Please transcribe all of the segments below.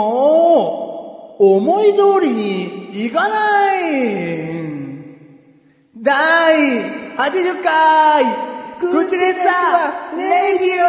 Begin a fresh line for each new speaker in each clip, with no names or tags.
もう、思い通りにいかない第80回、口レッサーレディオ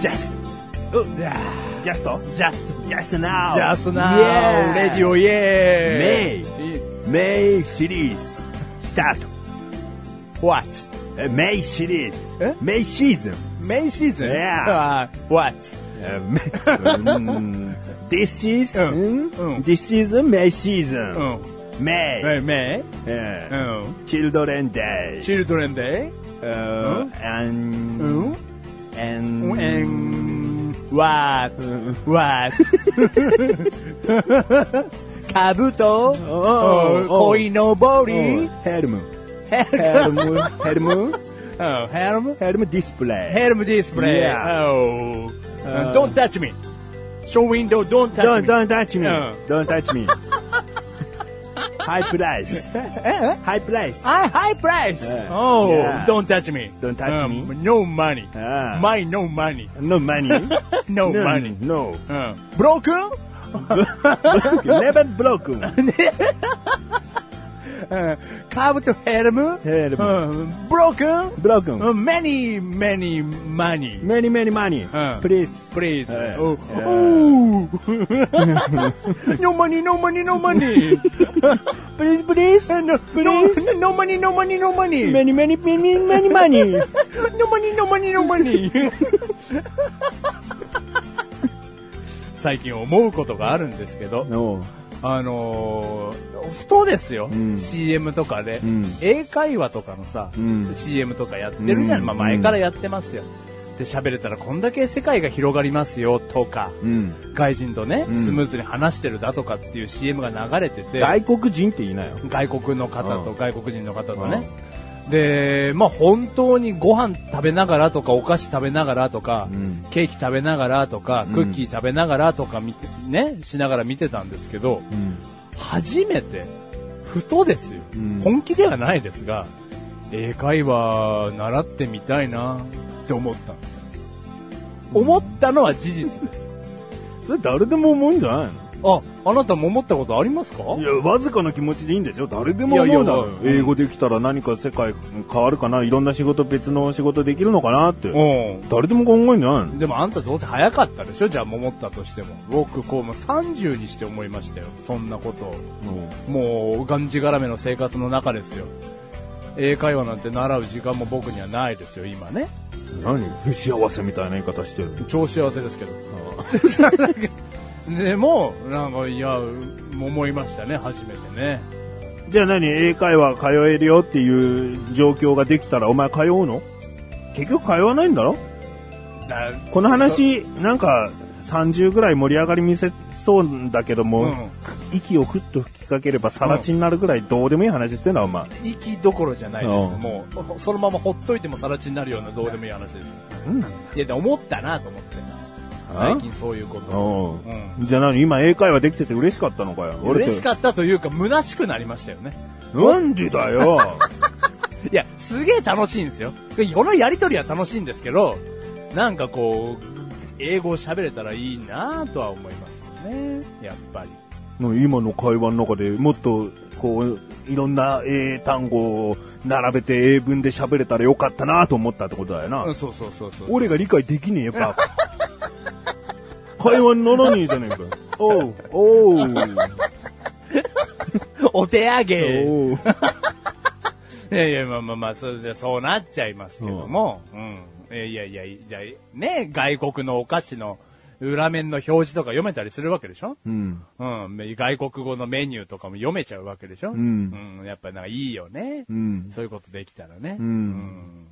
ジャスト。ジャストジャスト。ジャストナウ。
Oh, Just now, レディオイエ
メ
ーイ
イ。メイシリーズ。スター
What?
ト。メイシリー
え
ズ。メイシーズン。
Main season?
Yeah.
Uh, what?
えめ This is,
うん Mm.
this is May season.
う
uh, May. Uh.
May? May?
え
う
ー
ん。
Children Day.
Children Day?
え
Eh?
ー and,
ん
and,
And what?
Uh.
What? カブト
Oh, おう
こいのぼり
ヘ ルム。ヘルム、ヘルム、
ヘルム
ヘルムディスプレイ。
ヘルムディスプレイ
Oh. Yeah.
Oh.
Uh.
Don't touch me! Show window, don't touch
Don't,
me!
don't touch me.
Oh.
Don't touch me. High price.
え
High price.
I high price!
Yeah.
Oh,
Yeah.
don't touch me!
Don't touch me.
Um, No money!
Ah.
My no money!
No money.
No money! Uh.
No.
うんブロー君
Never broken.
カブトヘルム
ヘルム
うんブロー君
Broken.
Uh, many many money
Many, many money.
Uh.
Please.
please
Uh,
oh
yeah.
oh no money no money no money
Please, please.
no, no no money no money no money
Many, many, many, many money.
no money no money no money 最近思うことがあるんですけど、
No.
あのー、ふとですよ、
うん
CM とかで、
うん
英会話とかのさ、
うん
CM とかやってるじゃん、
うん
まあ前からやってますよ。で、喋れたらこんだけ世界が広がりますよとか、
うん。
外人とね、
うん
スムーズに話してるだとかっていう CM が流れてて、
外国人って言いなよ。
外国の方と外国人の方とね。で、まあ本当にご飯食べながらとか、お菓子食べながらとか、
うん
ケーキ食べながらとか、
うん
クッキー食べながらとか見て、ね、しながら見てたんですけど、
うん。
初めて、ふとですよ、
うん
本気ではないですが、英会話習ってみたいなって思ったんですよ。思ったのは事実です。
それ誰でも思うんじゃない
あ、あなたも思ったことありますか
のいや、わずかな気持ちでいいんですよ。誰でも思うだろ
いやいやうん
英語できたら何か世界変わるかないろんな仕事、別の仕事できるのかなって。
う
誰でも考えんじゃないの
ん。でもあんたどうせ早かったでしょじゃあ思ったとしても。僕こうもう30にして思いましたよ。そんなことを。もう、がんじがらめの生活の中ですよ。英会話なんて習う時間も僕にはないですよ、今ね。
何不幸せみたいな言い方してる。
超幸せですけど。 でも、なんか、いや、思いましたね、初めてね。
じゃあ何英会話通えるよっていう状況ができたらお前通うの結局通わないんだろ
だ
この、話、なんか30ぐらい盛り上がり見せそうだけど
う
も、
ん、
息をふっと吹きかければさらちになるぐらいどうでもいい話してんだお前。
息どころじゃないです。
うん
もう、そのままほっといてもさらちになるようなどうでもいい話です。
何なんだ
いや、でも思ったなと思って。最近そういうことを。
おう
うん
じゃあ何今英会話できてて嬉しかったのかよ。
嬉し
っ
かったというか、虚しくなりましたよね。
た。なんでだよ。
いや、すげえ楽しいんですよ。でこのやりとりは楽しいんですけど、なんかこう、英語を喋れたらいいなとは思いますよね。やっぱり。
もう今の会話の中でもっとこういろんな英単語を並べて英文で喋れたらよかったなと思ったってことだよな、
うんそうそうそうそう。
俺が理解できねえよバカ会話にならねえじゃねえかおうおう
お手上げ。
おう
いやいや、まあまあまあ、そうじゃそうなっちゃいますけども、うん。えいやいやいや、ね、外国のお菓子の裏面の表示とか読めたりするわけでしょ
うん。
うん。外国語のメニューとかも読めちゃうわけでしょうんうん。やっぱなんかいいよね。
うん
そういうことできたらね。
うん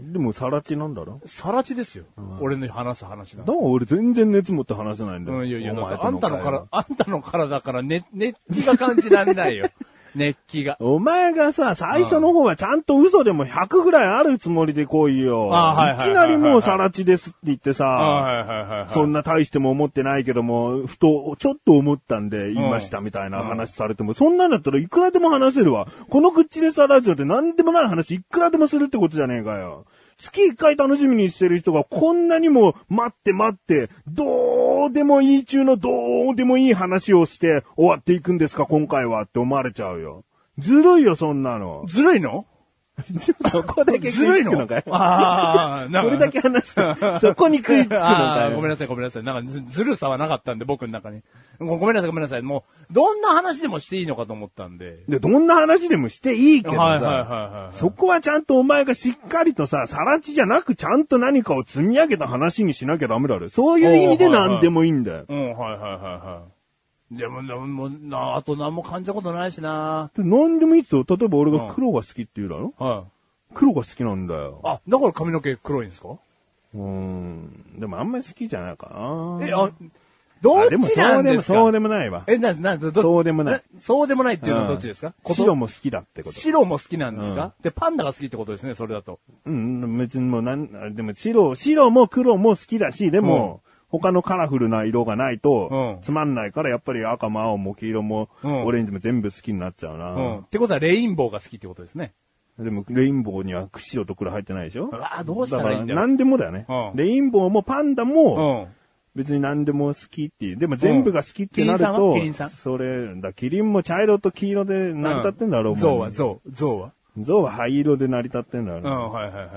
でもさらちなんだろ
さらちですよ。俺の話す話だ
だ。から俺全然熱持って話せないんだよ、
うん、いやいや、
お
だ
前
って
と
あんたの
会話
から、あんたの体から熱、熱気が感じられないよ。熱気が。
お前がさ、最初の方はちゃんと嘘でも100ぐらいあるつもりで来いよ。
あはいはいい
き
はい
な
はい
りもうさらちですって言ってさ、
はいはいはいはい。。
そんな大しても思ってないけども、ふと、ちょっと思ったんで言いましたみたいな話されても、そんなんだったらいくらでも話せるわ。このグッチレスラジオって何でもない話いくらでもするってことじゃねえかよ。月一回楽しみにしてる人がこんなにも待って待って、どうでもいい中のどうでもいい話をして終わっていくんですか今回はって思われちゃうよ。ずるいよ、そんなの
ずるいの
そこだけ
ずるいの
かい
ああ、なん
こ
か。
れだけ話した。 そこに食いつくのか
あ
い
ーごめんなさい、ごめんなさい。なんかず、ずるさはなかったんで、僕の中に。ごごめんなさい、ごめんなさい。もう、どんな話でもしていいのかと思ったんで。
で、どんな話でもしていいけどさ、
はいはいはいはい
そこはちゃんとお前がしっかりとさ、さらちじゃなくちゃんと何かを積み上げた話にしなきゃダメだろ。そういう意味で
おーはいはい
何でもいいんだよ。
うん、はいはいはいはい。でも、でももうな、あと何も感じたことないしな。
で何でもいいっすよ。例えば俺が黒が好きって言うだろ、
はい。
黒が好きなんだよ。
あ、だから髪の毛黒いんですか
うーん。でもあんまり好きじゃないかな。
え、あ、ど
あ
っ
でも
ち
そ
な
うんで
で
も、
すか
そうでもないわ。
え、な、な、ど、
そうでもない
な。そうでもないっていうのはどっちですか、
うん白も好きだってこと。
白も好きなんですか、で、パンダが好きってことですね、それだと。
うん、別にもうなん、でも白、白も黒も好きだし、でも、他のカラフルな色がないと
う、ん
つまんないから、やっぱり赤も青も黄色も、
うん
オレンジも全部好きになっちゃう
う
な。
ん。ってことは、レインボーが好きってことですね。
でも、レインボーには白と黒入ってないでしょ
うわどうしたらいいんだよ
から何でもだよね。
うん
レインボーもパンダ
う
も、
ん。
別に何でも好きっていう。でも全部が好きってなると、
キリンさんはキリンさん
それ、だキリンも茶色と黄色で成り立ってんだろう、
ゾウは、
ゾ
ゾウ、ゾウは。
ウ。ゾウは灰色で成り立ってんだろう。
う
だか
ん、はいはいはいは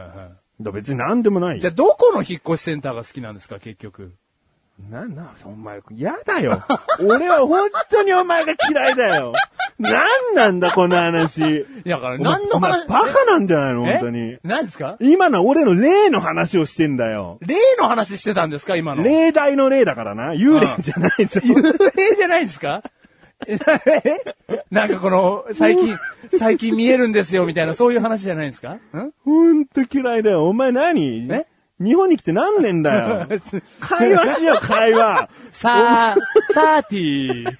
ら別に何でもない
い。
よ
じゃあ、どこの引っ越しセンターが好きなんですか、結局。
な、な、お前、やだよ。 俺は本当にお前が嫌いだよ。なんなんだ、この話。
いやだから、
お前
何
お
の話
前、バカなんじゃないの、本当に
え。何ですか
今のは俺の霊の話をしてんだよ。
霊の話してたんですか、今の。
霊大の霊だからな。幽霊じゃないぞ。
幽霊じゃないんですかえ なんかこの、最近、最近見えるんですよ、みたいな、そういう話じゃないんですかん
ほんと嫌いだよ。お前何
え
日本に来て何年 だよ。会話しよう、会話。
さあ、サーティー。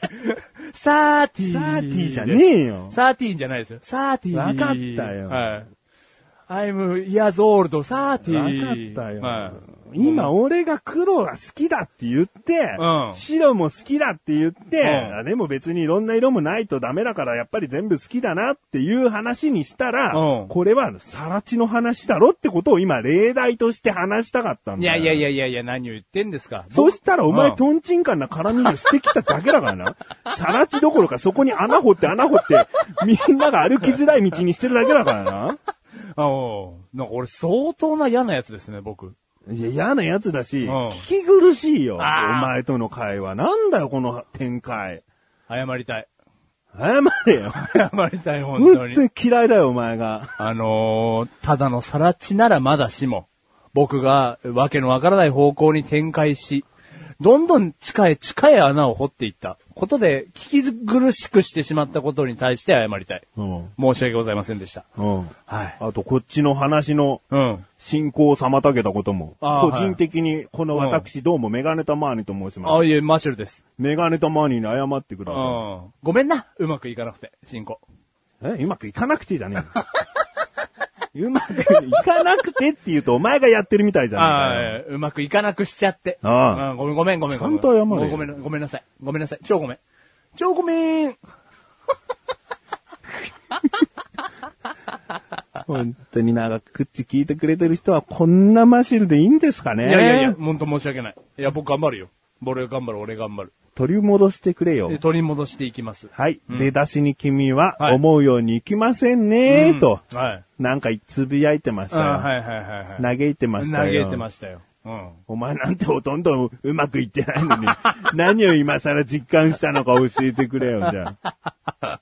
サーティー。
サーティーじゃねえよ
サーティーじゃないですよ。サーティー。
わかったよ
はい。I'm years old, サーティー。
分かったよ。
はい。
今、俺が黒が好きだって言って、
うん
白も好きだって言って、
うん
あでも別にいろんな色もないとダメだから、やっぱり全部好きだなっていう話にしたら、
うん
これはさらちの話だろってことを今、例題として話したかったん
い
だ
や
よ。
いやいやいやいや、何を言ってんですか。
そしたらお前、
うん
トンチンカンな絡みをしてきただけだから な。さらちどころかそこに穴掘って穴掘って、みんなが歩きづらい道にしてるだけだからな。
あおうなんか俺相当な嫌なやつですね、僕。
いや、嫌なやつだし、
ん
聞き苦しいよ。お
あー
前との会話。なんだよ、この展開。
謝りたい。
謝れよ。
謝りたい、本
本
当に
当。に嫌いだよ、お前が。
あのー、ただのさらちならまだしも、僕がわけのわからない方向に展開し、どんどん近い近い穴を掘っていったことで、聞き苦しくしてしまったことに対して謝りたい。
うん。
申し訳ございませんでした。
うん。
はい。
あと、こっちの話の
うん。
進行を妨げたことも。
あー
個人的に、この私、どうもメガネタマーニと申します。
あ、いえ、マシュルです。
メガネタマーニに謝ってく
う
だ
ん
さ。
ごめんな。うまくいかなくて、進行。
い。え、うまくいかなくてじゃねえのうまくいかなくてって言うと、お前がやってるみたいじゃね
あ
えかよ。
ーうまくいかなくしちゃって。
ああ
うんごめんごめんごめんごめん。
ちゃんと謝れよ
ごめんごめんなさい。ごめんなさい。超ごめん。超ごめん。
本当に長く口聞いてくれてる人は、こんなマシルでいいんですかね
いやいやいや、ほんと申し訳ない。いや、僕頑張るよ。俺頑張る、俺頑張る。
取り戻してくれよ
で、。取り戻していきます。
はい。出だしに君は
はい
思うようにいきませんね、と。
うんはい。
なんかつぶやいてました
あ
よ。
はいはいはいはい。
嘆いてましたよ。
嘆いてましたよ。うん。
お前なんてほとんどうまくいってないのに、 何を今更実感したのか教えてくれよ、じゃ あ。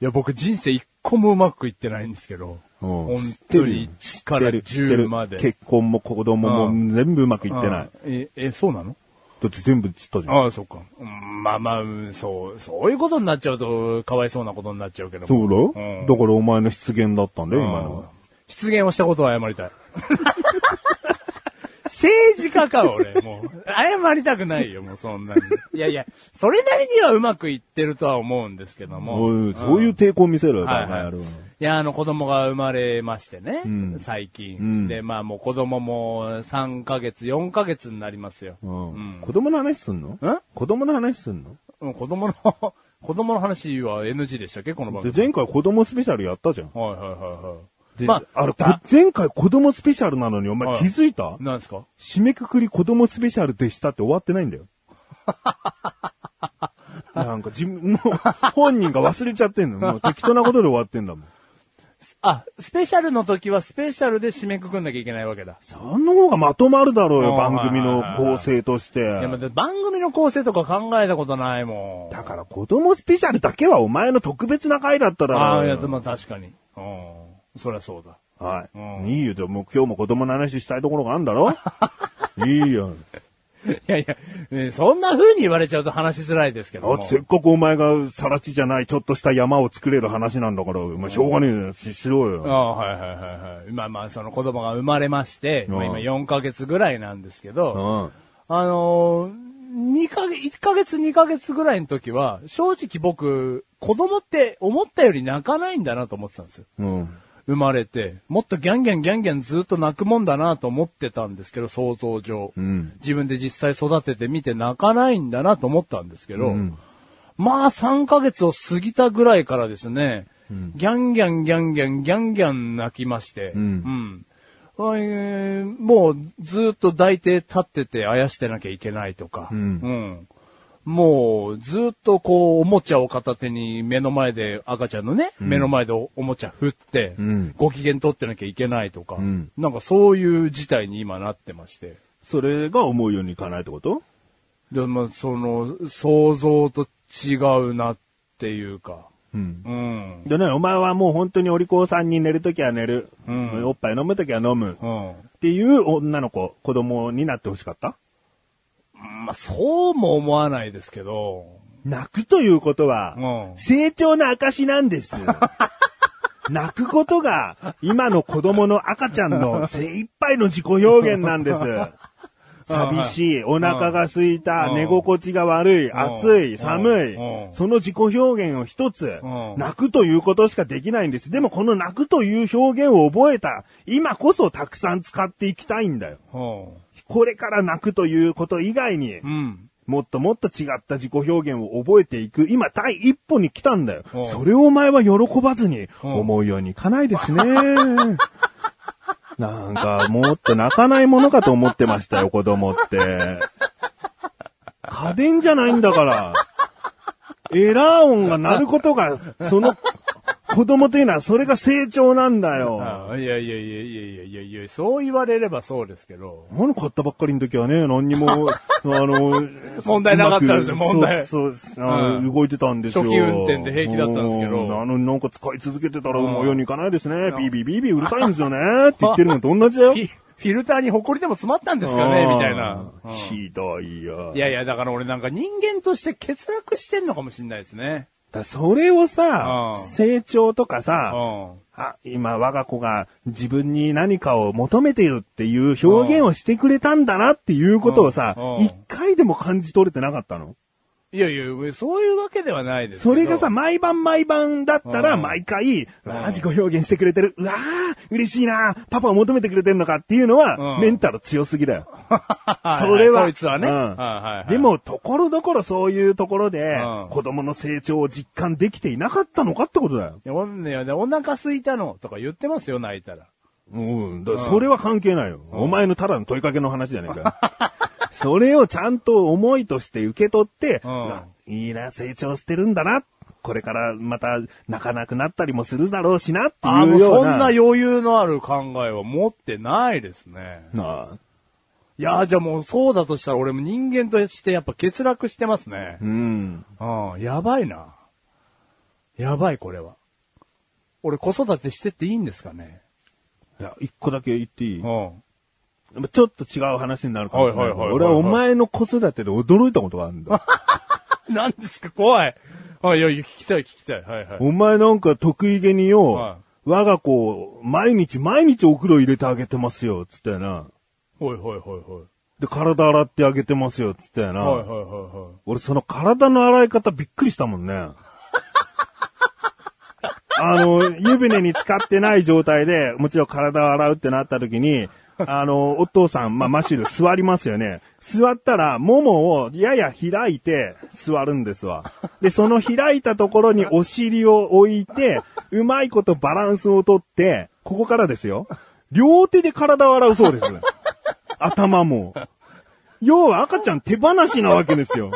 いや、僕人生一個もうまくいってないんですけど。
うん
本
知って
当
る
に
よ
1から
知ってる
10まで。
結婚も子供
う
も全部うまくいってない。
うんえ、え、そうなの
だって全部つったじゃん。
ああ、そっか。うんまあまあ、うんそう、そういうことになっちゃうと、かわいそうなことになっちゃうけども。
そうだろ、
うん
だからお前の失言だったんだよ、
うん
今のは。
失言をしたことは謝りたい。政治家か、俺。もう、謝りたくないよ、もうそんなに。いやいや、それなりにはうまくいってるとは思うんですけども。
おいそういう
うん
抵抗見せろよ、
はいはい
バカ野郎。
いや、あの、子供が生まれましてね、
うん
最近、
うん
で、まあもう子供も3ヶ月、4ヶ月になりますよ。
うん
うん
子供の話すんの
ん
子供の話すんの
うん、子供の、 子供の話は NG でしたっけこの番
で
組。、
前回子供スペシャルやったじゃん。
はいはいはいはい。
で、
まあ、
あれ、こ
だ
前回子供スペシャルなのに、お前
はい
気づいた
なんですか
締めくくり子供スペシャルでしたって終わってないん だよ。なんか自分の本人が忘れちゃってんの。もう適当なことで終わってんだもん。
あ、スペシャルの時はスペシャルで締めくくんなきゃいけないわけだ。
その方がまとまるだろうよ、
うん
番組の構成とし
いや、ま
て。
だ番組の構成とか考えたことないもん。
だから子供スペシャルだけはお前の特別な回だっただろうよ。
ああ、いや、でも確かに。うん。そりゃそうだ。
は
うん
い。いいよ、でも今日も子供の話したいところがあるんだろいいよ。
いやいや、ねそんな風に言われちゃうと話しづらいですけど
だっ
も
て。せっかくお前がさら地じゃない、ちょっとした山を作れる話なんだから、お前しょうがねえよ、ししろ
あ
よ。
あ、はいはいはいはい。まあまあ、その子供が生まれまして、
うん
まあ今4ヶ月ぐらいなんですけ
う
ど、
ん。
あのー、2ヶ月、1ヶ月2ヶ月ぐらいの時は、正直僕、子供って思ったより泣かないんだなと思ってたんですよ。
うん。
生まれて、もっとギャンギャンギャンギャンずっと泣くもんだなと思ってたんですけど、想像上。
うん
自分で実際育ててみて泣かないんだなと思ったんですけ
う
ど、
ん
まあ3ヶ月を過ぎたぐらいからですね、ギャンギャンギャンギャンギャンギャン泣きまして、
ん
うんあえーもうずっと抱いて立っててあやしてなきゃいけないとか、
ん
うんもうずっとこうおもちゃを片手に目の前で赤ちゃんのね、目の前でおおもちゃ振って、
うん
ご機嫌取ってなきゃいけないとか、
ん
なんかそういう事態に今なってまして。
それが思うようにいかないってこと
で、まあ、その、想像と違うなっていうか。
うん。
うん。
でね、お前はもう本当にお利口さんに寝るときは寝る。
うん
おっぱい飲むときは飲む。っ
うん。
ていう女の子、子供になってほしかった
まあ、そうも思わないですけど。
泣くということは、
うん
成長の証なん です。泣くことが、今の子供の赤ちゃんの精一杯の自己表現なんです。寂しい、お腹が空いた、
うん
寝心地が悪い、
ん
暑
う
い、
ん
寒い
うん、
その自己表現を一つ
う、ん
泣くということしかできないんです。でもこの泣くという表現を覚えた、今こそたくさん使っていきたいんだよ。
うん。
これから泣くということ以外に、
うん。
もっともっと違った自己表現を覚えていく、今第一歩に来たんだよ
うん。
それをお前は喜ばずに、
うん
思うようにいかないですね。 なんか、もっと泣かないものかと思ってましたよ、子供って。家電じゃないんだから。エラー音が鳴ることが、その、子供というのはそれが成長なんだよ。
ああいやいやいやいやいやいやいや、そう言われればそうですけど。
何買ったばっかりの時はね、何に も、あの、
問題なかったんですよ問題
そう、そうあの
うん
動いてたんですよ。
初期運転で平気だったんですけど
うんあの、なんか使い続けてたら
うん
もう世に行かないですね。
ん
ビービービービーうるさいんです よね。って言ってるのと同じだよ。
フィフィルターに埃でも詰まったんですかね
うん
みたいな。うん
ひどいよ。
いやいや、だから俺なんか人間として欠落してんのかもしれないですね。
だそれをさ
う、ん
成長とか
う
さ、
ん。
あ、今我が子が自分に何かを求めているっていう表現をしてくれたんだなっていうことをさ
うんう、ん
一回でも感じ取れてなかったの
いやいや、そういうわけではないですけど
それがさ、、毎晩毎晩だったら、
うん
毎回、わあ、自己表現してくれてる。うわあ、嬉しいな。パパを求めてくれてるのかっていうのは、
うん
メンタル強すぎだよ。
はい
それは
そいつはね。
うん
はいはいはい
で、も、ところどころそういうところで
うん、
子供の成長を実感できていなかったのかってことだよ。
いや、ほんね、お腹空いたのとか言ってますよ、泣いたら。
うん。だから
うん
それは関係ないよ。お前のただの問いかけの話じゃねえか よ。それをちゃんと思いとして受け取って、
うん
あいいな、成長してるんだな。これからまた泣かなくなったりもするだろうしなって
あ
い
の、
うよ
そう
な。
んな余裕のある考えは持ってないですね。
なあ。
いや、じゃあもうそうだとしたら俺も人間としてやっぱ欠落してますね
う。ん。
うん、やばいな。やばい、これは。俺子育てしてっていいんですかね
いや、一個だけ言っていい
うん。
ちょっと違う話になるかもしれないけど。
はいはいはいはいはい
俺はお前の子育てで驚いたことがあるんだ。
何ですか、怖い。あ、いや、いや聞きたい、聞きたい。はいはい。
お前なんか得意げによ、
は
我が子を毎日毎日お風呂入れてあげてますよ、つったよな。
ほいほいほいほい。
で、体洗ってあげてますよ、つったよな。
はいはいはいは
俺、その体の洗い方びっくりしたもんね。 あの、湯船に浸かってない状態で、もちろん体を洗うってなった時に、あの、お父さん、まあ、マシル座りますよね。座ったら、ももをやや開いて座るんですわ。で、その開いたところにお尻を置いて、うまいことバランスをとって、ここからですよ。両手で体を洗うそうです。頭も。要は赤ちゃん手放しなわけですよ。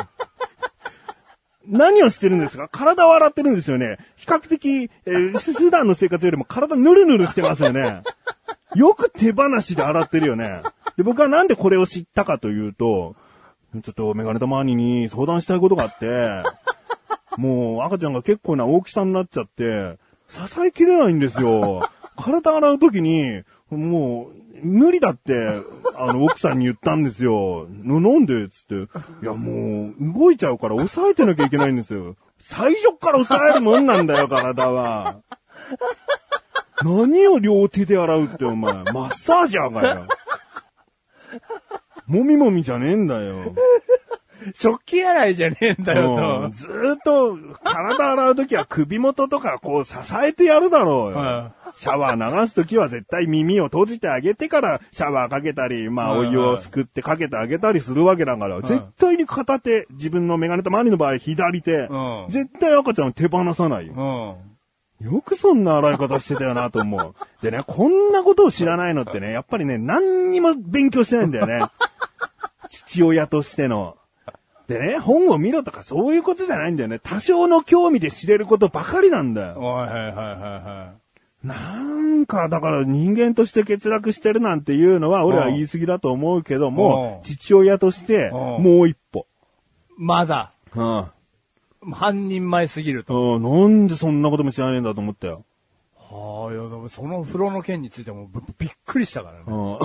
何をしてるんですか体を洗ってるんですよね。比較的、えー、す普段の生活よりも体ぬるぬるしてますよね。よく手放しで洗ってるよね。で、僕はなんでこれを知ったかというと、ちょっとメガネ玉兄に相談したいことがあって、もう赤ちゃんが結構な大きさになっちゃって、支えきれないんですよ。体洗うときに、もう、無理だって、あの、奥さんに言ったんですよ。ななんでつって。いや、もう、動いちゃうから抑えてなきゃいけないんですよ。最初っから抑えるもんなんだよ、体は。何を両手で洗うって、お前。マッサージャーかよ。もみもみじゃねえんだよ。
い。食器洗いじゃねえんだ
う
よ
んずーっと体洗うときは首元とかこう支えてやるだろうよ。
うん
シャワー流すときは絶対耳を閉じてあげてからシャワーかけたり、まあお
うん
湯をすくってかけてあげたりするわけだから、絶対に片手、自分のメガネと周りの場合左手、
うん
絶対赤ちゃんを手放さないよ。
と。うん。
よくそんな洗い方してたよなと思う。でね、こんなことを知らないのってね、やっぱりね、何にも勉強してないんだよね。父親としての。でね、本を見ろとかそういうことじゃないんだよね。多少の興味で知れることばかりなんだよ。
はいはいはいは
なんか、だから人間として欠落してるなんていうのは、俺は言い過ぎだと思うけども、
うん
父親として、
うん
もう一歩。
い。まだ、
うん。あ
半人前すぎると。
あなんでそんなことも知らねえんだと思ったよ。
はあ、いや、でもその風呂の件についてもぶびっくりしたから
う
ね。
ん。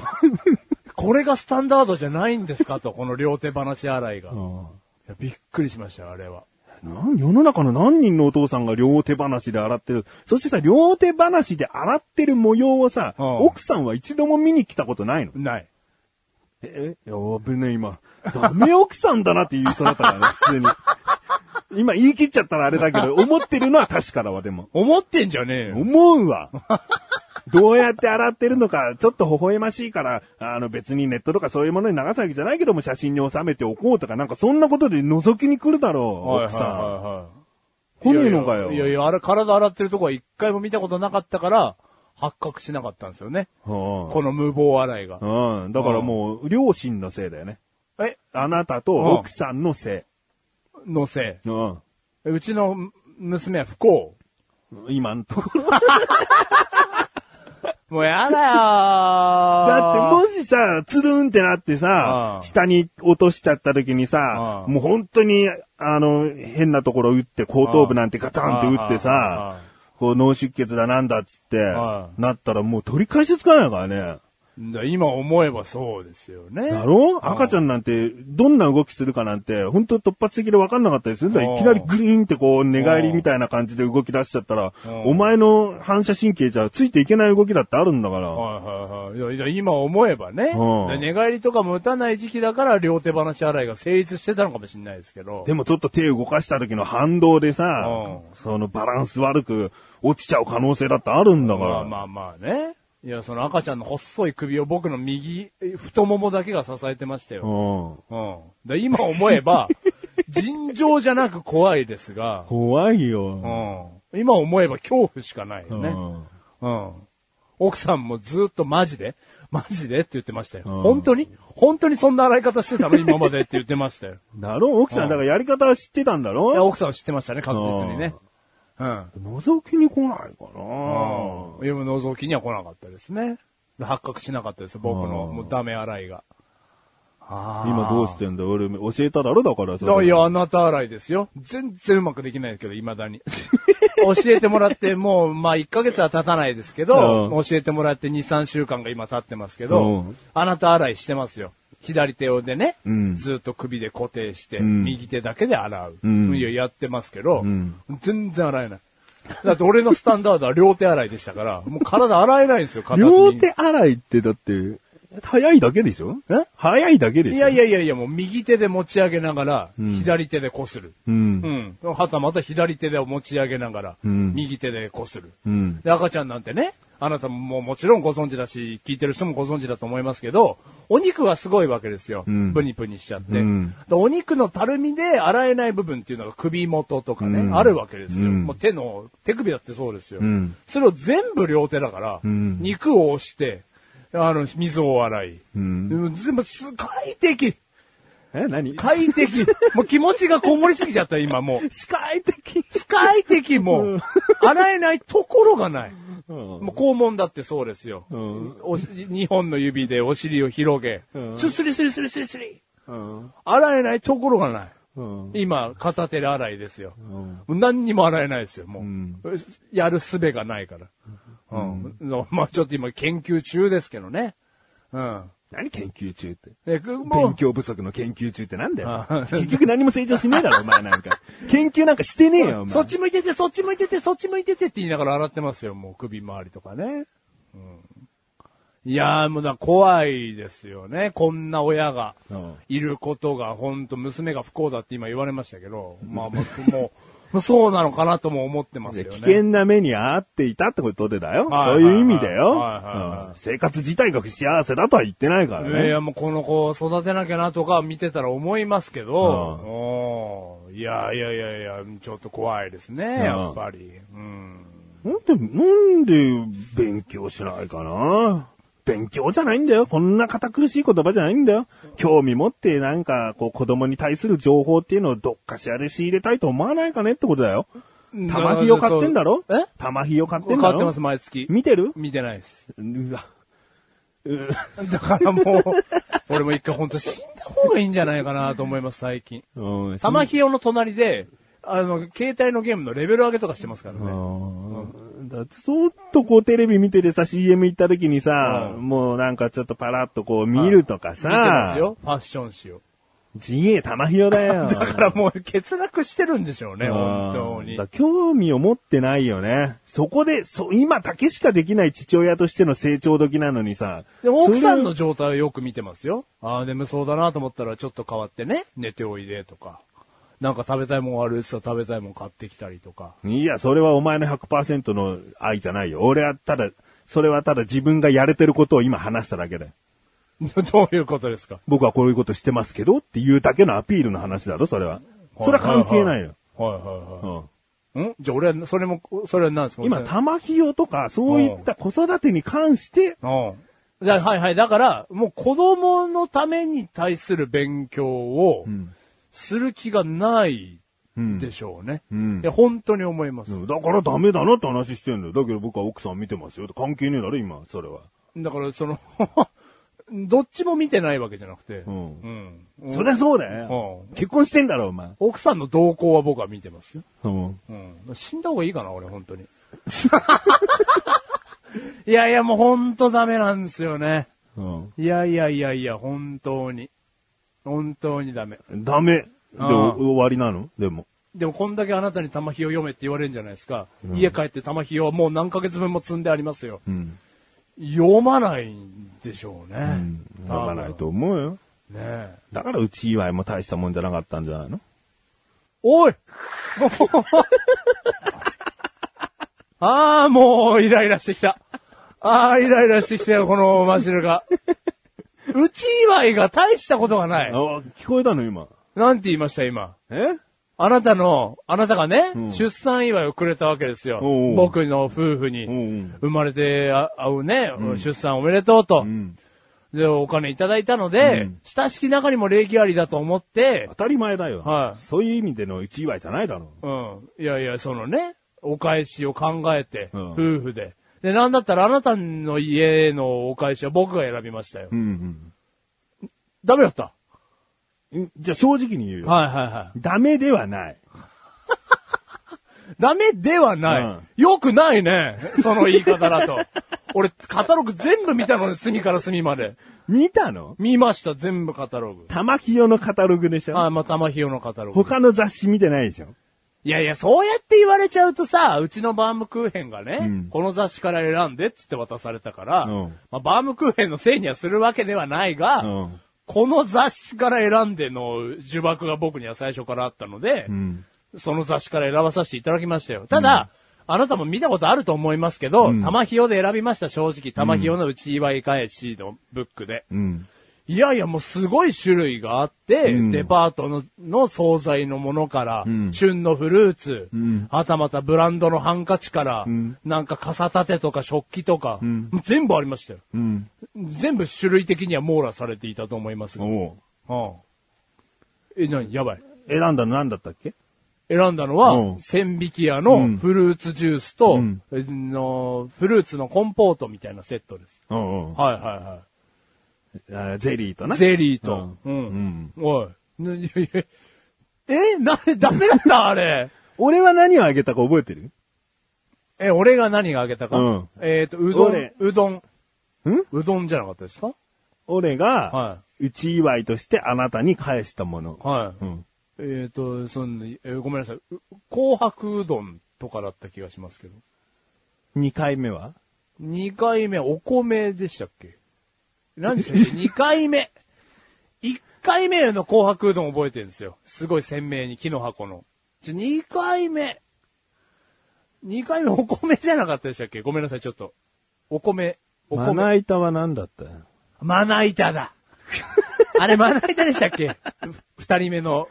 これがスタンダードじゃないんですかと、この両手話洗いが。
う
い
ん
やびっくりしましたよ、あれは。
なん世の中の何人のお父さんが両手話で洗ってる。そしてさ、両手話で洗ってる模様をさ、
うん
奥さんは一度も見に来たことないの。
ない。
え、え、やぶねえ今。ダメ奥さんだなって言いそうだったから ね、普通に。今言い切っちゃったらあれだけど、思ってるのは確かだわ、でも。
思ってんじゃねえよ。
思うわ。どうやって洗ってるのか、ちょっと微笑ましいから、あの別にネットとかそういうものに流すわけじゃないけども、写真に収めておこうとか、なんかそんなことで覗きに来るだろう、奥
はいはい
さ
はいはい
ん。来ねえのかよ。
いやいやいやいや、あれ体洗ってるとこは一回も見たことなかったから、発覚しなかったんですよね。
うん
この無謀洗いが。
うん。だからもう、両親のせいだよね。
え、
あなたと
うん
奥さんのせ
のせ
い。うん。
い。うちの娘は不幸。
今のところ。
もうやだよー
だってもしさ、つるんってなってさ
う、ん
下に落としちゃった時にさ、
うん
もう本当に、あの、変なところ打って、後頭部なんてガタンって打ってさ
うん、
こう脳出血だなんだっつって、
う
なったらもう取り返しつかないからね。
だ今思えばそうですよね。
だろ赤ちゃんなんて、どんな動きするかなんて、本当突発的で分かんなかったりするんだよ。
うん
いきなりグリーンってこう、寝返りみたいな感じで動き出しちゃったら
うん、
お前の反射神経じゃついていけない動きだってあるんだから。
はいはいはいいや。いや今思えばね、
うん
で寝返りとかも打たない時期だから両手話洗いが成立してたのかもしれないですけど。
でもちょっと手動かした時の反動でさ
う、
そのバランス悪く落ちちゃう可能性だってあるんだか
まあ
ら。
まあまあね。いや、その赤ちゃんの細い首を僕の右、え太ももだけが支えてました
う
よ。
ん。
うん。で今思え ば、尋常じゃなく怖いですが、
怖いうよ。
ん。今思えば恐怖しかない
う
よ
ん
ね。うん。奥さんもずっとマジでマジでって言ってましたよ。本当に本当にそんな洗い方してたの今までって言ってま したよ。
だろ奥さ、
うんん
だからやり方は知ってたんだ
いや、
ろ
奥さんは知ってましたね、確実にね。うん。
覗きに来ないかな
うん。読む覗きには来なかったですね。発覚しなかったです、僕の、
うん
もうダメ洗いが。あ
今どうしてんだ俺教えただろだからさ。
いや、あなた洗いですよ。全然うまくできないけど、未だに。 教えてもらって、もう、まあ、1ヶ月は経たないですけど、
う
教えてもらって2、3週間が今経ってますけど、
うん
あなた洗いしてますよ。左手でね、
うん
ずっと首で固定して、
ん
右手だけで洗う。
ん
いや、やってますけど、
ん
全然洗えない。だって俺 のスタンダードは両手洗いでしたから、もう体洗えないんですよ、片手に
両手洗いってだって、早いだけでしょ
え
早いだけでしょ
いやいやいやいや、もう右手で持ち上げながら、
うん
左手でこする。
う。
うんん。はたまた左手で持ち上げながら、
うん
右手でこする。
うん。
で、赤ちゃんなんてね、あなたももうもちろんご存知だし、聞いてる人もご存知だと思いますけど、お肉がすごいわけですよ。
ん
プニプニしちゃって、
うん
でお肉のたるみで洗えない部分っていうのが首元とかね、
うん
あるわけです
う
よ、
ん
もう手の、手首だってそうですよ。
うん
それを全部両手だから、
うん
肉を押して、あの、水を洗い。
うん
うん全部、す快適
え、何
快 適もう気持ちがこもりすぎちゃった、今もう。
視界的。
快適も
うん
う、洗えないところがない。
うん。
もう肛門だってそうですよ。
うん
おし2本の指でお尻を広げ、
うん
スリスリスリスリスリ。
うん。
洗えないところがない。
うん。
今、片手で洗いですよ。
うん
何にも洗えないですよ、もう。
うん
やる術がないから。うん。まあちょっと今研究中ですけどね。うん。
何研究中って。
え、くも
勉
う、
強不足の研究中ってなんだよ
あ。
結局何も成長しねえだろ、お前なんか。 研究なんかしてねえよ、お前
そっ。ち向いてて、そっち向いてて、そっち向いててって言いながら洗ってますよ、もう首周りとかね。うん。いやー、もうだ、怖いですよね。こんな親が
うん
いることが、ほんと、娘が不幸だって今言われました けど、まあ、まあ、もう、そうなのかなとも思ってます
で
よね。
危険な目に遭っていたってことでだよ。
はい
そういう意味だよ。
はいはいはいはい
うん生活自体が不幸せだとは言ってないから
い
ね。
や、もうこの子を育てなきゃなとか見てたら思いますけど、うん、いやいやいやいや、ちょっと怖いですね、やっぱり。うん。
なんで、なんで勉強しないかな勉強じゃないんだよ。こんな堅苦しい言葉じゃないんだよ。興味持ってなんか、こう子供に対する情報っていうのをどっかしらで仕入れたいと思わないかねってことだよ。玉ひよ買ってんだろ
そうえ
玉ひよ買って
変
んだろ
わってます、毎月。
見てる
見てないです。
うわ。う
だからもう、俺も一回本当死んだ方がいいんじゃないかなと思います、最近。
うん
玉ひよの隣で、あの、携帯のゲームのレベル上げとかしてますから
あ
ね。
ーだってちょっとこうテレビ見ててさ、CM 行った時にさ、
うん
もうなんかちょっとパラッとこう見るとか
見てます
さ、
よ、ファッション誌を。
GA 玉ひよだ よ。
だからもう欠落してるんでしょうね、本当
うん
に
だ。興味を持ってないよね。そこで、そう、今だけしかできない父親としての成長時なのにさ。
でも奥さんの
そ
状態をよく見てますよ。ああ、眠そうだなと思ったらちょっと変わってね、寝ておいでとか。なんか食べたいもんあるっつったら食べたいもん買ってきたりとか。
れいや、それはお前の100%の愛じゃないよ。俺はただ、それはただ自分がやれてることを今話しただけだよ。
どういうことですか
僕はこういうことしてますけどっていうだけのアピールの話だろ、それは。それは関係ないよ。。
はいはいはい。
うん
んじゃあ俺は、それも、それは何ですか
今、
それ
玉ひよとか、そういった子育てに関して、
うん。じゃあはいはい。だから、もう子供のために対する勉強を
ん、
する気がない
うん
でしょうね。
うん
いや、本当に思います。
だからダメだなって話してんだよ。だけど僕は奥さん見てますよ。関係ねえだろ、今、それは。
だから、その、 どっちも見てないわけじゃなくて、うんん。
そりゃそうだよ
う。
結婚してんだろ、お前。
奥さんの動向は僕は見てますよ。
うん。
うん。死んだ方がいいかな、俺、本当に。 いやいや、もう本当ダメなんですよね。
うん。
いやいやいやいや、本当に。本当にダメ。
ダメ。で、
あ
お終わりなのでも。
でもこんだけあなたに玉ひよ読めって言われるんじゃないですか。家帰って玉ひよはもう何ヶ月分も積んでありますよ。
うん。
読まないんでしょうね。
うん。わからないと思うよ。
多分。ねえ。
だから、うち祝いも大したもんじゃなかったんじゃないの
お いああ、もうイライラしてきた。ああ、イライラしてきたよ、このマシルが。うち祝いが大したことがない。
あ、聞こえたの、今。
なんて言いました、今。
え
あなたの、あなたがね、
ん
出産祝いをくれたわけですよ。
おうおう
僕の夫婦に
う。ん。
生まれてあ会うね、出産おめでとうと。
うん。
で、お金いただいたので、
うん
親しき中にも礼儀ありだと思って
当、たり前だよ。
はい
そういう意味でのうち祝いじゃないだろ。
うん。いやいや、そのね、お返しを考えて、
うん
夫婦で。で、なんだったらあなたの家のお返しは僕が選びましたよ。
うん
ダメだった。
うん。じゃあ、正直に言うよ。
はいはいはい。
ダメではない。
ダメではない。
うん
よくないね。その言い方だと。 俺、カタログ全部見たのね、隅から隅まで。
見たの
見ました、全部カタログ。
玉ひよのカタログでしょ
あ、まあ、玉ひよのカタログ。
他の雑誌見てないでしょ
いやいや、そうやって言われちゃうとさ、うちのバームクーヘンがね、
うん
この雑誌から選んでっつって渡されたから、
うん
まあ、バームクーヘンのせいにはするわけではないが、
うん
この雑誌から選んでの呪縛が僕には最初からあったので、
うん。
その雑誌から選ばさせていただきましたよ。ただ、あなたも見たことあると思いますけど、
うん
玉ひよで選びました、正直。玉ひよの内祝い返しのブックで。
うん。
いやいや、もうすごい種類があって、
うん
デパートのの惣菜のものから、
ん
旬のフルーツ、
ん
はたまたブランドのハンカチから、
ん
なんか傘立てとか食器とか、
ん
全部ありましたよ。
うん。
全部種類的には網羅されていたと思いますが。
おう
うんえ、なにやばい。
選んだの何だったっけ
選んだのは、
うん
千匹屋
う
の
ん
フルーツジュースと、
うん
えーのフルーツのコンポートみたいなセットです。
うんうん
はいはいはい。
あゼリーとな。
ゼリーと。
う
うんん。おい。ねいやいやえな、ダメだったあれ。
俺は何をあげたか覚えてる
え、俺が何があげたか。
うん
えっ、と、うどん
俺、
うどん。ん
ん
うどんじゃなかったですか
俺が
は、
内祝いとしてあなたに返したもの。
はい。
うん。
えっ、と、その、えーごめんなさい。う紅白うどんとかだった気がしますけど。
2回目は
2回目、お米でしたっけ何 でしたっけ ?2 回目。1回目の紅白うどん覚えてるんですよ。すごい鮮明に、木の箱の。2回目。2回目、お米じゃなかったでしたっけごめんなさい、ちょっと。お米、お
ま
米。
な板は何だったよ
まな板だ。あれ、まな板でしたっけ二人目の。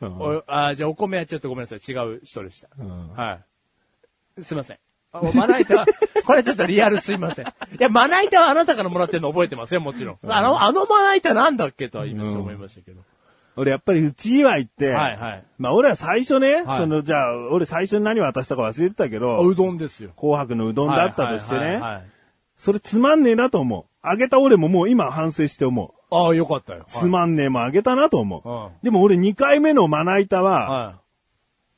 うん
おあじゃあ、お米はちょっとごめんなさい。違う人でした。
ん
はい。すいません。あまな板は、 これちょっとリアルすいません。いや、まな板はあなたからもらってるの覚えてますよ、もちろん。あの、あのまな板なんだっけとは今ちょっと思いましたけど。
俺やっぱり内祝いって、
はいはい
まあ俺は最初ね、
はい
そのじゃあ俺最初に何渡したか忘れてたけ
あ
ど、
うどんですよ。
紅白のうどんだったとして
はいはい
ね
はい、はい
それつまんねえなと思う。あげた俺ももう今反省して思う。
ああ、よかったよ。
つまんねえもあげたなと思う。
うん
でも俺2回目のまな板
はい
は、
は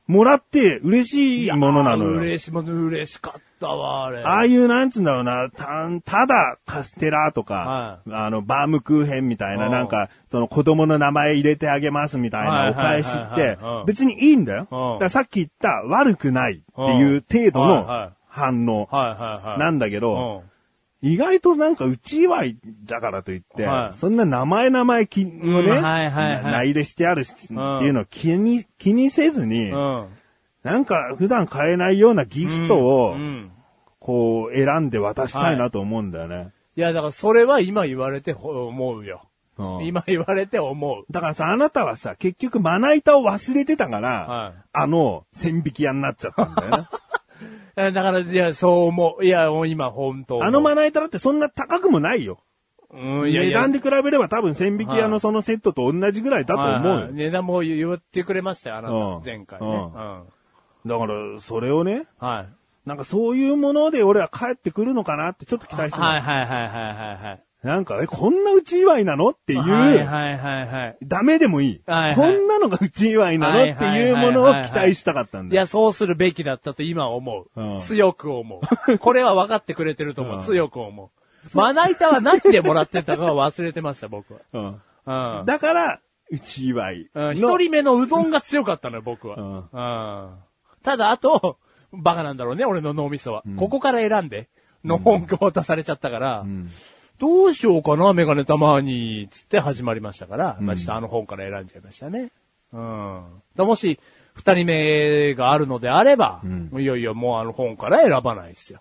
もらって嬉
い。
しいものなのよ。
嬉し、もう嬉しかったわ、あれ。
ああいう、なんつうんだろうな、たん、ただカステラとか、あの、バームクーヘンみたいな、
うん
なんか、その子供の名前入れてあげますみたい
は
ないお返しっ
はい
て
はいはいうん、
別にいいんだよ。だ
うん
からさっき言った悪くないっていう程度
うんはいは
の
い
反応
はいはいはい。
なん
だ
だけ
う
ど、
ん。
意外となんかうち祝いだからといって、
はい
そんな名前名前きのね、
うんはいはいはい
な名入れしてあるしっていう
うん
のを気に、気にせずに、
うん。
なんか普段買えないようなギフトを、
うん
こう選んで渡したいなと思うんだよね。
いや、だからそれは今言われてほ思うよ。
うん
今言われて思う。
だからさ、あなたはさ、結局まな板を忘れてたから、
はい
あの、線引き屋になっちゃったんだよ ね。
えだから、いや、そう思う。いや、もう今、本当。
あのまな板だってそんな高くもないよ。
うん、いやいや、
値段で比べれば多分線引き屋
は
の
い
そのセットと同じぐらいだと思うよ。
はいはい値段も言ってくれましたよ、あなた。
うん
前回ね。
う
うんん。
だから、それをね、
はい。
なんかそういうもので俺は帰ってくるのかなってちょっと期待してた、
はいはいはいはいはいはい。
なんか、え、こんなうち祝いなのっていう、
はいはいはいはい。
ダメでもいい,、
はいはい
こんなのがうち祝いなのっていうものを期待したかったん
い
だよ。
や、そうするべきだったと今思う。
うん
強く思 う。これは分かってくれてると思う。
うん
強く思う。まな板は何でもらってたかは忘れてました、僕
うん
は。うん。
だから、うち祝い
うん
の。
一人目のうどんが強かったのよ、僕は。
うん
うんただ、あと、バカなんだろうね、俺の脳みそは。ここから選んで、の本が渡されちゃったから、
ん
どうしようかな、メガネたまに、つって始まりましたから、まあ、ちょっとあの本から選んじゃいましたね。うん。だもし、二人目があるのであれば、いよいよもうあの本から選ばないですよ。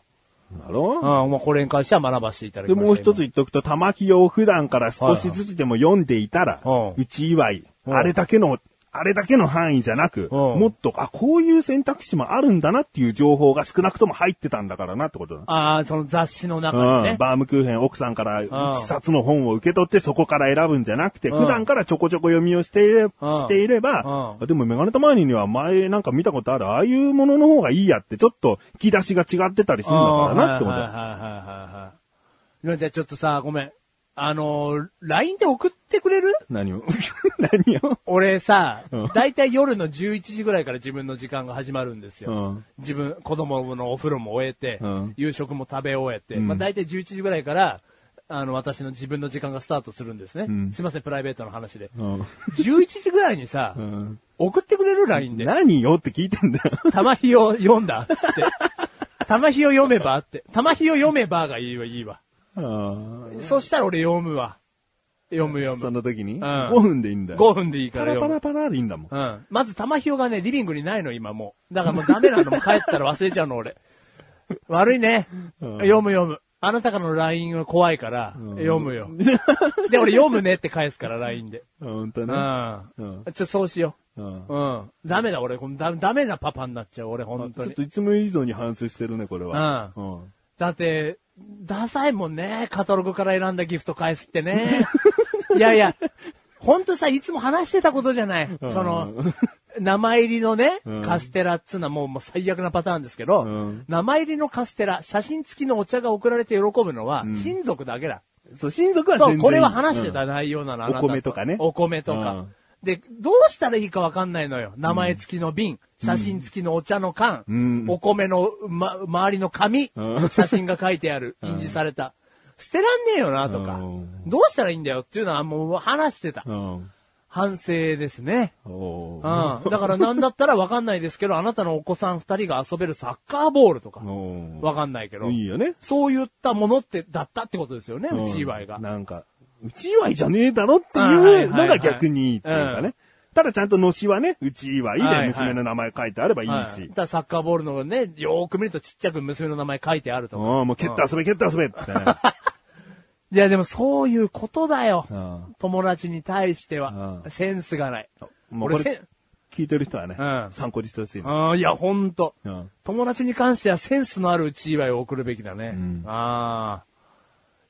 だろ
うん、まあ、これに関しては学ばせていただき
で、
ました。
もう一つ
今
言っとくと、玉木を普段から少しずつでも読んでいたら、
はいはいう
ち祝い、
うん
あれだけの、あれだけの範囲じゃなく、もっと、あ、こういう選択肢もあるんだなっていう情報が少なくとも入ってたんだからなってことだ。
ああ、その雑誌の中に
う
ね。
ん、バームクーヘン奥さんから一冊の本を受け取ってそこから選ぶんじゃなくて、
うん
普段からちょこちょこ読みをしていれ
うん
していれば、
うん
でもメガネタマーニには前なんか見たことある、ああいうものの方がいいやって、ちょっと引き出しが違ってたりするのかなってこと
はい
だよ。
はいはいはいはい。今じゃあちょっとさ、ごめん。あのー、LINE で送ってくれる
何を 何を
俺さ
うん、
だいたい夜の11時ぐらいから自分の時間が始まるんですよ。
うん
自分、子供のお風呂も終えて、
うん
夕食も食べ終えて、
ん
まあだいたい11時ぐらいから、あの、私の自分の時間がスタートするんですね。
ん
すいません、プライベートの話で。
うん
11時ぐらいにさ、
うん
送ってくれる ?LINE で。
何よって聞いてんだよ。
玉ひを読んだつって。玉ひを読めばって。玉ひを読めばがいいわ、いいわ。
あ
そしたら俺読むわ。読む
あ
読
そ
む。
の時に、
ん
5分でいいんだよ。
5分でいいか
パ
ら
ラパ
読む。
ラパラでいいんだもん。
うん。まず玉ひよがね、リビングにないの、今もう。だからもうダメなの、もう帰ったら忘れちゃう の、俺。悪いね。
うん
読む読む。あなたからの LINE は怖いから、読むよ。で、俺読むねって返すから、LINE で。
あ本当
う
ね。
ん。
うん
ちょ、そうしよ
うん
う。うん。ダメだ、俺。このダダメなパパになっちゃう、俺、
ち
本
ょ
当
っ
に
と。いつも以上に反省してるね、これは。うん
だって、ダサいもんね。カタログから選んだギフト返すってね。 いやいや、ほんとさ、いつも話してたことじゃない。
ん
その、名前入りのね
うん、
カステラっつうのはもうもう最悪なパターンですけど、
うん
名前入りのカステラ、写真付きのお茶が送られて喜ぶのは、親族だけだ。
そう、親族は全
そ、
然いうい
これは話してた内容なの、あなた
お米とかね
お米と
う
か
ん。
で、どうしたらいいかわかんないのよ。名前付きの瓶、写真付きのお茶の缶、
うん
お米の、ま、周りの紙、
うん
写真が書いてある、印字された。捨てらんねえよな、とか
う。ん
どうしたらいいんだよっていうのはもう話してた。
うん。
反省ですね。
お
うん。
ー
だからなんだったらわかんないですけど、あなたのお子さん二人が遊べるサッカーボールとか、
おー
わかんないけど。
いいよね。
そういったものって、だったってことですよね、うち祝いが
うん。なんか、うち祝いじゃねえだろってい
あーはいうは
の
いは
が
い
逆にいいっていうか
うん
ね。ただちゃんとのしはね、うち祝い
はいは
で
い
娘の名前書いてあればいい
はい
し
だ。からサッカーボールのね、よーく見るとちっちゃく娘の名前書いてあるとか。
うん、もう蹴って遊べ蹴って遊べっつって ね。
いや、でもそういうことだよ。
うん
友達に対しては
う、ん
センスがない。
もうこ
俺せ
れ、聞いてる人はね
うん、
参考にしてほしいね。
あーいや、ほんと。
うん
友達に関してはセンスのあるうち祝いを送るべきだね。
ん
ああ。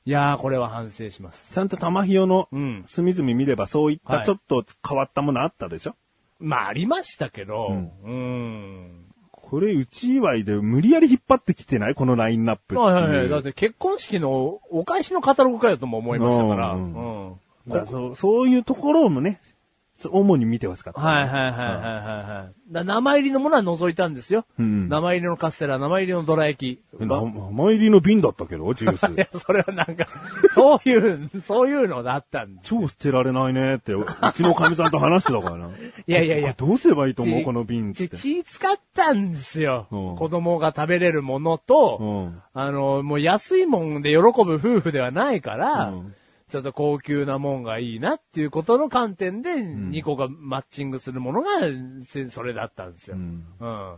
いやー、これは反省します。
ちゃんと玉ひよの
うん
隅々見ればそういっ
は
た
い
ちょっと変わったものあったでしょ
まあ、ありましたけど、うん。
これうち祝いで無理やり引っ張ってきてないこのラインナップっていう。
はいはいはい。だって結婚式のお返しのカタログかよとも思いましたから。
うんう
うん
だからそうそういうところもね、主に見てほしかった。
はいはいはいはいはいはい。だ名前入りのものは除いたんですよ。
うん
名前入りのカステラ、名前入りのどら焼き。
な
ばい
前入りの瓶だったけど、ジュー
や
ス。、
それはなんか、そういう、そういうのだったんです。
超捨てられないねって、うちのかみさんと話してたからな。い
や いやいや
どうすればいいと思う
ち
この瓶っつっ
ち
て。
気使ったんですよ。
うん
子供が食べれるものと、
うん
あの、もう安いもんで喜ぶ夫婦ではないから、
うん
ちょっと高級なもんがいいなっていうことの観点で、2個がマッチングするものが、せそれだったんですよ。
うん
うん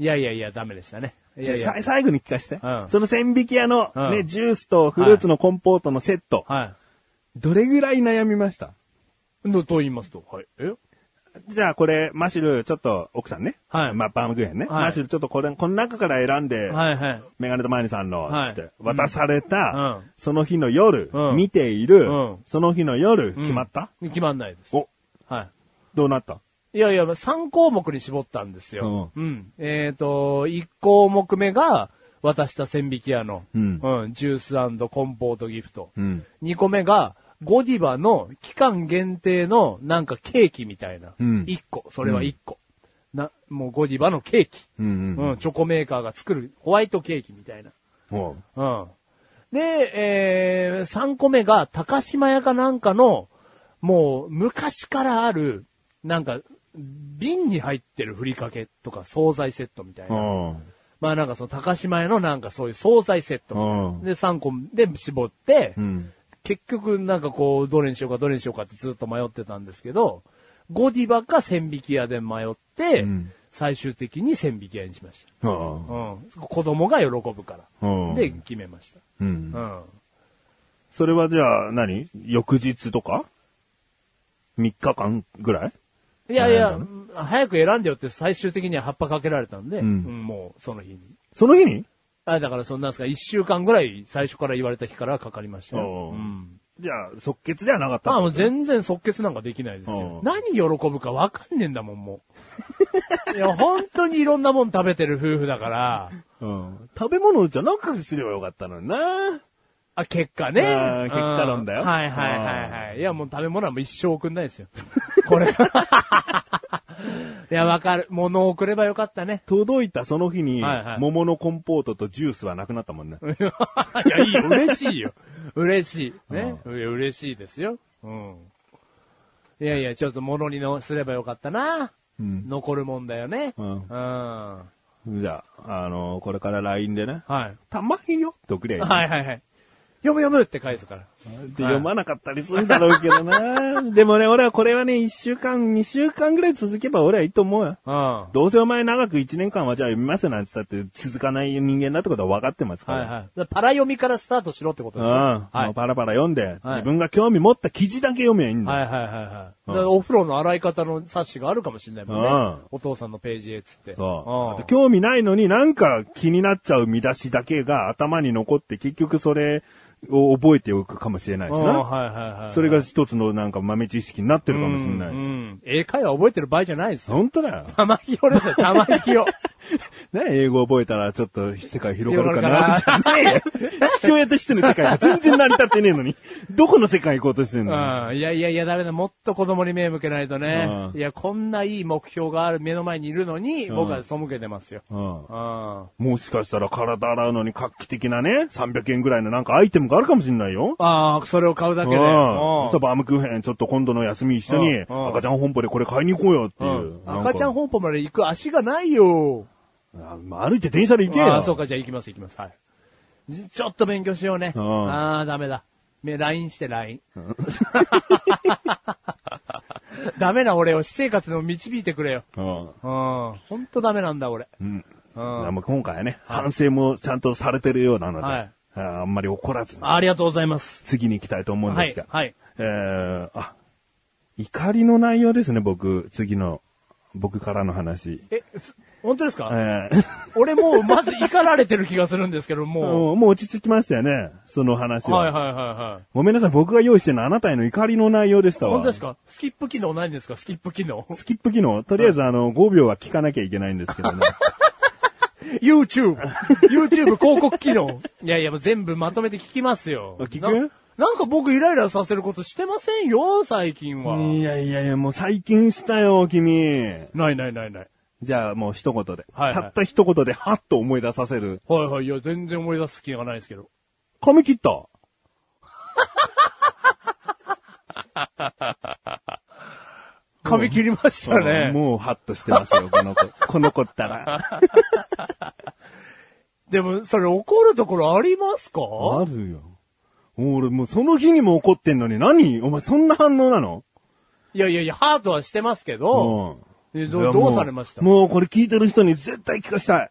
いやいやいや、ダメでしたね。いやいや
さ。最後に聞かせて
う。ん
その千匹屋の
うん
ね、ジュースとフルーツのコンポートのセット。
は
どれぐらい悩みました
い。の、と言いますと、はい。え
じゃあこれ、マシル、ちょっと、奥さんね。
はい
まあ、バームクーヘンね。
はい
マシル、ちょっとこれ、この中から選んで、
はいはい。
メガネとマーニさんの、
は
つ
い
って、渡され
う
た
ん、
その日の夜
う、ん
見ている
うん、
その日の夜、
うん
決まった
決まんないです。
お、
は
どうなった
い。いやいや、3項目に絞ったんですよ。
う
うん。えっ、と、1項目目が、渡した千匹屋の、
うん
ジュースコンポートギフト。
うん。
2個目が、ゴディバの期間限定のなんかケーキみたいな。
うん
1個。それは1個。な、もうゴディバのケーキ。
うん
うん、チョコメーカーが作るホワイトケーキみたいな。
おう
うん。で、えー、3個目が、高島屋かなんかの、もう、昔からある、なんか、瓶に入ってるふりかけとか、惣菜セットみたいな。
うん
まあなんかその、高島屋のなんかそういう惣菜セットみたいな
うん
で、3個で絞って、
うん。
結局なんかこう、どれにしようかどれにしようかってずっと迷ってたんですけど、ゴディバか千匹屋で迷って、
うん
最終的に千匹屋にしまし
うん
た。うん。子供が喜ぶから。
うん
で、決めました。
うん
う。ん。
それはじゃあ何、翌日とか ?3 日間ぐらい
いやいや、
選
早く選んでよって最終的には葉っぱかけられたんで、
うん
うんもうその日に。
その日に
あだからそんなんですか、一週間ぐらい最初から言われた日からかかりましたよ。
お
う。
うんじゃあ、即決ではなかった
まあもう全然即決なんかできないですよ
お。う
何喜ぶかわかんねえんだもん、もう。 いや、本当にいろんなもん食べてる夫婦だから、
うん食べ物じゃなくすればよかったのにな。
あ、結果ね。
あー結果論だよ
うはいはいはいはい。いや、もう食べ物はもう一生送んないですよ。これから。 いや、わかる。物を送ればよかったね。
届いたその日に、
はいはい
桃のコンポートとジュースはなくなったもんね。
いや、いいよ。嬉しいよ。嬉しい。ね。いや嬉しいですよ。うん。いやいや、ちょっと物にのすればよかったな。
うん
残るもんだよね。
うん
は
じゃあ、あの、これから LINE でね
い。。はい
たまによって送れよ。
はいはい。読む読むって返すから。
で読まなかったりするんだろうけど な。でもね、俺はこれはね、1週間、2週間ぐらい続けば俺はいいと思うよ。
うん。は
どうせお前長く1年間はじゃあ読みますなんて言ったって続かない人間だってことは分かってます
い
から。
はい。パラ読みからスタートしろってこと
うん。
ですよ。は
もう
い。
パラパラ読んで、自分が興味持った記事だけ読めばいいんだよ。
はいはいはいはい。だからお風呂の洗い方の冊子があるかもしれないもんね。
うん
お父さんのページへっつって。
そう。あと
ん
興味ないのになんか気になっちゃう見出しだけが頭に残って結局それを覚えておくかもしれないし
うん
な。
はいはいはい。
それが一つのなんか豆知識になってるかもしれない
うんう
し。
ん英会話覚えてる場合じゃないですよ。
本当 だよ。
玉ひ よですよ、玉ひよ。
ね、英語覚えたらちょっと世界広がるかな。
広がるかな
じゃねえよ 父親としての世界が全然成り立ってねえのに。どこの世界行こうとしてん
う
の
ん。いやいやいや、ダメだ。もっと子供に目向けないとね。
うん
いや、こんないい目標がある目の前にいるのに、
ん
僕は背けてますよ。
うん
うん。あ
もしかしたら体洗うのに画期的なね、300円ぐらいのなんかアイテムがあるかもしんないよ。
あ、それを買うだけで。
うん。そううバームクーヘン、ちょっと今度の休み一緒
う
に、
んうん
赤ちゃん本舗でこれ買いに行こうよってい
ん
う。
赤ちゃん
本
本舗まで行く足がないよ。
歩いて電車で行けよ。
ああ、そうか、じゃあ行きます行きます。はい。じちょっと勉強しようね。
うん
ああ、ダメだ。め、LINE して LINE。ダメな俺を私生活でも導いてくれよ。
うん。
うん。ほんとダメなんだ俺。
うん。
うん。
まあ今回はね、反省もちゃんとされてるようなので、
はい
あーあんまり怒らずに、
ありがとうございます。
次に行きたいと思うん
は
です
い
が。。
はい。
えー、あ、怒りの内容ですね、僕、次の、僕からの話。
え、す本当ですか、
えー、
俺もうまず怒られてる気がするんですけど、も
もうもう落ち着きましたよね、その話
う。
は。
はいはいはいはい。
ごめんなさい、僕が用意してるのはあなたへの怒りの内容でしたわ。
本当ですかスキップ機能ないんですかスキップ機能
スキップ機能、とりあえずあの、5秒は聞かなきゃいけないんですけどね。
?YouTube。YouTube 広告機能。いやいや、もう全部まとめて聞きますよ。
あ聞く
ななんか僕イライラさせることしてませんよ、最近は。
いやいやいや、もう最近したよ、君。
ないないないない。
じゃあもう一言で。
はいはい
たった一言で、はっと思い出させる。
はいはい、いや、全然思い出す気がないですけど。
髪切った。
髪切りましたね。
もうはっとしてます よ、この子。この子ったら。
でも、それ怒るところありますか
あるよ。俺もうその日にも怒ってんのに何お前そんな反応なの
いやいやいや、ハートはしてますけど、
うん。
え
いや
どう
も
ど
う
うされました
もうこれ聞いてる人に絶対聞かしたい。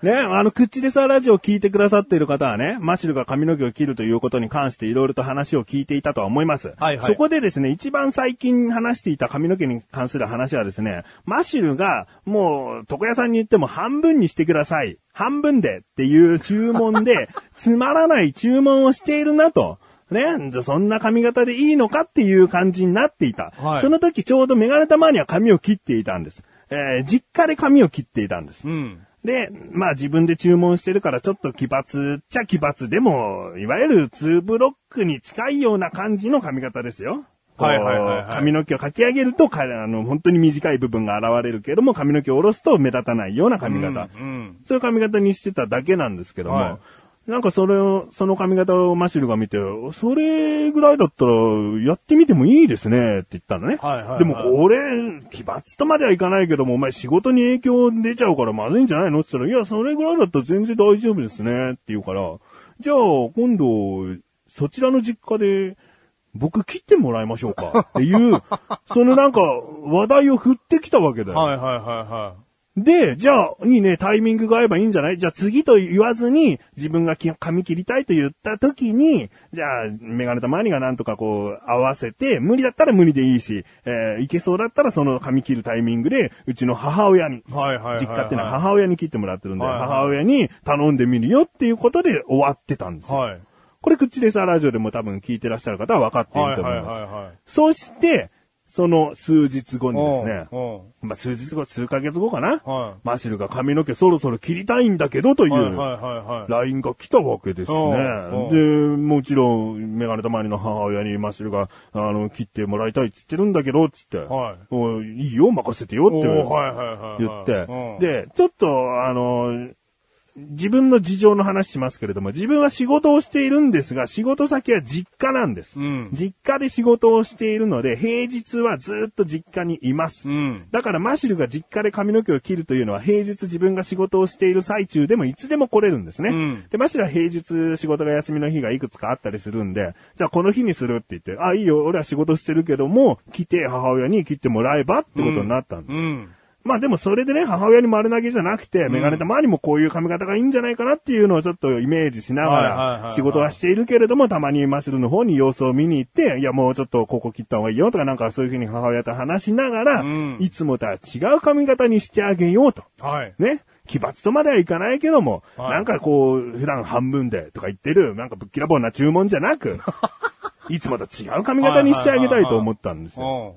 ね、あの、口でさラジオを聞いてくださっている方はね、マシルが髪の毛を切るということに関していろいろと話を聞いていたとは思います。
はいはい
そこでですね、一番最近話していた髪の毛に関する話はですね、マシルがもう床屋さんに行っても半分にしてください。半分でっていう注文 で、つまらない注文をしているなと。ね、じゃあそんな髪型でいいのかっていう感じになっていた。
はい
その時ちょうどメガネたまには髪を切っていたんです。えー実家で髪を切っていたんです。
うん。
で、まあ自分で注文してるからちょっと奇抜っちゃ奇抜でも、いわゆる2ブロックに近いような感じの髪型ですよ。
はいはいはいはい
こう髪の毛をかき上げると、かあの、本当に短い部分が現れるけれども、髪の毛を下ろすと目立たないような髪型。
うん。
そういう髪型にしてただけなんですけども、
は
なんかそれを、その髪型をマシルが見て、それぐらいだったらやってみてもいいですねって言ったのね。
はいはいはい
でもこれ、奇抜とまではいかないけども、お前仕事に影響出ちゃうからまずいんじゃないのって言ったら、いや、それぐらいだったら全然大丈夫ですねって言うから、じゃあ今度、そちらの実家で、僕切ってもらいましょうかっていう、そのなんか話題を振ってきたわけだよ。
はいはいはいは
で、じゃあ、にね、タイミングが合えばいいんじゃないじゃあ次と言わずに、自分がき髪切りたいと言った時に、じゃあ、メガネとマニがなんとかこう、合わせて、無理だったら無理でいいし、えーいけそうだったらその髪切るタイミングで、うちの母親に、
い。はいはいはいはい。
実家ってのは母親に切ってもらってるんで、
はいはい
母親に頼んでみるよっていうことで終わってたんですよ。
はい。
これ、クッチレサーラジオでも多分聞いてらっしゃる方は分かってい
は
る
い
と思
はい
ます。
いはいはい。
そして、その数日後にですね、
うんうん
まあ、数日後、数ヶ月後かな、
はい
マシルが髪の毛そろそろ切りたいんだけどとい、
はいはいうはいは
LINE が来たわけです
お
ね。
うおう
で、もちろん、メガネたまりの母親にマシルが、あの、切ってもらいたいって言ってるんだけど、つって、
はい
おい、いいよ、任せてよっ
い。
て
おーはいはいはいはい。
言って
うん、
で、ちょっと、あの、自分の事情の話しますけれども、自分は仕事をしているんですが、仕事先は実家なんです。
うん
実家で仕事をしているので、平日はずっと実家にいます。
うん。
だからマシルが実家で髪の毛を切るというのは平日自分が仕事をしている最中でもいつでも来れるんですね。
うん
で、マシルは平日仕事が休みの日がいくつかあったりするんで、じゃあこの日にするって言って、あ、いいよ、俺は仕事してるけども、来て母親に切ってもらえばってことになったんです。
うん。
まあでもそれでね、母親に丸投げじゃなくて、メガネたまにもこういう髪型がいいんじゃないかなっていうのをちょっとイメージしなが
はいはいはいは
ら、
い
仕事はしているけれども、たまにマシルの方に様子を見に行って、いやもうちょっとここ切った方がいいよとかなんかそういうふうに母親と話しながら、
うん
いつもとは違う髪型にしてあげようと。
はい。
ね。奇抜とまではいかないけども、
はい
なんかこう、普段半分でとか言ってる、なんかぶっきらぼうな注文じゃな く、いつもと違う髪型にしてあげたいと思ったんですよ。
う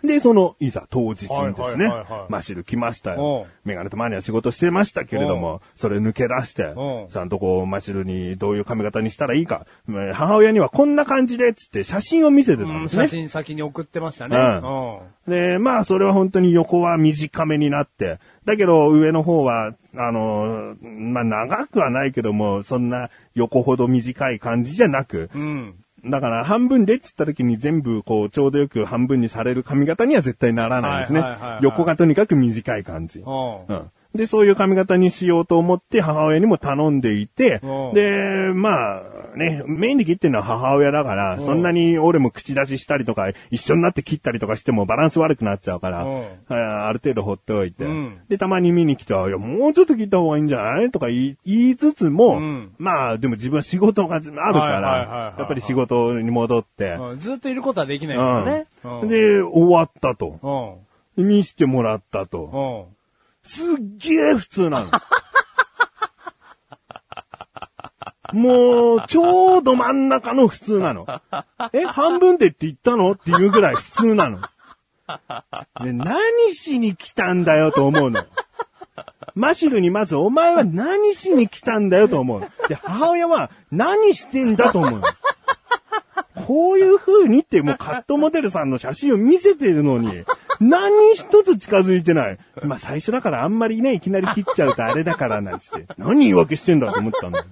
で、その、いざ当日にですね、
はいはいはいはい
マシル来ました
う
よ
ん。
メガネとマニア仕事してましたけれども、それ抜け出して
う、ん
ちゃんとこう、マシルにどういう髪型にしたらいいか、えー母親にはこんな感じで、つって写真を見せてたん
ん。
です
写
ね。
真先に送ってましたね。
うんで、まあ、それは本当に横は短めになって、だけど上の方は、あのー、まあ、長くはないけども、そんな横ほど短い感じじゃなく、
うん。うん。
だから半分でって言った時に全部こうちょうどよく半分にされる髪型には絶対ならないですね
はいはいはいは。い
横がとにかく短い感じ。
うん
うんで、そういう髪型にしようと思って母親にも頼んでいて
う、ん
で、まあね、メインで切ってるのは母親だから、
うん
そんなに俺も口出ししたりとか、一緒になって切ったりとかしてもバランス悪くなっちゃうから、
うん
あある程度放っておいて、
うん
で、たまに見に来て、いや、もうちょっと切った方がいいんじゃないとか言い言いつつも、
うん
まあ、でも自分は仕事があるか
はいはいはいは
ら
い、
やっぱり仕事に戻って、
うん。ずっといることはできないからね。
う
うんん、
で、終わったと。
うん。うん。
見してもらったと。すっげえ普通なの。もう、ちょうど真ん中の普通なの。え、半分でって言ったのっていうぐらい普通なの。で、何しに来たんだよと思うの。マシュルにまず、お前は何しに来たんだよと思う。で、母親は何してんだと思う。こういう風にって、もうカットモデルさんの写真を見せてるのに、何一つ近づいてない。まあ最初だからあんまりね、いきなり切っちゃうとあれだからなんつって、何言い訳してんだと思ったんだよ。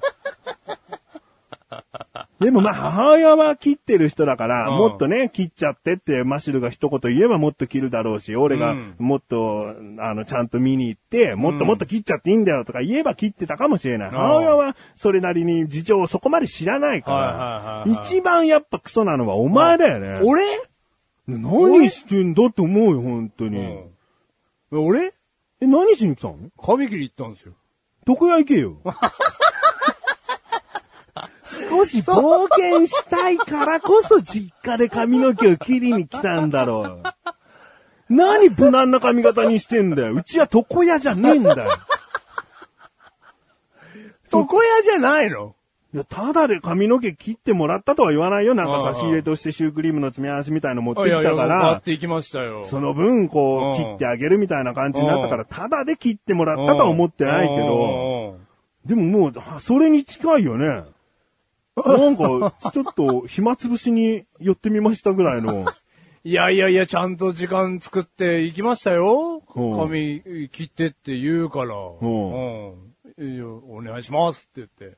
でもまあ母親は切ってる人だから、
うん
もっとね、切っちゃってってマシュルが一言言えばもっと切るだろうし、俺が
うん
もっと、あの、ちゃんと見に行って、もっともっと切っちゃっていいんだよとか言えば切ってたかもしれない。
ん
母親はそれなりに事情をそこまで知らないか
はいはいはい
ら、
はい
一番やっぱクソなのはお前だよね。
俺
何してんだって思うよ、本当に。
うん。俺
え、何しに来たの
髪切り行ったんですよ。
床屋行け よ。少し冒険したいからこそ実家で髪の毛を切りに来たんだろう。何無難な髪型にしてんだよ。うちは床屋じゃねえんだよ。
床屋じゃないの
いや、ただで髪の毛切ってもらったとは言わないよ。なんか差し入れとしてシュークリームの詰め合わせみたいの持ってきたか
回
ら
っ、ていきましたよ。
その分、こう、
うん
切ってあげるみたいな感じになったか
う
ら、
ん
ただで切ってもらったとは思ってないけど、
うん。
でももう、あそれに近いよね。なんか、ちょっと、暇つぶしに寄ってみましたぐらいの。
いやいやいや、ちゃんと時間作って行きましたよ。
うん
髪切ってって言うから。
ん
うん。いや、お願いしますって言って。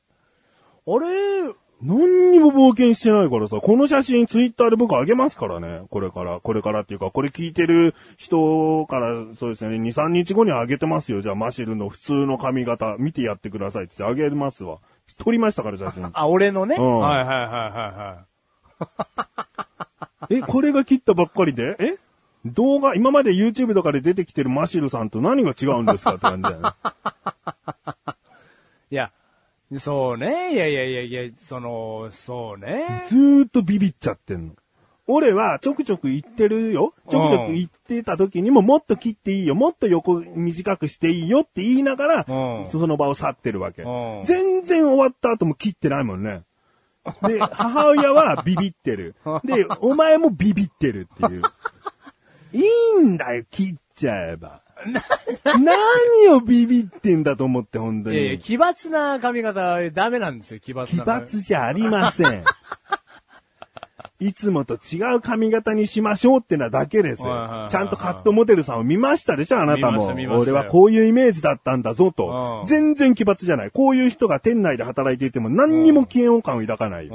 あれ
何にも冒険してないからさ、この写真ツイッターで僕あげますからね。これから、これからっていうか、これ聞いてる人から、そうですね、2、3日後にあげてますよ。じゃあ、マシルの普通の髪型、見てやってくださいって言ってあげますわ。撮りましたから、写真。
あ、俺のね。
うん
はいはいはいはいはい。
え、これが切ったばっかりでえ動画、今まで YouTube とかで出てきてるマシルさんと何が違うんですかって感じだよね。
いや、そうね。いやいやいやいや、その、そうね。
ずーっとビビっちゃってんの。俺はちょくちょく言ってるよ。ちょくちょく言ってた時にももっと切っていいよ。もっと横短くしていいよって言いながら、
うん
その場を去ってるわけ
う。ん
全然終わった後も切ってないもんね。で、母親はビビってる。で、お前もビビってるっていう。いいんだよ、切っちゃえば。 何をビビってんだと思って、本当
い
に。
やいや、奇抜な髪型はダメなんですよ、奇抜
奇
な髪。
抜じゃありません。いつもと違う髪型にしましょうってなだけです
はいはいはいは
よ
い。
ちゃんとカットモデルさんを見ましたでしょあなた
見まし
も
た見。ました
俺はこういうイメージだったんだぞと
う。ん
全然奇抜じゃない。こういう人が店内で働いていても何にも嫌悪感を抱かない。
うん。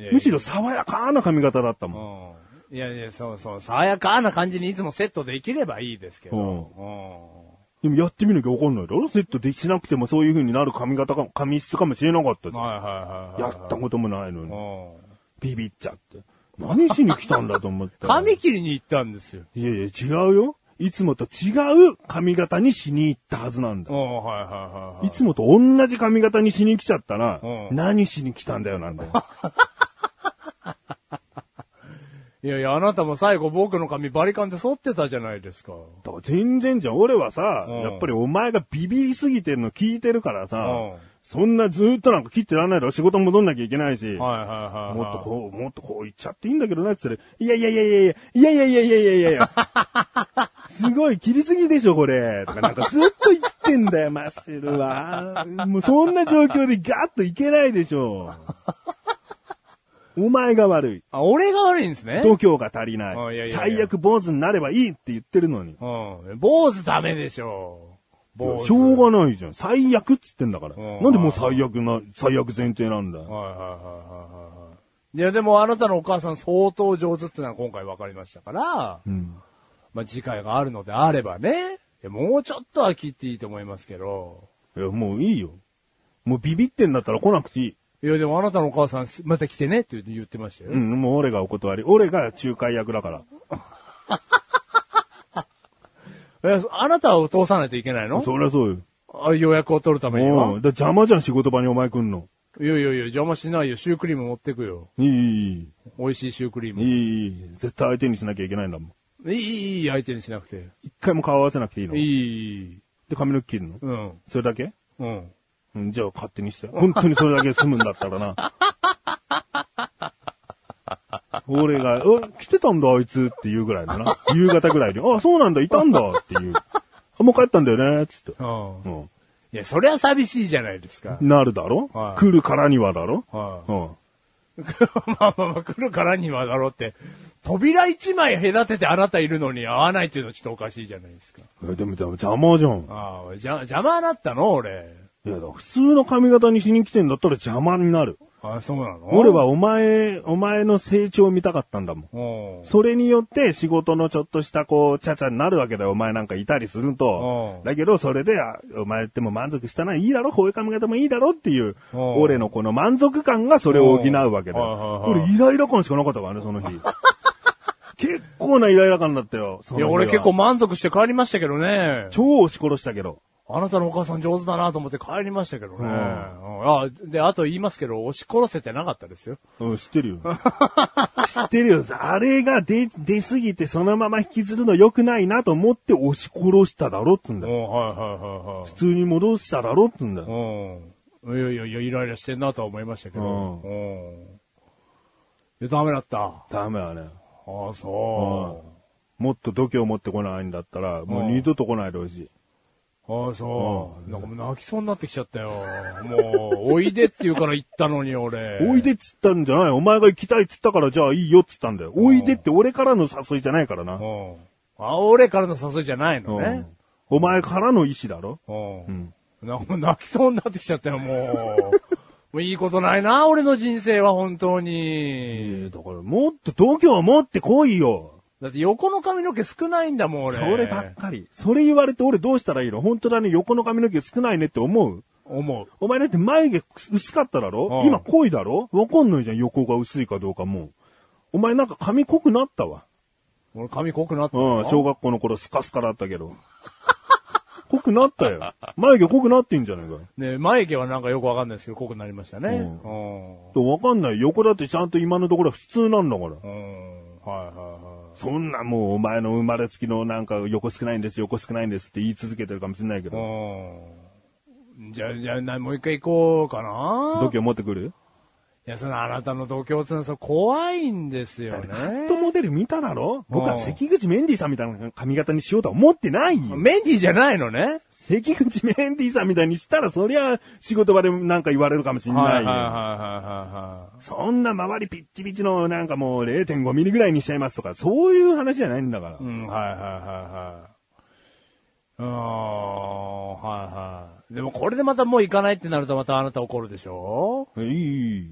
いや
むしろ、爽やかな髪型だったもん。
うん。いやいや、そうそう、爽やかな感じにいつもセットできればいいですけど。う
でもやってみなきゃわかんないだろセットできしなくてもそういう風になる髪型か、髪質かもしれなかった
ん。
じゃん。
はいはいはいはい。
やったこともないの
う
に。
ん。
ビビっちゃって。何しに来たんだと思ったら。
髪切りに行ったんですよ。
いやいや、違うよ。いつもと違う髪型にしに行ったはずなんだ
う。ん、はいはいはいはい。
いつもと同じ髪型にしに来ちゃったら、
うん
何しに来たんだよなんだよ。
いやいや、あなたも最後僕の髪バリカンで剃ってたじゃないですか。
だから全然じゃん。俺はさ、
うん
やっぱりお前がビビりすぎてるの聞いてるからさ、
うん
そんなずーっとなんか切ってらんないだろ。仕事戻んなきゃいけないし、
はいはいはいはい。
もっとこう、もっとこう言っちゃっていいんだけどなって言ったら、いやいやいやいやいや、いやいやいやいやいやいやいやすごい切りすぎでしょ、これ。とか、なんかずっと言ってんだよ、マッシュルは。もうそんな状況でガッといけないでしょ。お前が悪い。
あ、俺が悪いんですね。
度胸が足り
あいやい
な
やい
い。
や
最悪坊主になればいいって言ってるのに。
うん。坊主ダメでしょ。坊主。
しょうがないじゃん。最悪っつってんだから。
うん
なんでもう最悪な、最悪前提なんだよ。
はいはいはいはいはいはい。いや、でもあなたのお母さん相当上手ってのは今回分かりましたから、
うん。
まあ次回があるのであればね、いやもうちょっとは切っていいと思いますけど、
いや、もういいよ。もうビビってんだったら来なくていい。
いや、でもあなたのお母さんすまた来てねって言ってましたよ。
うん、もう俺がお断り。俺が仲介役だから。
いやあなたを通さないといけないの
そりゃそうよ。
あ予約を取るために
う
は
ん。だ邪魔じゃん、仕事場にお前来んの。
いやいやいや、邪魔しないよ。シュークリーム持ってくよ。
いい、
美味しいシュークリー
いい、い
ム。
い、いい。絶対相手にしなきゃいけないんだもん。
いい、いい、いい相手にしなくて。
一回も顔合わせなくていいの。
いい、
で、髪の毛切るの。
うん、
それだけ
うん。
うん、じゃあ勝手にして。本当にそれだけで済むんだったらな。俺が、え、来てたんだ、あいつって言うぐらいだな。夕方ぐらいに、あ、そうなんだ、いたんだっていう。あ、もう帰ったんだよね、つって。
うん
う。ん。
いや、そりゃ寂しいじゃないですか。
なるだろ、
はい
来るからにはだろ、
はい
うん。
まあまあまあ、来るからにはだろうって、扉一枚隔ててあなたいるのに会わないっていうのはちょっとおかしいじゃないですか。
えでも、でも邪魔じゃん。
ああ、じゃ、邪魔だったの俺。
いやだ、普通の髪型にしに来てんだったら邪魔になる。
ああ、そうなの
俺。はお前、お前の成長を見たかったんだもん。
うん。
それによって仕事のちょっとしたこう、ちゃちゃになるわけだよ。お前なんかいたりすると
う。ん
だけど、それで、あお前でも満足したな、いいだろ、こういう髪型もいいだろっていう、
うん
俺のこの満足感がそれを補うわけだよ。
うんはいはい
俺イライラ感しかなかったからね、その 日。結構なイライラ感だったよ。その
い
日
や、
は
俺結構。満足して帰りましたけどね。
超押し殺したけど。
あなたのお母さん上手だなと思って帰りましたけどね。
ん
うんあで、あと言いますけど、押し殺せてなかったですよ。
うん、知ってるよ。 知ってるよ。あれが出、出すぎてそのまま引きずるの良くないなと思って押し殺しただろっつうん
う
だ
ん、
よ。
はいはいはいはい
普通に戻しただろっつうんだよ。。
うん。いやいやいや、イライラしてんなとは思いましたけど。
うん
うん。いや、ダメだった。あ
ダメだね。
あ、そう。
もっと度胸を持ってこないんだったら、もう二度と来ないでほしい。
ああ、そう。なんかもう泣きそうになってきちゃったよ。もう、おいでって言うから行ったのに、俺。
おいでっつったんじゃないお前が行きたいっつったからじゃあいいよっつったんだよ。おいでって俺からの誘いじゃないからな。
うん。あ、俺からの誘いじゃないの
うん
ね。
お前からの意思だろ
うん。
ん
なんかもう泣きそうになってきちゃった よ、もう。もういいことないな、俺の人生は本当に。
ええ、だからもっと度胸を持ってこいよ。
だって横の髪の毛少ないんだもん、俺。
そればっかり。それ言われて俺どうしたらいいの本当だね、横の髪の毛少ないねって思う
思う。
お前だって眉毛薄かっただろ
うん
今濃いだろわかんないじゃん、横が薄いかどうかもう。お前なんか髪濃くなったわ。
俺髪濃くなった
うん、小
学
学校の頃スカスカだったけど。 濃くなったよ。眉毛濃くなってんじゃないか。
ね眉毛はなんかよくわかんないですけど、濃くなりましたね。
う
うん。うん。
わかんない。横だってちゃんと今のところは普通なんだから。
はいはいはい。
そんなもうお前の生まれつきのなんか横少ないんです、横少ないんですって言い続けてるかもしれないけど。
うん。じゃあ、じゃあ、なもう一回行こうかな。
度胸持ってくる
いや、そのあなたの度胸つんそ怖いんです よね。
フットモデル見ただろ僕は関口メンディーさんみたいな髪型にしようとは思ってないよ。
メンディーじゃないのね。
関口メンディーさんみたいにしたら、そりゃ、仕事場でなんか言われるかもしん
は
ない
はいはいいはい
よ。
は
そんな周りピッチピチのなんかもう0.5ミリぐらいにしちゃいますとか、そういう話じゃないんだから
い。。うん、はいはいはいはい。うーん、はいはい。でもこれでまたもう行かないってなるとまたあなた怒るでしょ
いい。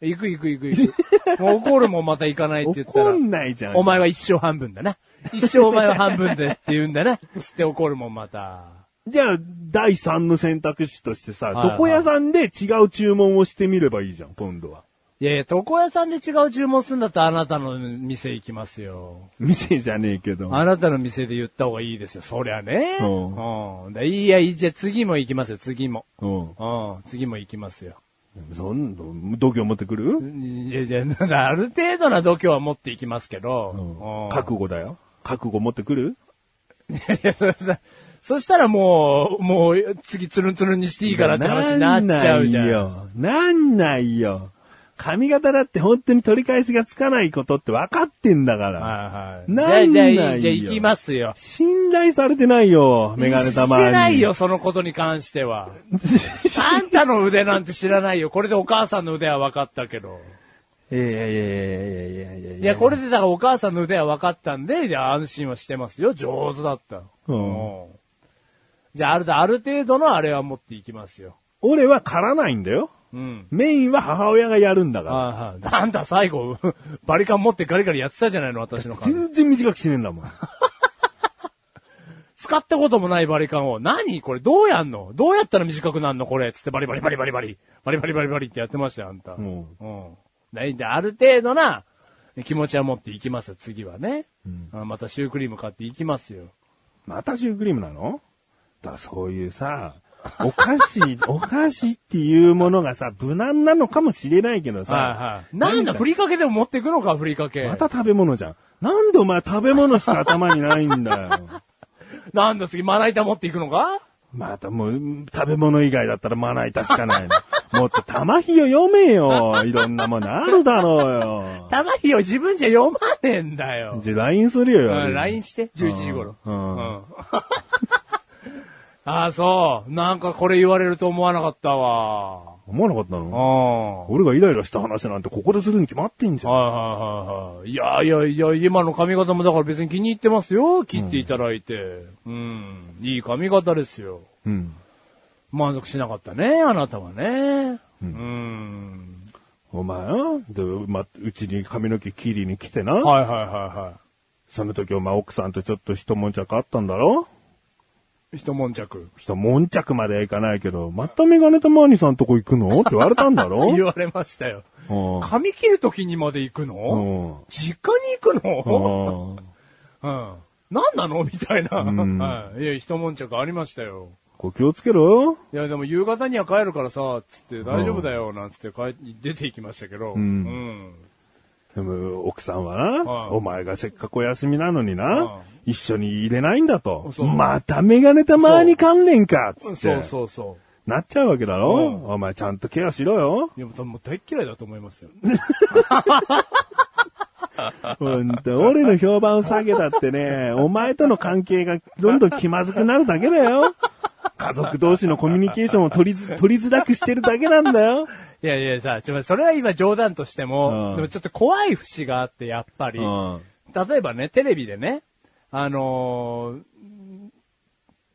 行く行く行く行 く。もう怒るもんまた行かないって言ったら。
怒んないじゃん。
お前は一生半分だな。一生お前は半分でって言うんだな。つって怒るもんまた。
じゃあ、第3の選択肢としてさ、
はいはい
床屋さんで違う注文をしてみればいいじゃん、今度は。
いやいや、床屋さんで違う注文するんだったらあなたの店行きますよ。
店じゃねえけど。
あなたの店で言った方がいいですよ。そりゃね。
う
うん。だいや、いいじゃあ次も行きますよ、次も。
うん。
うん、次も行きますよ。
そんな、度胸持ってくる、
いやいや、なんかある程度な度胸は持っていきますけど。うん
覚悟だよ。覚悟持ってくる
いや、それ さ、そしたらもう、もう、次ツルンツルンにしていいからって話になっちゃうじゃん。
なんないよ。なんないよ。髪型だって本当に取り返しがつかないことって分かってんだから。
はいはい。
なん
じゃあ
ない
じゃ
よ
あ、じゃあ行きますよ。
信頼されてないよ、メガネ玉に。
してない。よ、そのことに関しては。あんたの腕なんて知らないよ。これでお母さんの腕は分かったけど。
いやいやいやいやいやいやいや
いや、これでだからお母さんの腕は分かったんで、じゃあ安心はしてますよ。上手だった。
うん
うんじゃあ、ある、ある程度のあれは持っていきますよ。
俺は狩らないんだよ。
うん。
メインは母親がやるんだか
はいはい。あんた最後、 バリカン持ってガリガリやってたじゃないの、私の
ら。
髪。
全然短くしねえんだもん。
使ったこともないバリカンを、何これどうやんのどうやったら短くなんのこれつってバリバリバリバリバリ。バリバリバリバリってやってましたよ、あんた。
うん
うん。ないんで、ある程度な気持ちは持っていきますよ、次はね。あまたシュークリーム買っていきますよ。
またシュークリームなのだからそういうさ、お菓子、 お菓子っていうものがさ、無難なのかもしれないけどさ、
はいはい。なんだ、ふりかけでも持っていくのか、ふりかけ。
また食べ物じゃん。なんでお前食べ物しか頭にないんだよ。
なんだ、次、まな板持っていくのか
またもう、食べ物以外だったらまな板しかないの。 もっと玉ひよ読めよ。いろんなものあるだろうよ。
たまにを自分じゃ読まねえんだよ。
じゃ、LINE するよ。
うん LINE して、11時頃。
うん
うん ああ、そう。なんかこれ言われると思わなかったわ。
思わなかった
う
の
ん。
俺がイライラした話なんてここでするに決まってんじゃん。
はいはいはいはい。いやいやいや、今の髪型もだから別に気に入ってますよ。切っていただいて。うん。いい髪型ですよ。
うん。
満足しなかったね、あなたはね。うん。
お前なで、ま、うちに髪の毛切りに来てな。
はいはいは
その時お前奥さんとちょっと一悶着あったんだろ
いはい。一悶着。
一悶着まではいかないけど、またメガネとマーニさんとこ行くのって言われたんだ ろ
言われましたよ。
うん
髪切る時にまで行くの実家に行くの
うん。うん
うん。何なのみ たいな。
ん
はい。いや、一悶着ありましたよ。
こう気をつけろよ。
いや、でも夕方には帰るからさ、つって大丈夫だよ、なんつって帰出て行きましたけど。
ん
うん
でも奥さんはな、
はい
お前がせっかくお休みなのにな、
は
一緒に入れないんだと。
そう
またメガネたまに関連かつって。
そうそうそ
なっちゃうわけだろ、
うん。
お前ちゃんとケアしろよ
う。いや、もうもう大っ嫌いだと思いますよ。
ほんと、俺の評判を下げたってね、お前との関係がどんどん気まずくなるだけだよ。家族同士のコミュニケーションを取りず、取りづらくしてるだけなんだよ。
いやいやさ、ちょ、それは今冗談としても、
うん
でもちょっと怖い節があって、やっぱり。
うん
例えばね、テレビでね、あのー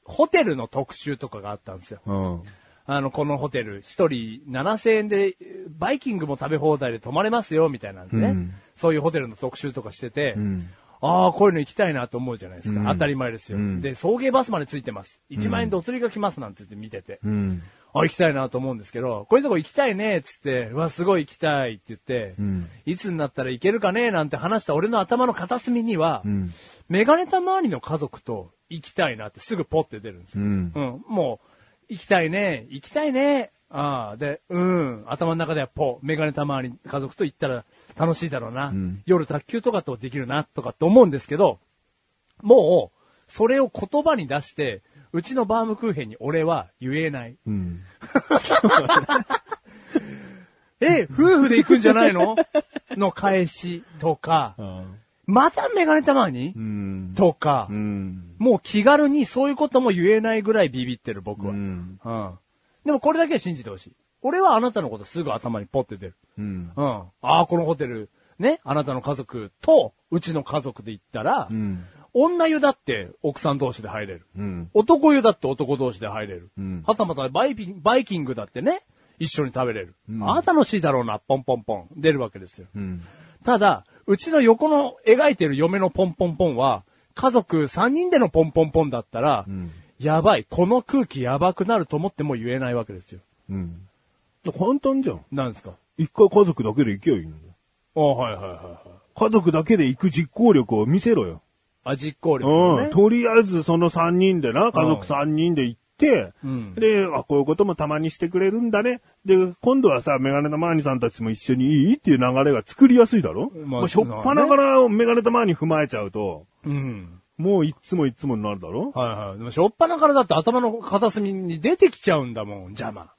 ホテルの特集とかがあったんですよ。
うん。
あの、このホテル、一人7000円で、バイキングも食べ放題で泊まれますよ、みたいなんでね。
うん
そういうホテルの特集とかしてて、
ん
ああ、こういうの行きたいなと思うじゃないですか。
うん
当たり前ですよ、
うん
で、送迎バスまでついてます。1万円でお釣りが来ますなんて言って見てて。
うん。
あ、行きたいなと思うんですけど、こういうとこ行きたいね、つって、うわ、すごい行きたいって言って、
ん
いつになったら行けるかね、なんて話した俺の頭の片隅には、
ん
メガネた周りの家族と行きたいなってすぐポッて出るんですよ。
うん
もう、行きたいね、行きたいね、ああ、で、うん、頭の中ではポ、メガネた周り家族と行ったら楽しいだろうな、夜卓球とかとできるな、とかって思うんですけど、もう、それを言葉に出して、うちのバームクーヘンに俺は言えない。
うん。
え、夫婦で行くんじゃな いのの返しとか、またメガネたまに
うん。
とか、
うん。
もう気軽にそういうことも言えないぐらいビビってる僕
う
は。
ん。
うん。でもこれだけは信じてほしい。俺はあなたのことすぐ頭にポッて出る。
うん。
うん。ああ、このホテル、ね、あなたの家族と、うちの家族で行ったら、
うん。
女湯だって奥さん同士で入れる。
うん。
男湯だって男同士で入れる。
うん
はたまたバイピンバイキングだってね、一緒に食べれる。ああ、楽しいだろうな、ポンポンポン。出るわけですよ。
うん。
ただ、うちの横の描いてる嫁のポンポンポンは、家族3人でのポンポンポンだったら、
ん
やばい、この空気やばくなると思っても言えないわけですよ。
うん。簡単じゃん。
なんですか
一回家族だけで行けばいいんだよ。
あはいはいはいはい。
家族だけで行く実行力を見せろよ。
あ、実行力の
う
ね
ん。。とりあえずその3人でな、家
うん
族3人で行って、
うん
で、あ、こういうこともたまにしてくれるんだね。で、今度はさ、メガネたまーにさんたちも一緒にいいっていう流れが作りやすいだろ、ま
まあ
あ、しょっぱなからメガネたまーに踏まえちゃうと、
うん。
もういっつもいっつもになるだろ
はいはい。でも、しょっぱなからだって頭の片隅に出てきちゃうんだもん、邪魔。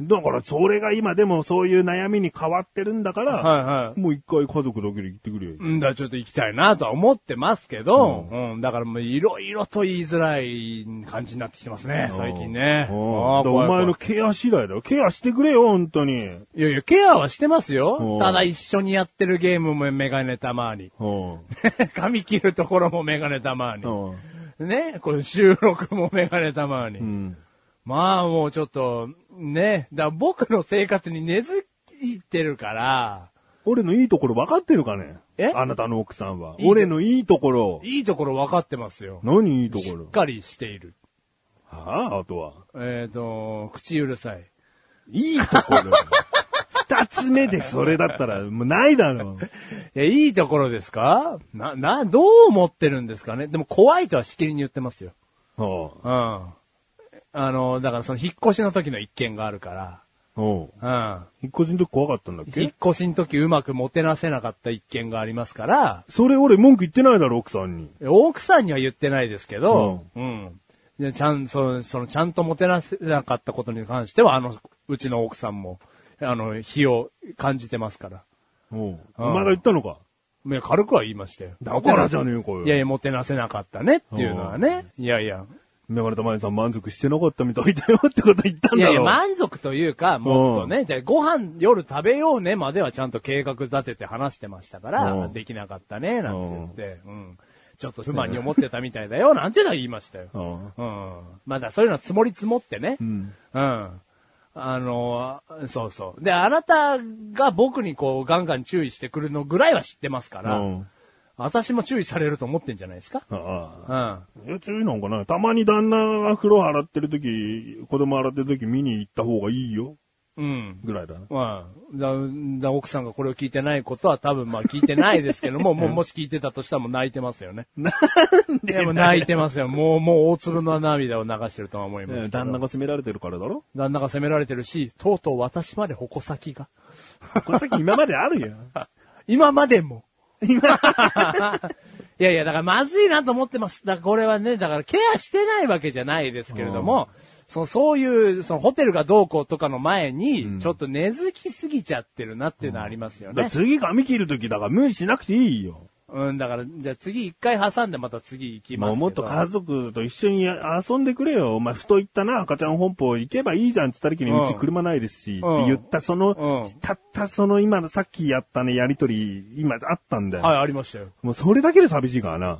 だから、それが今でもそういう悩みに変わってるんだから、
はいはい。
もう一回家族だけで行ってくれよ。
うんだ、ちょっと行きたいなとは思ってますけど、うん、だからもういろいろと言いづらい感じになってきてますね、最近ね。
う
あ
ん
あ
だからお
怖い怖
前
い
のケア次第だよ。ケアしてくれよ、本当に。
いやいや、ケアはしてますよ
う。ん
ただ一緒にやってるゲームもメガネたまに。
うん。
髪切るところもメガネたまに
う。ん
ね、これ収録もメガネたまに。
うん。
まあもうちょっと、ね、だから僕の生活に根付いてるから、
俺のいいところ分かってるかね
え
あなたの奥さんは。
いいと
俺のいいところ。
いいところ分かってますよ。
何いいと
し
こ
っ
ろ
かりしている。
はあ、あとは。
えっ、と、口うるさい。
いいと ころ。二つ目でそれだったら、もうないだ ろう。
え、いいところですかな、な、どう思ってるんですかねでも怖いとはしきりに言ってますよ。
お
うん。あの、だからその引っ越しの時の一件があるか
うおう
ら、
引っ越しの時怖かったんだっ
うん。引っ
け
越しの時うまくもてなせなかった一件がありますから、
それ俺文句言ってないだろ、奥さんに。
奥さんには言ってないですけど、うん。でちゃん、その、その、ちゃんともてなせなかったことに関しては、あの、うちの奥さんも、あの、非を感じてますから。
おう
うん
お前が言ったのか。
いや軽くは言いましたよ。
だからじゃねえかよ
いやいや、もてなせなかったねっていうのはね。いやいや。
メガネたまにさん満足してなかったみたいだよってこと言ったん
い
だろ。
やいや、満足というか、もっとね、じゃあご飯夜食べようねまではちゃんと計画立てて話してましたから、
うん
できなかったね、なんて言って、うん。ちょっと不満に思ってたみたいだよ、なんていうのは言いましたよ。
うん。
うん。まだそういうのは積もり積もってね。うんあのーそうそう。で、あなたが僕にこう、ガンガン注意してくるのぐらいは知ってますから、
うん
私も注意されると思ってんじゃないですか。
ああ。
うん。
いや、注意なんかな。たまに旦那が風呂洗ってる時、子供洗ってる時見に行った方がいいよ。
うん。
ぐらいだな。
まあ、だ、だ、奥さんがこれを聞いてないことは多分まあ聞いてないですけど も、もう、もし聞いてたとしたらもう泣いてますよね。なんでもう泣いてますよ。もう、もう大粒の涙を流してるとは思いますけど。
旦那。が責められてるからだろ
旦那が責められてるし、とうとう私まで矛先が。
これさっき今まであるよ。
今までも。 いやいや、だからまずいなと思ってます。だからこれはね、だからケアしてないわけじゃないですけれども、そのそういう、そのホテルがどうこうとかの前に、ちょっと根付きすぎちゃってるなっていうのはあります
だ
よね。
から次髪切る時だから無理しなくていいよ。
うん、だから、じゃあ次一回挟んでまた次行きます
も
け
う
ど。
もっと家族と一緒に遊んでくれよ。お前、ふと言ったな、赤ちゃん本舗行けばいいじゃんって言った時に、
うん
うち車ないですし、
うん
って言った、その、
うん
たったその今のさっきやったね、やりとり、今あったんだよ。
はい、ありましたよ。
もうそれだけで寂しいからな。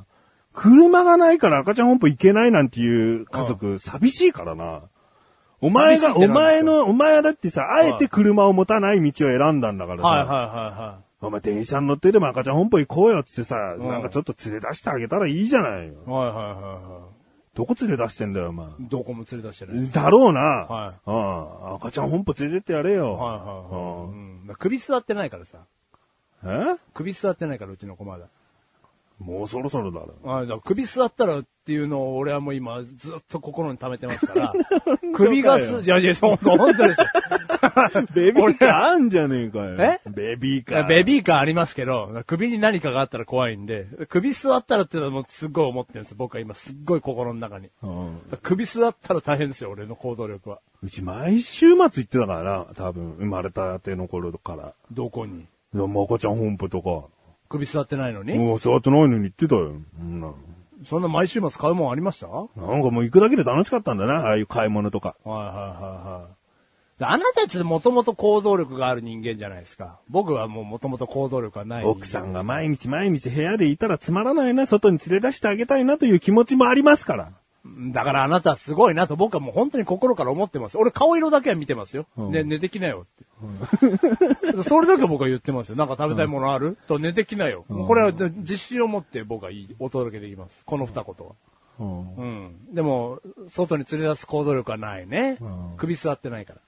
車がないから赤ちゃん本舗行けないなんていう家族、寂しいからな。お前
寂しいっ
が、
て
お
なんです
前
か
の、お前はだってさ、あえて車を持たない道を選んだんだからさ。
はいはいは
お前電車に乗ってでも赤ちゃん本舗行こうよっつってさ、
うん
なんかちょっと連れ出してあげたらいいじゃないよ。
いはい。はいはいはいは
どこ連れ出してんだよ、お前。
い。どこも連れ出してない。
だろうな。
は
うん赤ちゃん本舗連れてってやれよ。
はいはいはい。うん、首座ってないからさ。
うんえ
首座ってないから、うちの子まだ。
もうそろそろだ ろ。
あだから首座ったらっていうのを俺はもう今ずっと心に溜めてま すから、首がす、いやいや、そう本当ですよ。
ベビーカーあんじゃねえかよ。
え
ベビーカ
いや
ー。
ベビーカーありますけど、首に何かがあったら怖いんで、首座ったらっていうのはもうすっごい思ってるんです僕は今すっごい心の中に。
うん
首座ったら大変ですよ、俺の行動力は。
うち毎週末行ってたからな、多分、生まれたての頃から。
どこに
いやもう赤ちゃん本舗とか。
首座ってないのに、
もう座ってないのに行ってたよ。うんな
そんな毎週末買うもんありましたはい
なんかもう行くだけで楽しかったんだな、ああいう買い物とか。
はいはいはい。であなたたちもともと行動力がある人間じゃないですか。僕はもうもともと行動力がない人間
奥さんが毎日毎日部屋でいたらつまらないな、外に連れ出してあげたいなという気持ちもありますから。
だからあなたはすごいなと僕はもう本当に心から思ってます。俺顔色だけは見てますよ。
うん
ね、寝てきなよって。それだけは僕は言ってますよ。なんか食べたいものある、と寝てきなよ。これは自信を持って僕は言いお届けできます。この二言は。
うん
うん。でも、外に連れ出す行動力はないね。
うん
首座ってないから。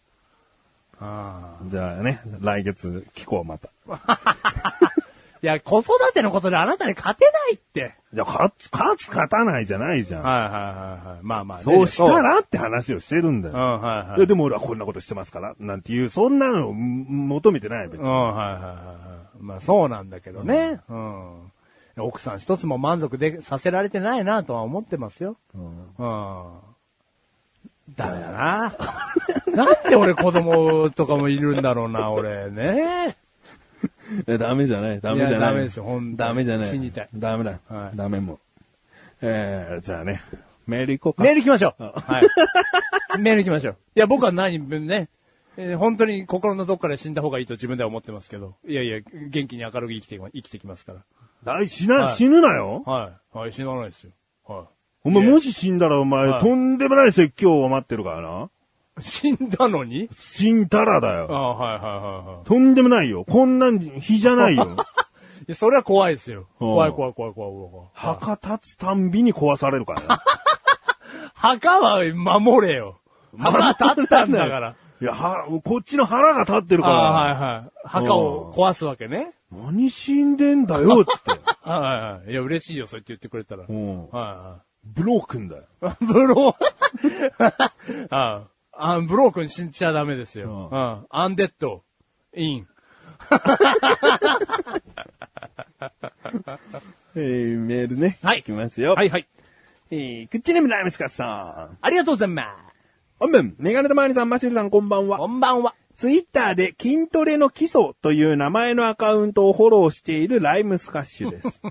ああ。
じゃあね、来月聞こうまた。
いや、子育てのことであなたに勝てないって。
いや、勝つ、勝つ勝たないじゃないじゃん。
はいはいはいはい。まあまあね、
そうしたらって話をしてるんだ
う
よ。
ん、はいはい
いや。でも俺はこんなことしてますから、なんていう、そんなのうん求めてない、別
う
に。
ん、はいはいはいはい。まあそうなんだけどね。うん。奥さん一つも満足でさせられてないなとは思ってますよ。うん。ダメだ な。なんで俺子供とかもいるんだろうな、俺ね。
えダメじゃない、ダ
いやダメですよほんと
ダメじゃない。
死にたい
ダメだ。
はい
ダメもう。えー、じゃあね、メール行こうか。
メール行きましょう。はい。 メール行きましょう。いや、僕は何分ね、えー本当に心のどっかで死んだ方がいいと自分では思ってますけど。いやいや、元気に明るく生きて、生きてきますから。
あ死な、
はい
死ぬなよ。
はい。はい、死なないですよ。はい。
お前
いや
もし死んだらお前、
はい
とんでもない説教を待ってるからな。
死んだのに
死んだらだ
あ
よ。
あ、はいはいはいはい
とんでもないよ。こんなん日じゃないよ。
いや。それは怖いですよ。
うん
怖い怖い怖い怖い怖い怖い。
墓立つたんびに壊されるからな。
墓は守れよ。墓立ったんだから。
いや、は、こっちの腹が立ってる
あ
か
あ、は
ら。
いはい。墓を壊すわけね。
何死んでんだよ、つって。
はいはいはい。いや、嬉しいよ、そうやって言ってくれたら。は
う
い
ん。
は
ブロー君だよ。
い。ブロー ああ、あブロー君死んじゃダメですよ。
う
うん。アンデッド、イン。
えー、メールね。
はい
いきますよ。
はいはい。
えー、くっちねむライムスカさん。
ありがとうございま
おんぶん、メガネとマーニさん、マシルさん、こんばん
す。こ
は。
んばんは。
ツイッターで筋トレの基礎という名前のアカウントをフォローしているライムスカッシュ です。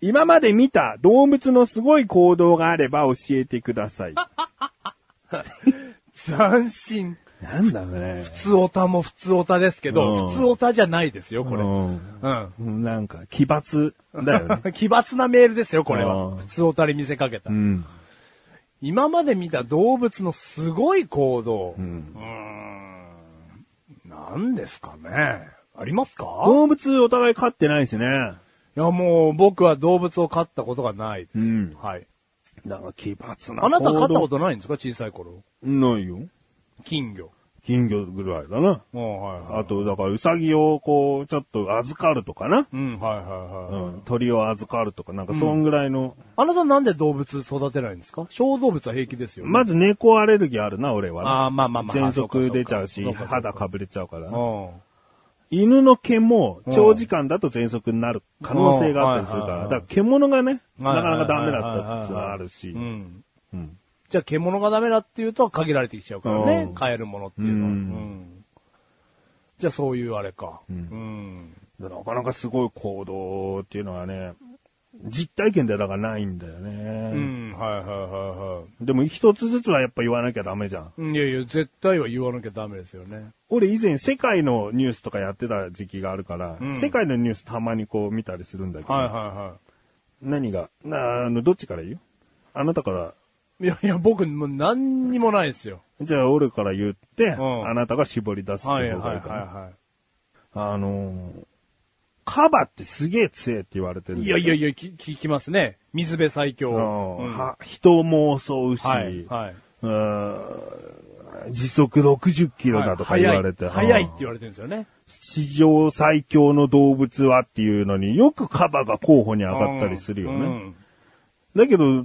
今まで見た動物のすごい行動があれば教えてください。
斬新。
なんだろうね。
普通オタも普通オタですけど、
うん
普通オタじゃないですよ、これ。
う
うん。
ん。なんか、奇抜だ よね。
奇抜なメールですよ、これ
う
は。
ん
普通おたり見せかけた。
うん。
今まで見た動物のすごい行動。
ん
うーん。何ですかね。ありますか
動物お互い飼ってないしね。
いや、もう僕は動物を飼ったことがないです。
うん
はい。
だから奇抜な。
あなた飼ったことないんですか小さい頃。
ないよ。
金魚。
金魚ぐらいだな。
うん、はいはい。
あと、だから、うさぎをこう、ちょっと預かるとかな。
うん、はいはいはい。
うん。鳥を預かるとか、なんか、そんぐらいの。
あなたなんで動物育てないんですか小動物は平気ですよね。
まず猫アレルギーあるな、俺はな。
あーまあまあまあ
喘息出ちゃう
そ
し、
うかそうか
肌かぶれちゃうから
う
な。
ん。
犬の毛も、長時間だと喘息になる可能性があったりするか
うん
ら。
は
だ
い
か
はいはい
ら、獣がね、な
はい
か
はいは
な
いは
か
い
ダメだったっていうのはあるし
う。ん。
うん。
じゃあ獣がダメだっていうとは限られてきちゃうからね
う。ん
飼えるものっていうのは。う
うん
んじゃあそういうあれか。うん
なかなかすごい行動っていうのはね、実体験ではだからないんだよね。
うん、はいはいは
でも一つずつはやっぱ言わなきゃダメじゃん。
いはい。いやいや、絶対は言わなきゃダメですよね。
俺以前世界のニュースとかやってた時期があるから、
うん
世界のニュースたまにこう見たりするんだけど、
はいは
何が、なあの、どっちから言うあなたから、
いはい。いやいや、僕もう何にもないですよ。
じゃあ俺から言って、
ん
あなたが絞り出すって
はい
い
は
う
い
方
は
が
い
いいかな。
は
あのーカバってすげえ強えって言われてる
い。
ん
い
だよ
やいやいや、き聞きますね。水辺最強。
うん
うんは
は人も襲うし、
いはい。
うーん時速60キロだとか言われて。
はい早い早いって言われてるんですよね。
史上最強の動物はっていうのによくカバが候補に上がったりするよね。
うん
だけど、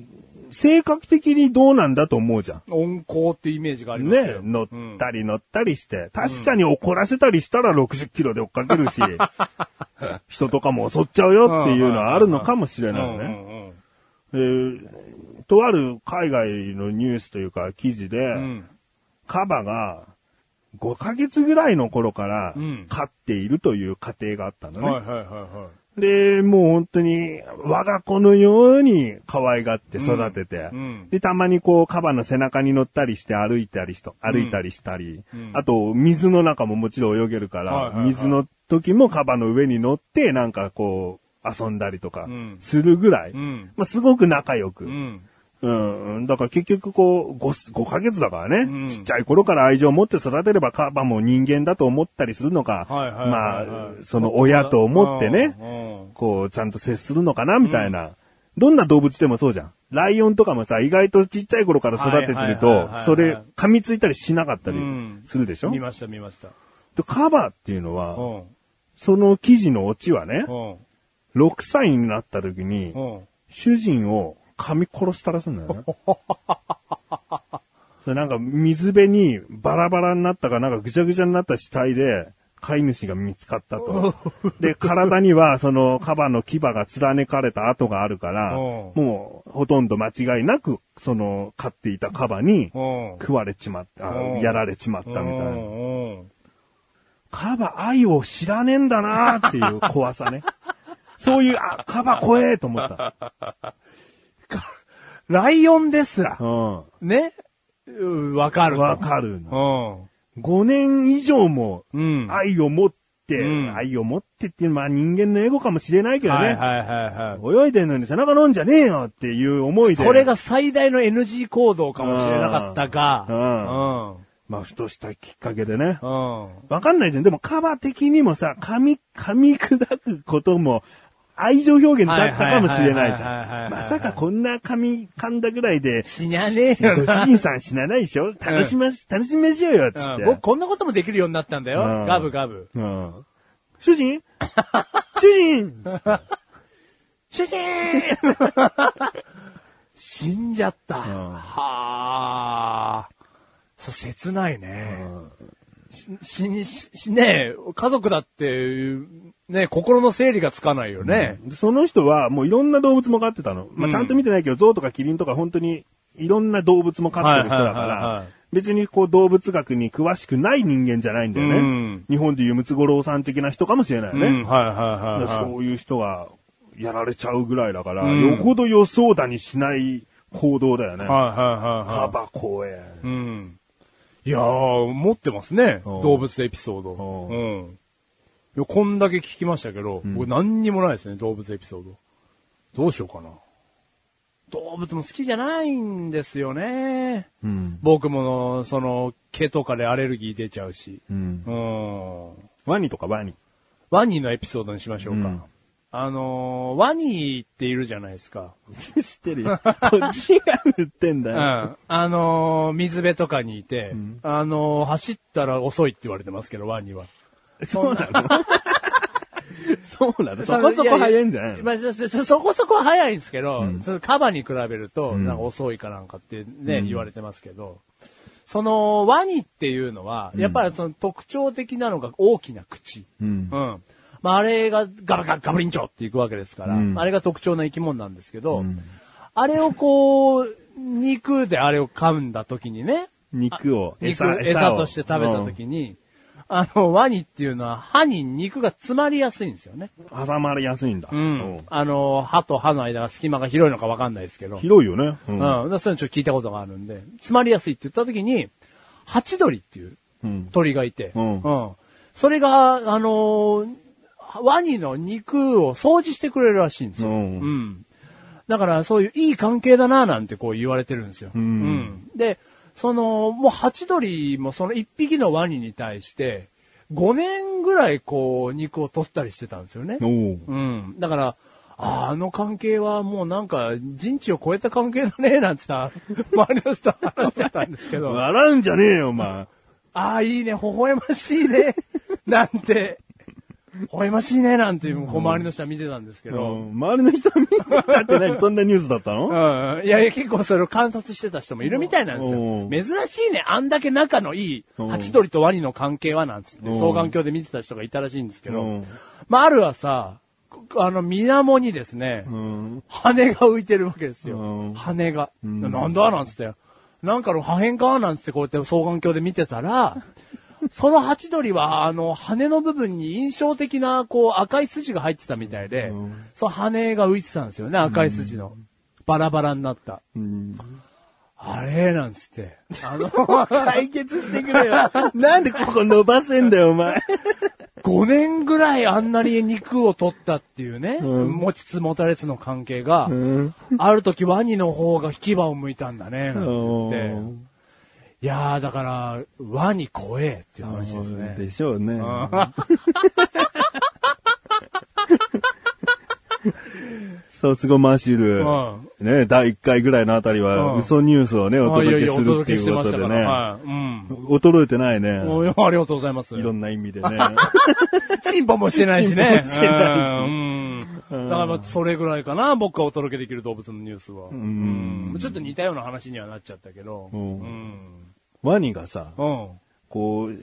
性格的にどうなんだと思うじゃ
温厚ってイメージがあり
ん。
ます
ね
よ。
乗っ
うん
たり乗ったりして。確かに怒らせたりしたら60キロで追っかける し、人とかも襲っちゃうよっていうのはあるのかもしれないね。
ね。
えーとある海外のニュースというか記事で、
うん。
カバが5ヶ月ぐらいの頃から
うん
飼っているという過程があったの
はい
ね。
はいはいは
で、もう本当に我が子のように可愛がって育てて、
うんうん
で、たまにこうカバの背中に乗ったりして歩いたりしと、歩いたりしたり、あと水の中ももちろん泳げるから、
はいはいはい
水の時もカバの上に乗ってなんかこう遊んだりとか
うん
するぐらい、
い。うん。
まあ、すごく仲良く、
うん。
うんうん。だから結局こう、5、5ヶ月だからね、
うん
ちっちゃい頃から愛情を持って育てればカバも人間だと思ったりするのか、
はいはいはいはい
まあ、その親と思ってね、
うん。
こう、ちゃんと接するのかな、みたいな、どんな動物でもそうじゃん。ライオンとかもさ、意外とちっちゃい頃から育ててる
はいはいはい
と
はいは、い
それ噛みついたりしなかったり
うん
するでしょ、
見ました見ました。
でカバっていうの
う
は、
ん。
その記事のオチはね
う、ん。
6歳になった時に、
うん。
主人を噛み殺したらすんだよね。 それなんか水辺にバラバラになったかなんかぐちゃぐちゃになった死体で飼い主が見つかった と。で、体にはそのカバの牙が貫かれた跡があるから、
うん
もうほとんど間違いなくその飼っていたカバに
うん。
食われちまった、
うん
やられちまったみたい
うん
な。
うん。
カバ愛を知らねえんだなっていう怖さね。そういう、あ、カバ怖えと思った。
ライオンですら
う。ん。
ねうんわかると。
わかるの。
う
5年以上も
ん。うん。
愛を持って、
うん
愛を持ってっていうのはまあ人間のエゴかもしれないけどね。
はいはいはいはい。
泳いでんのに背中飲んじゃねえよっていう思いで。
それが最大の NG 行動かもしれなかったが、
まあ、ふとしたきっかけでね
う。ん。うん。
わかんないじゃん。でもカバ的にもさ、噛み、噛み砕くことも、愛情表現だったかもしれないじ
はいはいはいはいはい
ゃ
はい
ん。まさかこんな噛み噛んだぐらいで、
死なねえ
ご
よ
主
な。
人さん死なないでしょ楽しまし、楽しめしようよ、つっ
う
て。
ん、僕こんなこともできるようになったんだよ。
うん
ガブガブ。
うん。主人 主人
主人死んじゃった。
ん
はあ。そう、切ないね。し、し、ししねえ家族だって、ねえ心の整理がつかないよね。
その人はもういろんな動物も飼ってたの。まあ、
うん
ちゃんと見てないけど、象とかキリンとか本当にいろんな動物も飼ってる人だか
はいはいはいは
ら
い、
別にこう動物学に詳しくない人間じゃないんだよね。
うん
日本でいうムツゴロウさん的な人かもしれないよ
う
ね。
ん、はいはいはい、
だから
はい。
そういう人がやられちゃうぐらいだから、
う
よ
ん
ほど予想だにしない行動だよね。
はいはいはい
カ
は
バ怖え。
い。うん。いやー、持ってますね。
うん
動物エピソード。
う
うん。いや、こんだけ聞きましたけど、僕何にもないですね、動物エピソード。どうしようかな。動物も好きじゃないんですよね。
うん。
僕も、その、毛とかでアレルギー出ちゃうし。
うん。
うん。
ワニとかワニ。
ワニのエピソードにしましょうか。
うん
あのーワニっているじゃないですか。
知ってるよ。こっちが言ってんだ
う
よ。
ん。あのー水辺とかにいて、あのー走ったら遅いって言われてますけど、ワニは。
そうなの そうなのそこそこ早いんじゃないの
まあそそそこそこ早いんですけど、そのカバに比べると、なんか遅いかなんかってね、言われてますけど、その、ワニっていうのは、やっぱりその特徴的なのが大きな口。
うん
うん。まあ、あれがガバガバガブリンチョっていくわけですから、
うん
あれが特徴な生き物なんですけど、
ん
あれをこう、肉であれを噛んだ時にね、
肉を、
肉、餌として食べた時に、あの、ワニっていうのは歯に肉が詰まりやすいんですよね。
うん挟まれやすいんだ。
うん。あの、歯と歯の間が隙間が広いのかわかんないですけど。
広いよね。う
うんん。だからそういうのちょっと聞いたことがあるんで、詰まりやすいって言った時に、ハチドリっていう
うん
鳥がいて、
うん
それが、あのーワニの肉を掃除してくれるらしいんですよ。
うん
うんだから、そういういい関係だな、なんてこう言われてるんですよ。
ん
うんで、その、もうハチドリもその一匹のワニに対して、5年ぐらいこう、肉を取ったりしてたんですよね。
おう
うん。だから、あーあの関係はもうなんか人知を超えた関係だね、なんてさ、 周りの人は話してたんですけど、あ
笑うんじゃねえよ、お前。
あ、いいね、微笑ましいね、 なんて、微笑ましいね、なんていう、こう周りの人は見てたんですけ
う
ど、
ん周りの人見てたって何そんなニュースだったの
うん、いやいや、結構それを観察してた人もいるみたいなん
うん
ですよ。珍しいね。あんだけ仲のいい、
うん
ハチドリとワニの関係はなんつって、
うん
双眼鏡で見てた人がいたらしいんですけ
う
ど
ん、
まあ、あるはさ、こあの、水面にですね、
うん。
羽が浮いてるわけです
うん
よ。羽が。なんだなんつって。なんかの破片かなんつってこうやって双眼鏡で見てたら、 そのハチドリは、あの、羽の部分に印象的な、こう、赤い筋が入ってたみたいで、その羽が浮いてたんですよね、赤い筋の。バラバラになった。
うん
あれなんつって。 あの、5
解決してくれよ。 なんでここ伸ばせんだよ、お前。
年ぐらいあんなに肉を取ったっていうね、持ちつ持たれつの関係が、
うん。
ある時ワニの方が牙を向いたんだね、なんて言って。
うん
いやー、だから、ワニ怖えっていう話ですね。
でしょうね。さすがマシル
うん。
ね、第1回ぐらいのあたりは、
うん
嘘ニュースをね、お
あい
届け
やい
す
や、お
るって
届
い
けして
うこ
まし
と
た
で
か
ね
ら。。はい。うん。
衰えてないね。
おいありがとうございます。
いろんな意味で ね。
進歩もしてないしね。
進歩してない
うんうんだからまあ、それぐらいかな、僕がお届けできる動物のニュースは。うんちょっと似たような話にはなっちゃったけど。
うん
うん。
ワニがさ、
うん。
こう、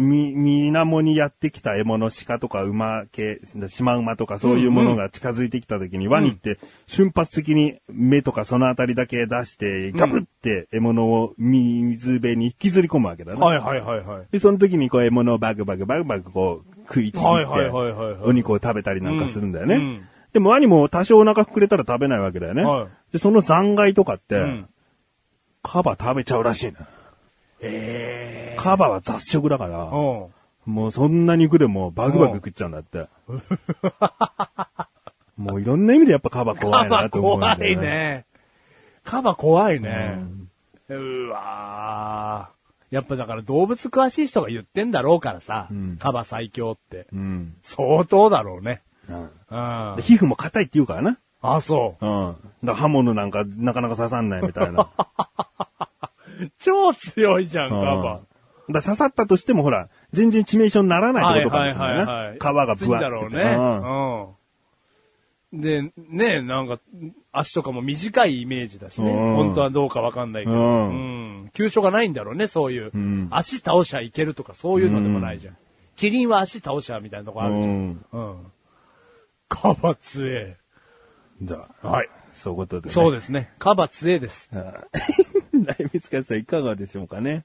み、水面にやってきた獲物、鹿とか馬系、シマウマとかそういうものが近づいてきた時に、ワニって瞬発的に目とかそのあたりだけ出して、ガブって獲物を水辺に引きずり込むわけだね。
はいはいはいはい。
で、その時にこう獲物をバグバグバグバグこう食いちぎ
は
っ
い
て
はいはいはいはい、
お肉を食べたりなんかするんだよね。
うんうん
でもワニも多少お腹膨れたら食べないわけだよね。
は
で、その残骸とかって、
うん
カバ食べちゃうらしいな。
え
カバは雑食だから、
えー。うん。
もうそんな肉でもバグバグ食っちゃうんだ って。もういろんな意味でやっぱカバ怖
カ
いな
バ
と思うんだ
怖
よ
いね。カバ怖いね。うわーやっぱだから動物詳しい人が言ってんだろうからさ、
ん
カバ最強って。
うん。
相当だろうね。
うん
うん。あ
で皮膚も硬いって言うからな。
そ
うん。だから刃物なんかなかなか刺さんないみたい な。
う。超強いじゃん、カ
うん
バ。
だから刺さったとしてもほら、全然致命傷にならないってことかもしれないな。皮が
熱いん
分
だ
厚
ろ
く
う
て。
ね。
うん
うん。で、ねなんか、足とかも短いイメージだしね。
うん
本当はどうかわかんないけど。
う
うんん。急所がないんだろうね、そういう。
ん
足倒しゃいけるとか、そういうのでもないじゃん。キリンは足倒しゃみたいなとこあるじゃん。うん。カバ強え。
うん。じゃあ、
はい。
そういうことで、ね。
そうですね。カバ強えです。
うん。ライブ使いさんいかがでしょうかね。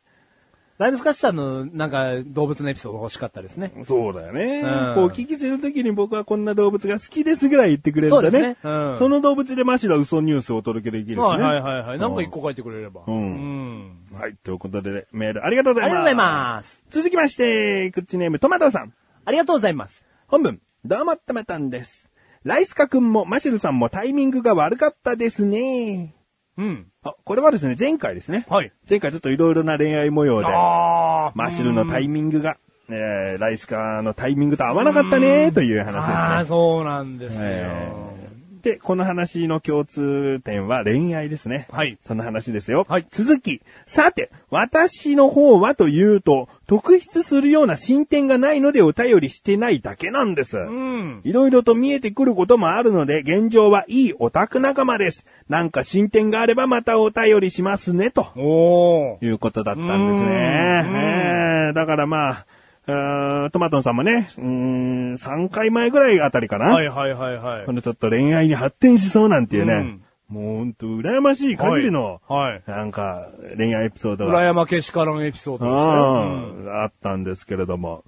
ライブスカッシュさんの、なんか、動物のエピソード欲しかったですね。
そうだよね。
うん
こう、お聞きするときに僕はこんな動物が好きですぐらい言ってくれるんだね。
そうですねうん
その動物でマシラ嘘ニュースをお届けできるしね。
はいはいはいはい。なんか一
う
個書いてくれれば。
うん
うん。
んはい、ということで、メールありがとうご
あり
ざいます。
がとうございます。
す。続きまして、クッチネームトマトさん。
ありがとうございます。
本文、どうもたまたんです。ライスカ君もマシルさんもタイミングが悪かったですね。
うん。
あ、これはですね、前回ですね。
はい。
前回ちょっといろいろな恋愛模様で、
ああ。
マシルのタイミングが、えー、ライスカのタイミングと合わなかったね、という
あ
話
あ、
ですね。
そうなんですよ。
えーで、この話の共通点は恋愛ですね。
はい
そんな話ですよ。
はい
続き、さて、私の方はというと、特筆するような進展がないのでお便りしてないだけなんです。
うん。
いろいろと見えてくることもあるので、現状はいいオタク仲間です。なんか進展があればまたお便りしますね、と
おー。
いうことだったん
う
です
ん
ね。えーだからまあ、うーんトマトンさんもね、うーん、3回前ぐらいあたりかな。
はいはいはいはい
こ。のちょっと恋愛に発展しそうなんていうね、
うん
もうほんと羨ましい限りの、
はいはい
なんか恋愛エピソード
裏
が、
山けしからのエピソード
う
ですよ。
んあったんですけれども、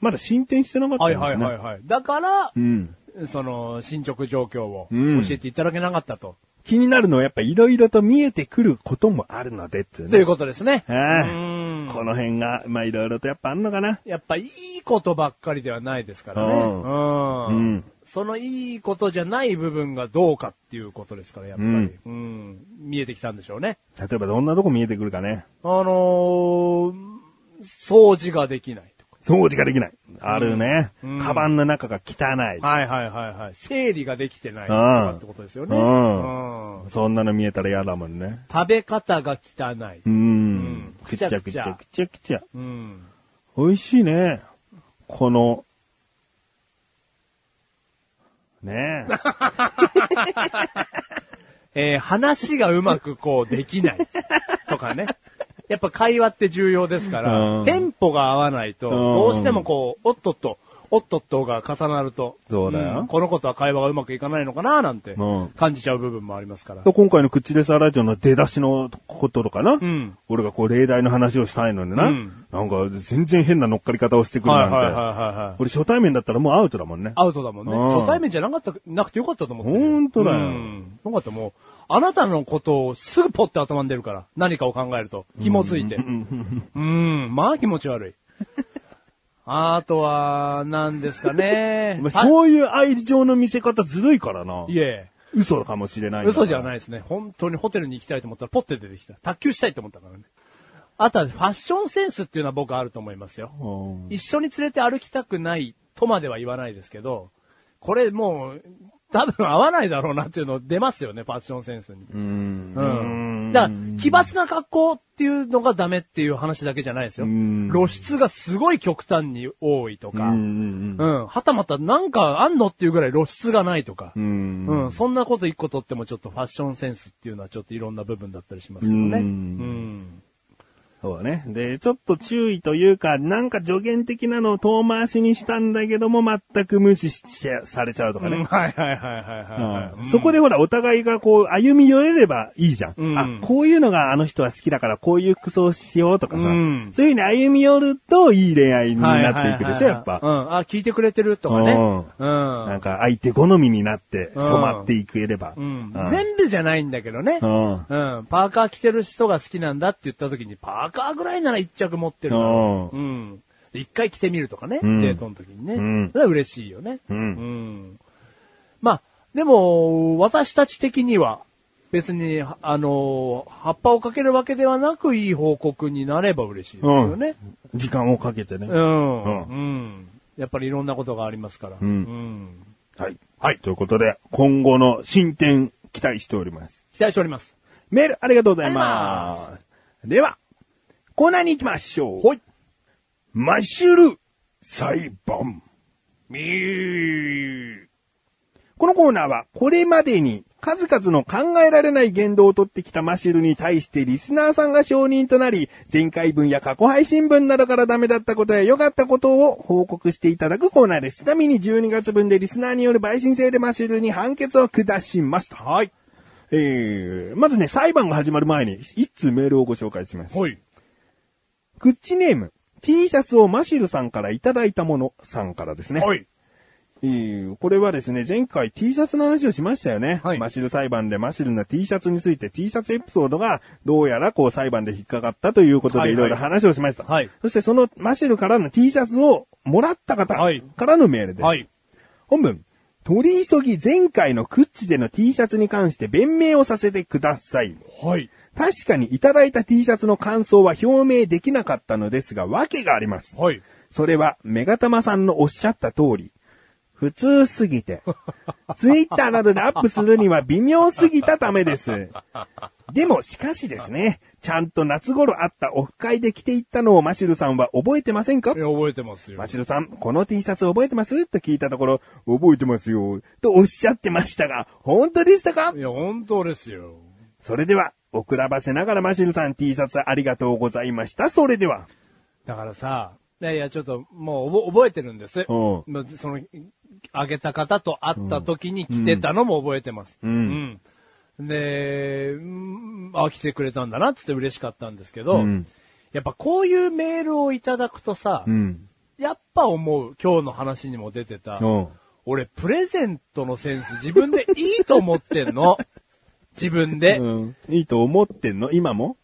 まだ進展してなかったん
は
で
い
すね。
はいはいはい。だから
う、ん
その、進捗状況を
うん
教えていただけなかったと。
気になるのはやっぱいろいろと見えてくることもあるのでっていう
という
ね。
ことですね。
ええ
うん
この辺が、まあいろいろとやっぱあんのかな。
やっぱいいことばっかりではないですからね。
う
うん。
うん
そのいいことじゃない部分がどうかっていうことですから、やっぱり。う
うんん。
見えてきたんでしょうね。
例えばどんなとこ見えてくるかね。
あのー、掃除ができないとか。
掃除ができない。あるね。
うん
カバンの中が汚い。
はいはいはいはい。整理ができてないと
うん
かってことですよね。
うん
うん
そんなの見えたら嫌だもんね。
食べ方が汚い。
う
うん
ん。
く
く
ち
ち
ゃ
ゃ
く
く
ち
ち
ゃ
ゃくちゃくちゃ。
うん。
美味しいね。この、ねえ。
えー話がうまくこうできない。と かね。やっぱ会話って重要ですから、
うん
テンポが合わないと、
うん
どうしてもこう、おっとっと、おっとっとが重なると、
そうだよ
んこの子とは会話がうまくいかないのかななんて
うん
感じちゃう部分もありますから。
今回の口レスラジオの出だしのこととかな。
ん
俺がこう例題の話をしたいのにな。
うん
なんか全然変な乗っかり方をしてくるな
は
いん
はいはい
て。
はいはい。
俺初対面だったらもうアウトだもんね。
アウトだもんね。
うん
初対面じゃなかった、なくてよかったと思ってる。
ほんとだよ
うんよかった、もう。あなたのことをすぐポッて頭に出るから。何かを考えると。紐づいて。うん、まあ気持ち悪い。あとは、何ですかね
お前。
う
そういう愛情の見せ方ずるいからな。
いえ。
嘘かもしれないんだから。
嘘じゃないですね。本当にホテルに行きたいと思ったら、ポッて出てきた。卓球したいと思ったからね。あとは、ファッションセンスっていうのは僕あると思いますよ。
うん。
一緒に連れて歩きたくないとまでは言わないですけど、これもう、多分合わないだろうなっていうの出ますよね、ファッションセンスに。
うん。
うん。だから、奇抜な格好っていうのがダメっていう話だけじゃないですよ。
ん
露出がすごい極端に多いとか、
う。
うんん。はたまたなんかあんのっていうぐらい露出がないとか
う、ん。
うん。そんなこと一個とってもちょっとファッションセンスっていうのはちょっといろんな部分だったりしますよね。う
うん
ん。
そうだね。で、ちょっと注意というか、なんか助言的なのを遠回しにしたんだけども、全く無視しちゃされちゃうとか
うん
ね。
はいはいはいはいはい、
うんそこでほら、お互いがこう、歩み寄れればいいじゃん。
うん
あ、こういうのがあの人は好きだから、こういう服装しようとかさ。
うん
そういうふうに歩み寄ると、いい恋愛になっていくでしょ、やっ
う
ぱ。
ん。あ、聞いてくれてるとかね。う
なん
ん。
か、相手好みになって、
うん
染まっていければ。
うん
う。ん
全部じゃないんだけどね。
う
うん。
ん
パーカー着てる人が好きなんだって言った時に、パーカーぐらいなら一着持ってるだろう。うん。一回着てみるとかね。
うん
デートの時にね。
うん
それは嬉しいよね。
うん
んまあ、でも、私たち的には、別に、あの、葉っぱをかけるわけではなく、いい報告になれば嬉しいですよね。
時間をかけてね。
うん。
うん
うん。やっぱりいろんなことがありますから。
ん
うん
はい。はい。ということで、今後の進展、期待しております。
期待しております。
メールありがとうござい
ありがとうござ
ます。では、コーナーに行きましょう。
ほい。
マッシュル裁判。
みー。
このコーナーは、これまでに数々の考えられない言動をとってきたマシュルに対してリスナーさんが承認となり、前回分や過去配信分などからダメだったことや良かったことを報告していただくコーナーです。ちなみに12月分でリスナーによる陪審制でマシュルに判決を下しますと。
はい。
えー、まずね、裁判が始まる前に、一通メールをご紹介します。
ほい。
グッチネーム、T シャツをマシルさんからいただいたものさんからですね。
ほい。
えーこれはですね、前回 T シャツの話をしましたよね。
はい
マシル裁判でマシルの T シャツについて T シャツエピソードがどうやらこう裁判で引っかかったということ
はい
で
はい
いろいろ話をしました。
はい
そしてそのマシルからの T シャツをもらった方
はい
からのメールです。
はい。
本文、取り急ぎ前回のクッチでの T シャツに関して弁明をさせてください。
はい。
確かにいただいた T シャツの感想は表明できなかったのですが、訳があります。
はい。
それは、メガタマさんのおっしゃった通り、普通すぎて、ツイッターなどでアップするには微妙すぎたためです。でも、しかしですね、ちゃんと夏頃あったオフ会で着ていったのをマシルさんは覚えてませんか
いや覚えてますよ。
マシルさん、この T シャツ覚えてますと聞いたところ、覚えてますよ、とおっしゃってましたが、本当でしたか
いや、本当ですよ。
それでは、おくらばせながらマシルさん T シャツありがとうございました。それでは。
だからさ、いやいや、ちょっと、もうおぼ、覚えてるんです。
う
まあその、あげた方と会った時に来てたのも覚えてます。
ん
うんで、うんあ、来てくれたんだなってって嬉しかったんですけど、
うん
やっぱこういうメールをいただくとさ、
ん。
やっぱ思う、今日の話にも出てた、
うん。
俺、プレゼントのセンス自分でいいと思ってん の。自分で。
うん。いいと思ってんの今も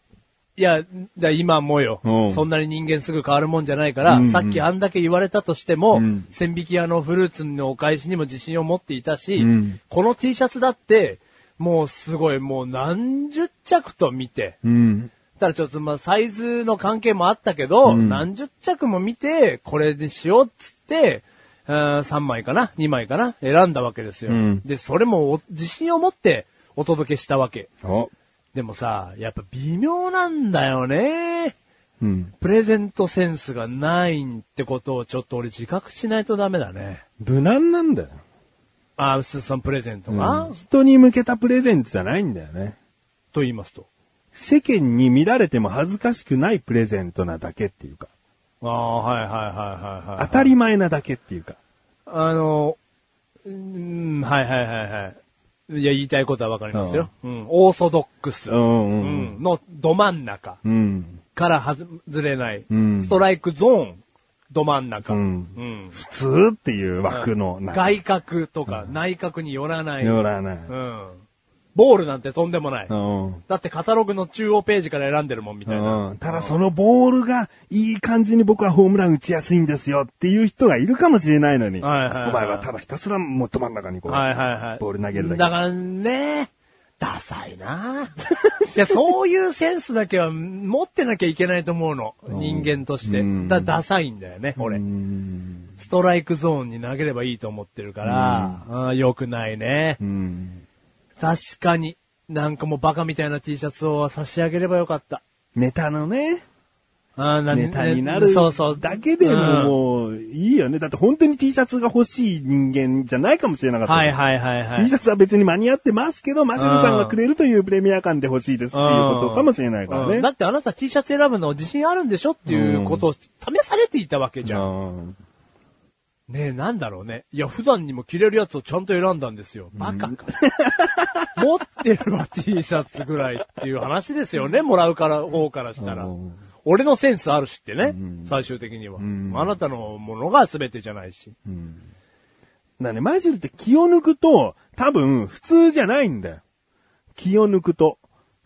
いや、だ今もよ
う。ん
そんなに人間すぐ変わるもんじゃないから、
うんうん
さっきあんだけ言われたとしても、
うん
千匹屋のフルーツのお返しにも自信を持っていたし、
うん
この T シャツだって、もうすごい、もう何十着と見て、
うん。
ただちょっとまあサイズの関係もあったけど、
うん
何十着も見て、これにしようっつって、あー3枚かな ?2 枚かな選んだわけですよ。
うん
で、それもお自信を持ってお届けしたわけ。
あ、
でもさ、やっぱ微妙なんだよね。
うん。
プレゼントセンスがないってことをちょっと俺自覚しないとダメだね。
無難なんだよ。
あー、そのプレゼントが、
うん人に向けたプレゼントじゃないんだよね。
と言いますと。
世間に見られても恥ずかしくないプレゼントなだけっていうか、
ああ、はいはいはいはい、はい。
当たり前なだけっていうか。
あの、うーん、はいはいはいはい。いや、言いたいことはわかりますよ。うん。オーソドックス、
ん
う
うん。
んのど真ん中
うん。
からはずずれない、
うん
ストライクゾーン、ど真ん中。
うん
うん
普通っていう枠の中。
外角とか内角に寄らない、
乗らない。
うん。ボールなんてとんでもない。
うん。
だってカタログの中央ページから選んでるもんみたいな。
うんただそのボールがいい感じに僕はホームラン打ちやすいんですよっていう人がいるかもしれないのに、
はいはいはい
お前はただひたすらもうど真ん中にこう、
はいはいはい。
ボール投げるだけ。
だからね、ダサいな いや、そういうセンスだけは持ってなきゃいけないと思うの。人間として。
うん
だダサいんだよね、
う。
俺
ん
ストライクゾーンに投げればいいと思ってるから、あー良くないね
う。ん
確かに。なんかもうバカみたいな T シャツを差し上げればよかった。
ネタのね、
あーな
ネタになる
そうそう。
だけでもも
うん
ういいよね。だって本当に T シャツが欲しい人間じゃないかもしれなかった。
はいはいはいはい。
T シャツは別に間に合ってますけど、マシルさんがくれるというプレミア感で欲しいですっていうことかもしれないから
う
ね
んだ。ってあなた T シャツ選ぶの自信あるんでしょっていうことを試されていたわけじゃん。
うん
ねえ、なんだろうね。いや、普段にも着れるやつをちゃんと選んだんですよ。バカか。 持ってるわ、T シャツぐらいっていう話ですよね。もらうから、方からしたら
うん。
俺のセンスあるしってね。最終的には。あなたのものが全てじゃないし。
だね、マジルって気を抜くと、多分、普通じゃないんだよ。気を抜くと。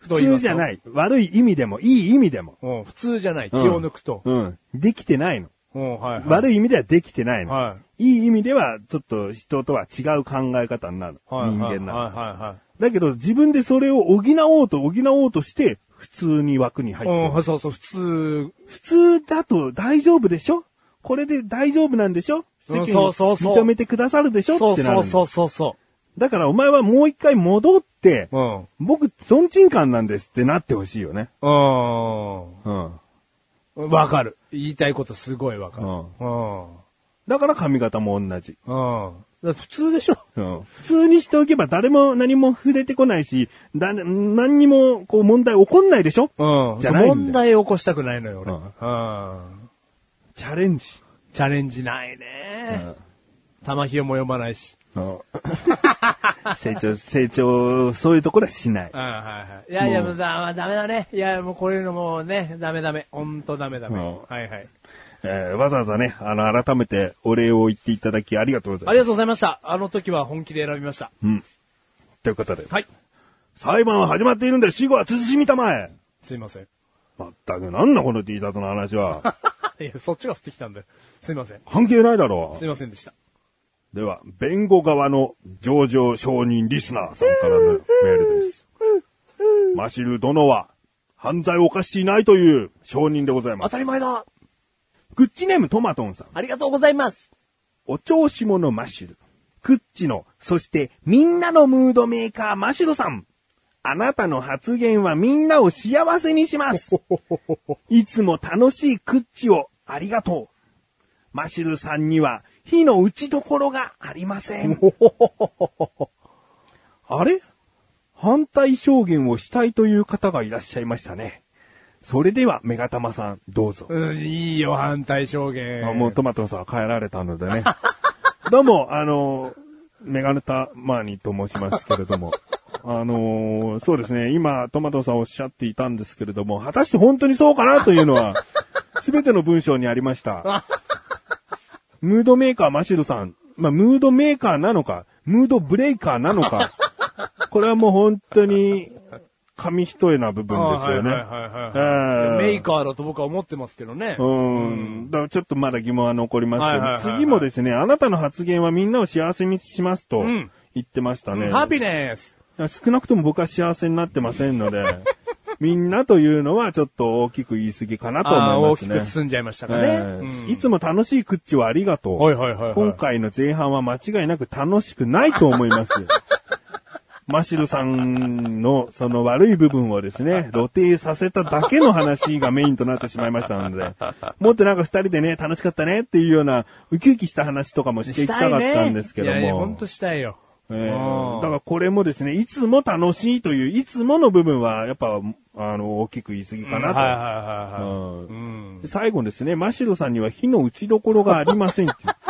どう
普
言いま
通
す
じゃない。悪い意味でも、いい意味でも。
うん、普通じゃない。気を抜くと。
うん。できてないの。
うん、はい、はい。
悪い意味ではできてないの。、
はい
い意味では、ちょっと人とは違う考え方になる。
はい
人間なの。
はいはいはい。
だけど、自分でそれを補おうと補おうとして、普通に枠に入ってる
うん、そうそう、普通
普通だと大丈夫でしょこれで大丈夫なんでしょ世
うん
間に
そうそうそう
認めてくださるでしょ
そう
ってなる
そ
の
うそうそうそ
だからお前はもう一回戻って、
う。うん。
僕、トンチンカンなんですってなってほしいよね。
うん。
うん。
わかる。言いたいことすごいわかる。
う
うん。
だから髪型も同じ。
うん。だって普通でしょ。
うん。普通にしておけば誰も何も触れてこないし、だ何にもこう問題起こんないでしょ
うん。
じゃないんだよ
問題起こしたくないのよ、俺。
う
うん。
チャレンジ。
チャレンジないね。玉ひよも読まないし。
うん 成長、成長、そういうところはしない。
うん、はいはい。いやいや、もうだダメだね。いや、もうこういうのもうね、ダメダメ。ほんとダメダメ。
うん
はいはい。
えーわざわざね、あの、改めてお礼を言っていただきありがとうございます。
ありがとうございました。あの時は本気で選びました。
ということで、
はい。
裁判は始まっているんだよ死後は慎みたまえ
すいません。
まったくなんだこの T シャツの話 は。
いや、そっちが降ってきたんだよ。すいません。
関係ないだろ
すいませんでした。
う。では、弁護側の上場証人リスナーさんからのメールです。マシル殿は犯罪を犯していないという証人でございま
当
す。
たり前だ
グッチネームトマトンさん。
ありがとうございます
お調子者マシュル。クッチの、そしてみんなのムードメーカーマシュルさん。あなたの発言はみんなを幸せにし ます。いつも楽しいクッチをありがとう。マシュルさんには火の打ちどころがありません。 あれ反対証言をしたいという方がいらっしゃいましたね。それでは、メガタマさん、どうぞ。
うん、いいよ、反対証言。
あもうトマトさんは帰られたので ね。どうも、あの、メガネタマーニと申しますけれ ども。あのーそうですね、今、トマトさんおっしゃっていたんですけれども、果たして本当にそうかなというの は、すべての文章にありました。ムードメーカーマシルさん、まあ、ムードメーカーなのか、ムードブレイカーなの か、これはもう本当に、紙一重な部分ですよね。
あはいはいはいはい
えー
メーカーだと僕は思ってますけどね。
うん。だからちょっとまだ疑問は残りますけど、
はいはいはいはい
次もですね、あなたの発言はみんなを幸せにしますと
ん
言ってましたね。
ハピネス
少なくとも僕は幸せになってませんので、みんなというのはちょっと大きく言い過ぎかなと
あー
思いま
大
す
き
ね。
く進んじゃいましたかね。
え
うん
えいつも楽しいクッチをありがとう。
はいはいはいはい
今回の前半は間違いなく楽しくないと思い ます。マシルさんのその悪い部分をです ね、露呈させただけの話がメインとなってしまいましたので、もっとなんか二人でね、楽しかったねっていうような、ウキウキした話とかもしていきたかったんですけども。
いやいや、ほんとしたいよ。
え
う
ー
ん
だからこれもですね、いつも楽しいという、いつもの部分は、やっぱ、あの、大きく言い過ぎかなと。
はいはいはいはい。
う
うん。
で最後ですね、マシロさんには火の打ちどころがありませんっていう。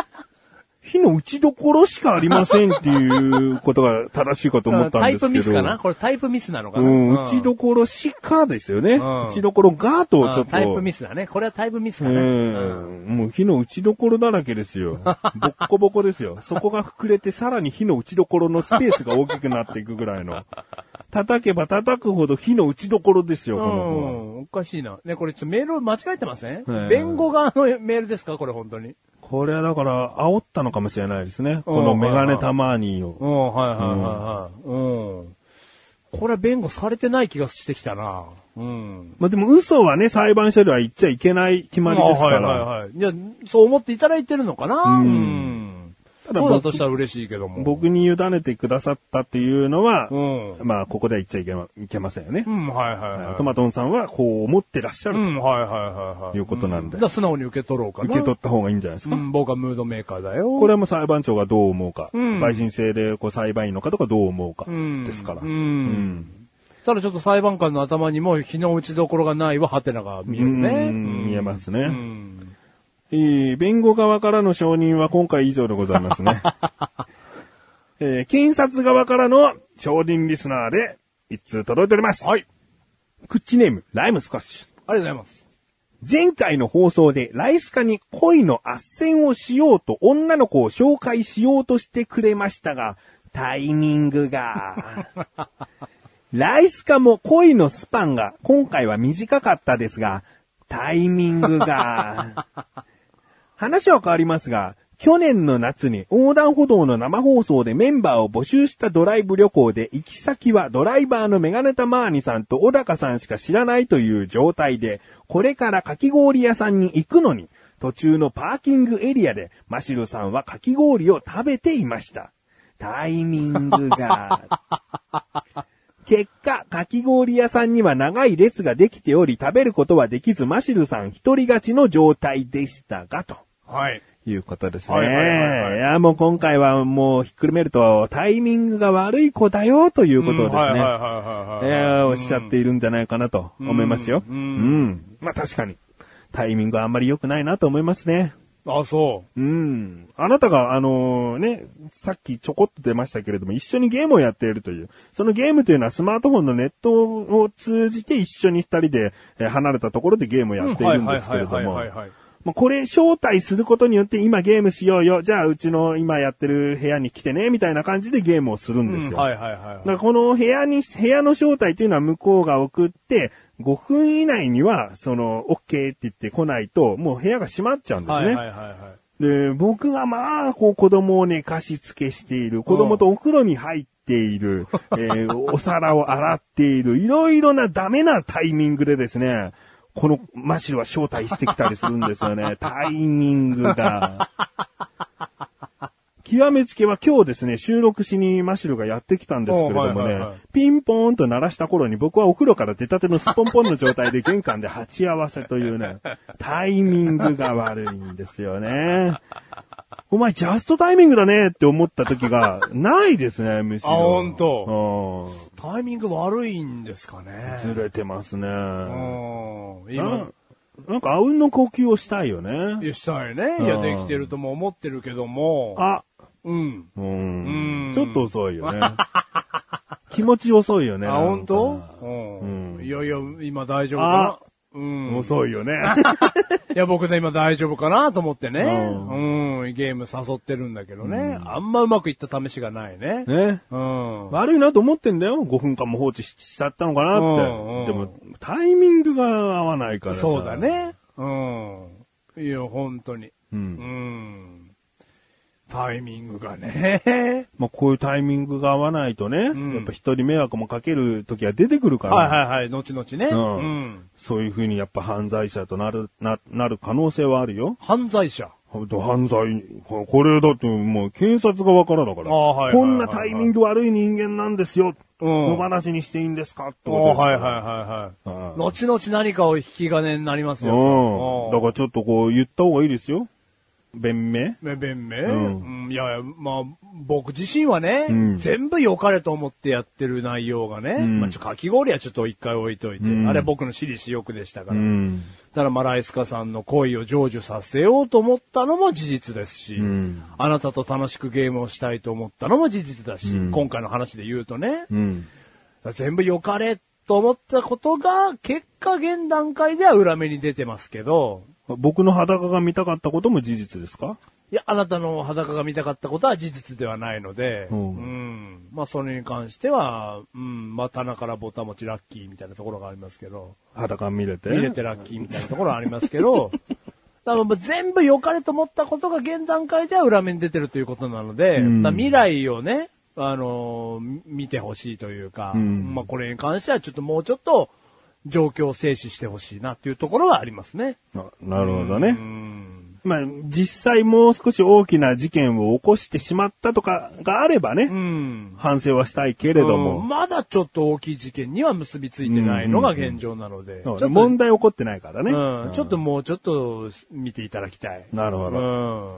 火の打ちどころしかありませんっていうことが正しいかと思ったん
タ
で
イ
すけ
プ
ど。
ミスかなこれタイプミスなのか
う
な、
ん、打ちどころしかですよね。
ん
打ちどころがとちょっと。
あタイプミスだね。これはタイプミスだね。うん
うんもう火の打ちどころだらけです よ。ボッコボコですよ。そこが膨れてさらに火の打ちどころのスペースが大きくなっていくぐらい の。叩けば叩くほど火の打ちどころですよ、こ
う
の子は。
ん、おかしいな。ね、これちょっとメール間違えてません、
ええ
弁護側のメールですかこれ本当に。
これはだから煽ったのかもしれないですね。このメガネたまーにを。
うん、はいはいはいはい。うん。これは弁護されてない気がしてきたな。うん。
まあでも嘘はね、裁判所では言っちゃいけない決まりですか
あ
ら。
はいはいはい。じゃあそう思っていただいてるのかなうん
ただ
そうだ
僕
としたら嬉しいけども。
僕に委ねてくださったっていうのは
う、ん。
まあここでは言っちゃいけまいけませんよね
う。ん、はいはいはい。
トマトンさんはこう思ってらっしゃ
う
る
ん、はいはいはいはい。
ということなんで
だか。ら素直に受け取ろうかな。
受け取った方がいいんじゃないですか。
うん、僕はムードメーカーだよ。
これはもう裁判長がどう思うか、
うん
陪審制でこう裁判員の方がどう思うか
うん
ですから。
うん
ん
ただちょっと裁判官の頭にも日の打ちどころがないはハテナが見えるね。
うん見えますね、
うん
えー弁護側からの承認は今回以上でございます ね。えー検察側からの承認リスナーで一通届いております。
はい。
クッチネーム、ライムスカッシュ。
ありがとうございます。
前回の放送でライスカに恋の斡旋をしようと女の子を紹介しようとしてくれましたが、タイミング が。ライスカも恋のスパンが今回は短かったですが、タイミングが。話は変わりますが、去年の夏に横断歩道の生放送でメンバーを募集したドライブ旅行で行き先はドライバーのメガネタマーニさんと小高さんしか知らないという状態で、これからかき氷屋さんに行くのに、途中のパーキングエリアでマシロさんはかき氷を食べていました。タイミングが。結果、かき氷屋さんには長い列ができており、食べることはできず、マシルさん一人勝ちの状態でしたが、と
はい。
いうことですね。
はいいはいはいはい
や、もう今回はもうひっくるめると、タイミングが悪い子だよ、ということを
うん
です
はいはい
ね。
はいはい
え
はい
ーおっしゃっているんじゃないかなと思いますよ。う。
うんん
まあ確かに、タイミングはあんまり良くないなと思いますね。
あ、そ
うん。あなたが、あのね、さっきちょこっと出ましたけれども、一緒にゲームをやっているという。そのゲームというのはスマートフォンのネットを通じて一緒に二人でえー離れたところでゲームを
う。
やっているんですけれど
うん
も
はいはいはいはい。はいはい
まあこれ招待することによって今ゲームしようよ。じゃあうちの今やってる部屋に来てね、みたいな感じでゲームをするんですよ。
うんはいはいはいは
だ
い。
からこの部屋に、部屋の招待というのは向こうが送って、5分以内には、その、OK って言って来ないと、もう部屋が閉まっちゃうんです
はい
ね。
はいはいはい。
で、僕がまあ、こう子供をね、貸し付けしている、子供とお風呂に入っている、えーお皿を洗っている、いろいろなダメなタイミングでですね、このマシルは招待してきたりするんですよね。タイミングが。極めつけは今日ですね、収録しにマシルがやってきたんですけれども
おうは
ね、
いはいはい
ピンポーンと鳴らした頃に僕はお風呂から出たてのすっぽんぽんの状態で玄関で鉢合わせという ね、タイミングが悪いんですよね。お前ジャストタイミングだねって思った時がないですね、むしろ。
あほん
と。
タイミング悪いんですかね。
ずれてますね。
うん。
な
今、
なんかあうんの呼吸をしたいよね。
いやしたいね。いや、できてるとも思ってるけども。
あ、
うん。
う
うんん
ちょっと遅いよね。気持ち遅いよね。
あ、本当
なんか
うん
う。ん
いやいや、今大丈夫かな。うん。
遅いよね。
いや、僕ね、今大丈夫かなと思ってね。
う
うん。ゲーム誘ってるんだけどね。あんまうまくいった試しがない ね。
ね。
うん。
悪いなと思ってんだよ。5分間も放置しちゃったのかなって。
うんうん
でも、タイミングが合わないからさ
そうだ。ね。うん。いや、本当に。
う。
うんん。タイミングがね。
まあ、こういうタイミングが合わないとね、
ん
やっぱ人に迷惑もかける時は出てくるから、
はいはいはい、後々ね。
うん
うん。
そういうふうにやっぱ犯罪者となる、な、なる可能性はあるよ。
犯罪者。
犯罪、ここれだってもう警察側からだから、
あはいはいはいはい
こんなタイミング悪い人間なんですよ、
うん
野放しにしていいんですかって
あ
ことです
はいはい
い。
はいは
うん
い。後々何かを引き金になりますよ。
うん。だ
だ
からちょっとこう言った方がいいですよ。弁明
め弁明、
ん
うん、いやいや、まあ、僕自身はね、
うん
全部良かれと思ってやってる内容がね、
ん
まあ、ちょかき氷はちょっと一回置いといて、
うん
あれは僕の私利私欲でしたか
う
ら。
ん。
だから、まあ、ライスカさんの恋を成就させようと思ったのも事実ですし、
ん
あなたと楽しくゲームをしたいと思ったのも事実だし、今回の話で言うとね、
うん。
全部良かれと思ったことが、結果現段階では裏目に出てますけど、
僕の裸が見たかったことも事実ですか
いや、あなたの裸が見たかったことは事実ではないので、
う
うんん。まあ、それに関しては、うん、まあ、棚からボタン持ちラッキーみたいなところがありますけど、
裸見れて。
見れてラッキーみたいなところはありますけ ど、だからもう全部良かれと思ったことが現段階では裏面に出てるということなので、
うん
まあ未来をね、あのー見てほしいというか、
ん
まあこれに関してはちょっともうちょっと状況を静止してほしいなっていうところはありますね。
ななるほどね。
うん。
まあ、実際もう少し大きな事件を起こしてしまったとかがあればね、
うん。
反省はしたいけれども、
うんまだちょっと大きい事件には結びついてないのが現状なので、
そうね
ちょっと
問題起こってないからね。
うんちょっともうちょっと見ていただきたい。
なるほ
う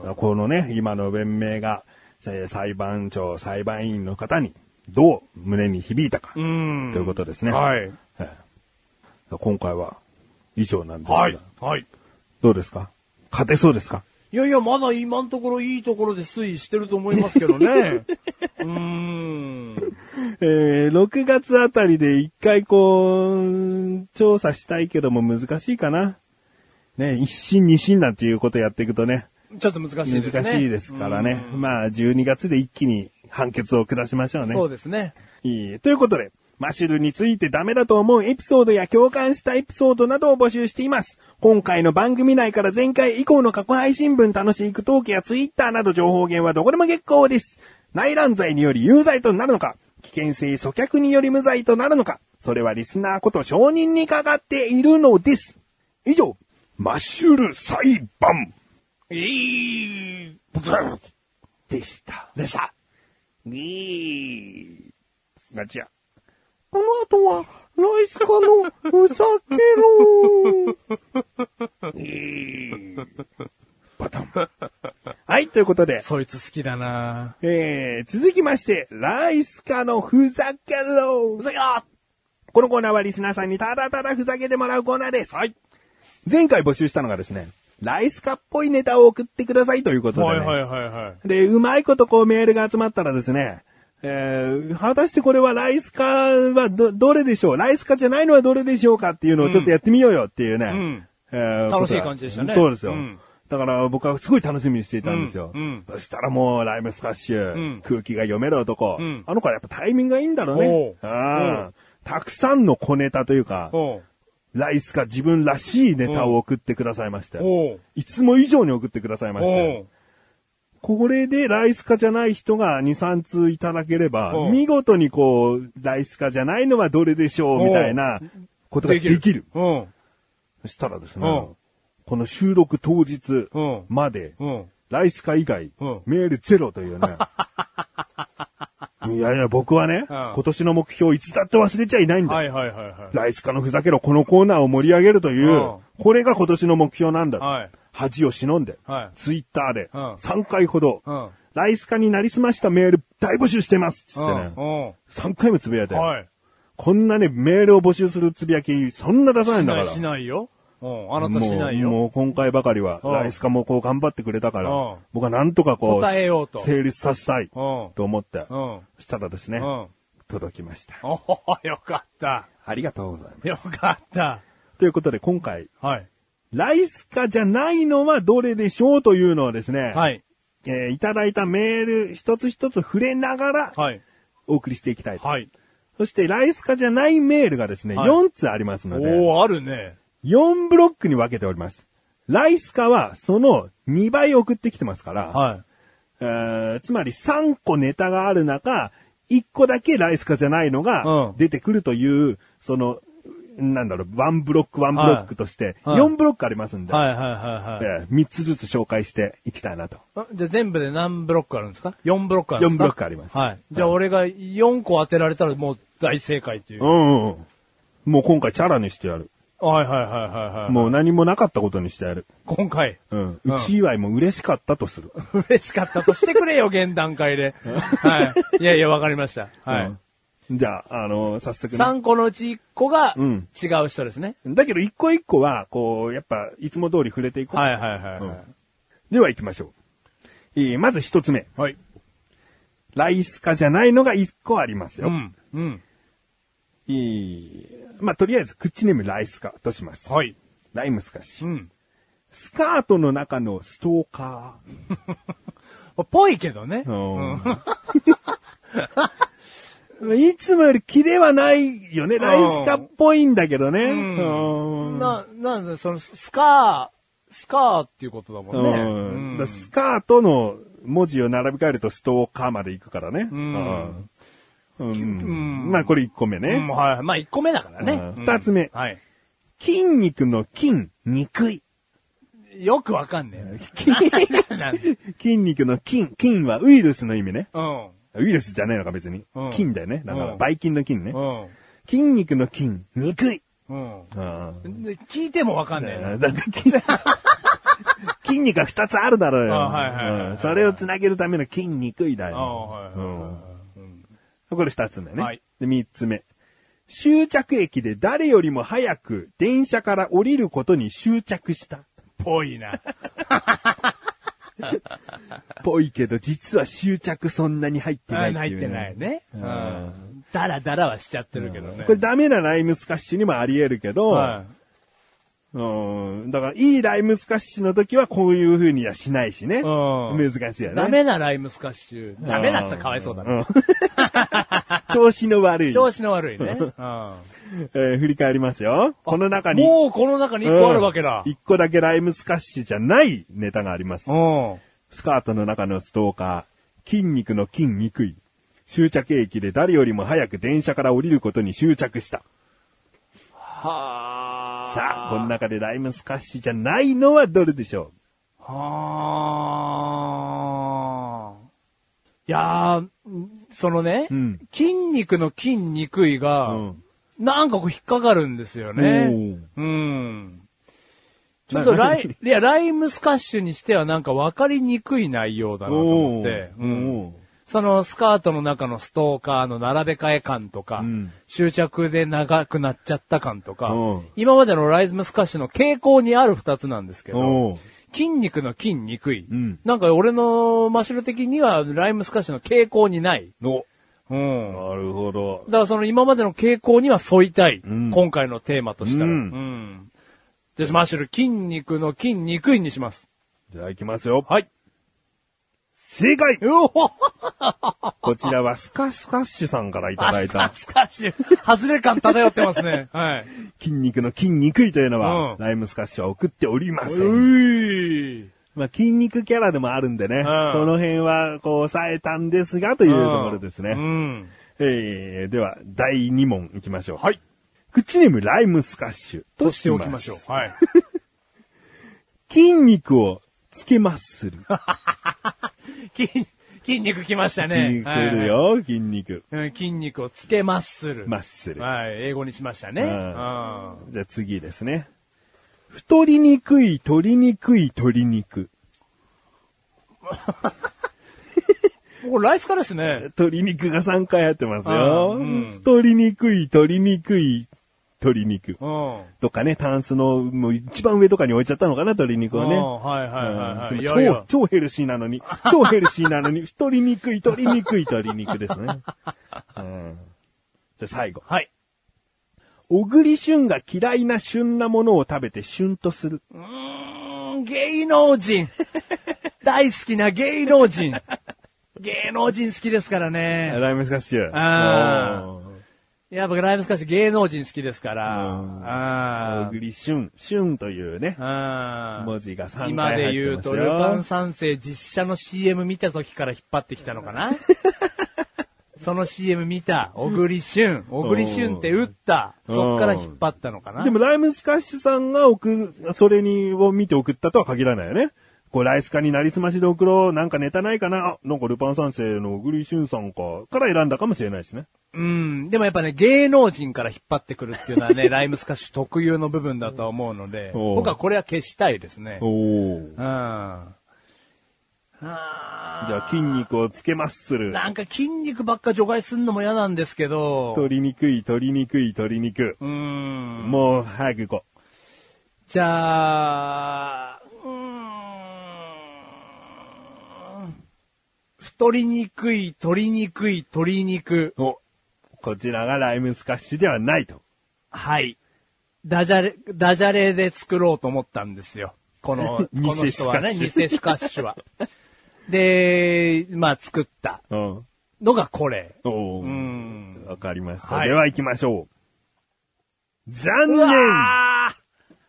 ど。
ん。
このね、今の弁明が、えー裁判長、裁判員の方に、どう胸に響いたか、
うん
ということですね。
はい。
はい今回は、以上なんですが、
はい。はい。
どうですか勝てそうですか
いやいや、まだ今のところいいところで推移してると思いますけど ね。うーん。
えー、6月あたりで一回こう、調査したいけども難しいかな。ね、一審二審なんていうことやっていくとね、
ちょっと難し
難
いですね。
しいですからね。まあ、12月で一気に判決を下しましょう
うん。
ね。
そうですね。
いいということで、マシュルについてダメだと思うエピソードや共感したエピソードなどを募集しています。今回の番組内から前回以降の過去配信分楽しい句トークやツイッターなど情報源はどこでも結構です。内乱罪により有罪となるのか、危険性阻却により無罪となるのか、それはリスナーこと承認にかかっているのです。以上、マシュル裁判
いい。
でした。
でした。
にガチャ。この後は、ライスカのふざけろ ーバタン。 はい、ということで、
そいつ好きだな
えー、続きまして、ライスカのふざけろーふざけろこのコーナーはリスナーさんにただただふざけてもらうコーナーです。はい。前回募集したのがですね、ライスカっぽいネタを送ってくださいということで、ね。
はいはいはいはい。
で、うまいことこうメールが集まったらですね、えー、果たしてこれはライスカはど、どれでしょうライスカじゃないのはどれでしょうかっていうのをちょっとやってみようよっていうね。
ん
えー
楽しい感じでしたね
そうですよ。
うん
だから僕はすごい楽しみにしていたんですよ。
うんうん
そしたらもうライムスカッシュ、
うん
空気が読める男、
うん
あの子はやっぱタイミングがいいんだろうね
おう。
あーたくさんの小ネタというか、
おう。
ライスカ自分らしいネタを送ってくださいまして、
おう。
いつも以上に送ってくださいまして、
おう。
これでライスカじゃない人が2、3通いただければ、
うん
見事にこう、ライスカじゃないのはどれでしょうみたいなことができる。
うん。
そしたらですね、
うん
この収録当日
うん
まで、
うん。
ライスカ以外、
うん
メールゼロというね。いやいや、僕はね、今年の目標いつだって忘れちゃいないんだ。
はいはいはいは
ライスカのふざけろ、このコーナーを盛り上げるという、
う
これが今年の目標なんだ。
い。はい。
恥を忍んで、
はい
ツイッターで
うん
3回ほど、
うん
ライス化になりすましたメール大募集してますっつ
う
ってね、
ん。
3回もつぶやいて、
うん。はい。
こんなね、メールを募集するつぶやき、そんな出さないん
し
だか
な
ら。
いしないよ。うん。あなたしない
もう
よ。
もう今回ばかりは、
うん
ライス化もこう頑張ってくれたから
うん、
僕はなんとかこう、
答えようと
成立させたい、
う
と
ん。
思って、
うん。
そしたらですね、
うん。
届きました。
おお、よかった。
ありがとうございます。
よかった。
ということで今回、
はい。
ライス化じゃないのはどれでしょうというのをですね、
はい。
えーいただいたメール一つ一つ触れながら
はい。
お送りしていきたいと。
はい。
そしてライス化じゃないメールがですね、
はい
4つありますので、
おー、あるね。
4ブロックに分けております。ライス化はその2倍送ってきてますから、
は
えーつまり3個ネタがある中、1個だけライスかじゃないの
う
が
ん
出てくるという、その、なんだろう、ワンブロックワンブロックとして、
はい
4ブロックありますんで、
はいはいはいはい。
えー3つずつ紹介していきたいなと。
あじゃあ全部で何ブロックあるんですか ?4 ブロックあるんで
四
すか
ブロックあります
はい。じゃあ俺が4個当てられたらもう大正解っていう。
う
はい
んうんうん。もう今回チャラにしてやる。
はいはいはいはい。
もう何もなかったことにしてやる。
今回。
うん。
うん
うち祝いも嬉しかったとする。
嬉しかったとしてくれよ、現段階で。はい。いやいや、わかりました。はい。
うんじゃあ、あの早速ね。
3個のうち1個が
う
違
ん
う人ですね。
だけど一個一個は、こう、やっぱ、いつも通り触れていこう。
はいはいはいは
では行きましょう。えーまず一つ目。
い。はい。
ライス化じゃないのが一個あります
う
よ。
ん。うん。
えーまあ、とりあえず、クッチネームライス化とします。
はい。
ライムスカシ
う。ん。
スカートの中のストーカ
ぽいけどね。
ー。
うん。
うん、 いつもよりキレはないよね。ライス化っぽいんだけどね。
ん
うん
な、なんで、その、スカー、スカーっていうことだもんね。
うんだからスカートの文字を並び替えるとストーカーまで行くからね。
ん
うん
ん
まあこれ1個目
うん
ね。
はい。まあ、1個目だからね
うん。
うん
二つ目
はい。
筋肉の筋、憎い。
よくわかんねえ な。なんで
筋肉の筋、筋はウイルスの意味ね。
うん。
ウイルスじゃないのか別に
うん。
筋だよね。だか
う
ら、
ん
バイキンの筋ね。
うん。
筋肉の筋、憎い。
うん。
うん
で聞いてもわかんねえな。
だから筋 筋肉が2つあるだろう
あはいはいはいはい
よ。うんそれをつなげるための筋肉いだ
ああ、
よ。
はいはい
うん
はい。うん
これ二つ目ね。
はい
で、三つ目。終着駅で誰よりも早く電車から降りることに執着した。
ぽいな。
ぽいけど、実は執着そんなに入ってないって
入
い
っ
う、
て ないね。う
うん
ん。だらだらはしちゃってるけどね。
これダメなライムスカッシュにもあり得るけど、
はい。
うん。だから、いいライムスカッシュの時はこういう風にはしないしね。
うん
難しいよね。
ダメなライムスカッシュ。ダメなってかわいそうだ
う
ね。
ん 調子の悪い。
調子の悪いね。う
え
ん
ー振り返りますよ。この中に。
もうこの中に1個あるわけだ。
1個だけライムスカッシュじゃないネタがあります。
うん。
スカートの中のストーカー、筋肉の筋肉い、終着駅で誰よりも早く電車から降りることに執着した。
はあ。
さあ、この中でライムスカッシュじゃないのはどれでしょ
はあ。いやー、んそのね、
うん
筋肉の筋肉いが、
うん
なんかこう引っかかるんですよね。うん。ちょっとライ、いや、ライムスカッシュにしてはなんか分かりにくい内容だ
う
なと思って、
おー
うん
おー
そのスカートの中のストーカーの並べ替え感とか、
うん
執着で長くなっちゃった感とか
うん、
今までのライムスカッシュの傾向にある二つなんですけど、
おー
筋肉の筋肉い、
うん
なんか俺のマシュル的にはライムスカッシュの傾向にない。
の、
うん。
なるほど。
だからその今までの傾向には沿いたい。
うん
今回のテーマとしたら。う
うんん。じゃあマッシュル、筋肉の筋肉いにします。じゃあ行きますよ。
はい。
正解
うおほ
こちらはスカスカッシュさんからいただい
懐
た
かしい。外れ感漂ってますね。 はい。
筋肉の筋肉いというの
う
は
ん、
ライムスカッシュは送っておりま
う
せん。
い。
まあ、筋肉キャラでもあるんでね、この辺はこう抑えたんですがというところですね。
うん。
えー、では、第2問いきましょう。
はい。
口ネームライムスカッシュ
と
と
しておきましょう。はい。
筋肉をつけまする。
筋、筋肉きました
筋
ね。
肉来る
はい
よ、筋肉。
うん筋肉をつけマッスル。
マッスル。
はい。英語にしましたね。
うん
うん
じゃあ次ですね。太りにくい、取りにくい、鶏肉。
これライス化ですね。
鶏肉が3回入ってますよ。
うん
太りにくい、取りにくい、鶏肉。
うん。
とかね、タンスの、もう一番上とかに置いちゃったのかな、鶏肉をね。
うんはいはいはいは
う
い。
ん
い
で
やいや
も。超、超ヘルシーなのに、超ヘルシーな のに、太りにくい、鶏りにくい、鶏肉ですね。うんじゃあ最後。
はい。
小栗旬が嫌いな旬なものを食べて旬とする。
うーん、芸能人。 大好きな芸能人。芸能人好きですからね。
ライムスカッシュ。
あー
おー
やっぱライブスカッシュ芸能人好きですか
うん
ら。
小
うん。
栗旬、旬というね、
うん
文。字が3回
今で言
入
う
って
と、
ます
ルパン
よ。
三世実写の CM 見た時から引っ張ってきたのか なその CM 見た、小栗旬。小栗旬って打った。
うん
そっから引っ張ったのかな
でもライムスカッシュさんが送る、それに、を見て送ったとは限らないよね。こう、ライスカになりすましで送ろう。なんかネタないかなあ、なんかルパン三世の小栗旬さんか。から選んだかもしれないですね。
うん。でもやっぱね、芸能人から引っ張ってくるっていうの はね、ライムスカッシュ特有の部分だと思うので、
おう
僕はこれは消したいですね。うん。
お
じゃあ
じゃあ筋肉をつけますする。
なんか筋肉ばっか除外すんのも嫌なんですけど、
取りにくい、取りにくい、取りにく
う
い。
ーん。
もう、早く行こ
じゃあ、うーん。太りにくい、取りにくい、取り肉。
う。お、こちらがライムスカッシュではないと。
はい。ダジャレ、ダジャレで作ろうと思ったんですよ。この、こ
偽
の人はね、
スカッシ
偽スカッシュは。で、まあ作った
うん。
のがこれ。
お
う
ー
ん。
わかりました。
はい
では行きましょう。残念
あー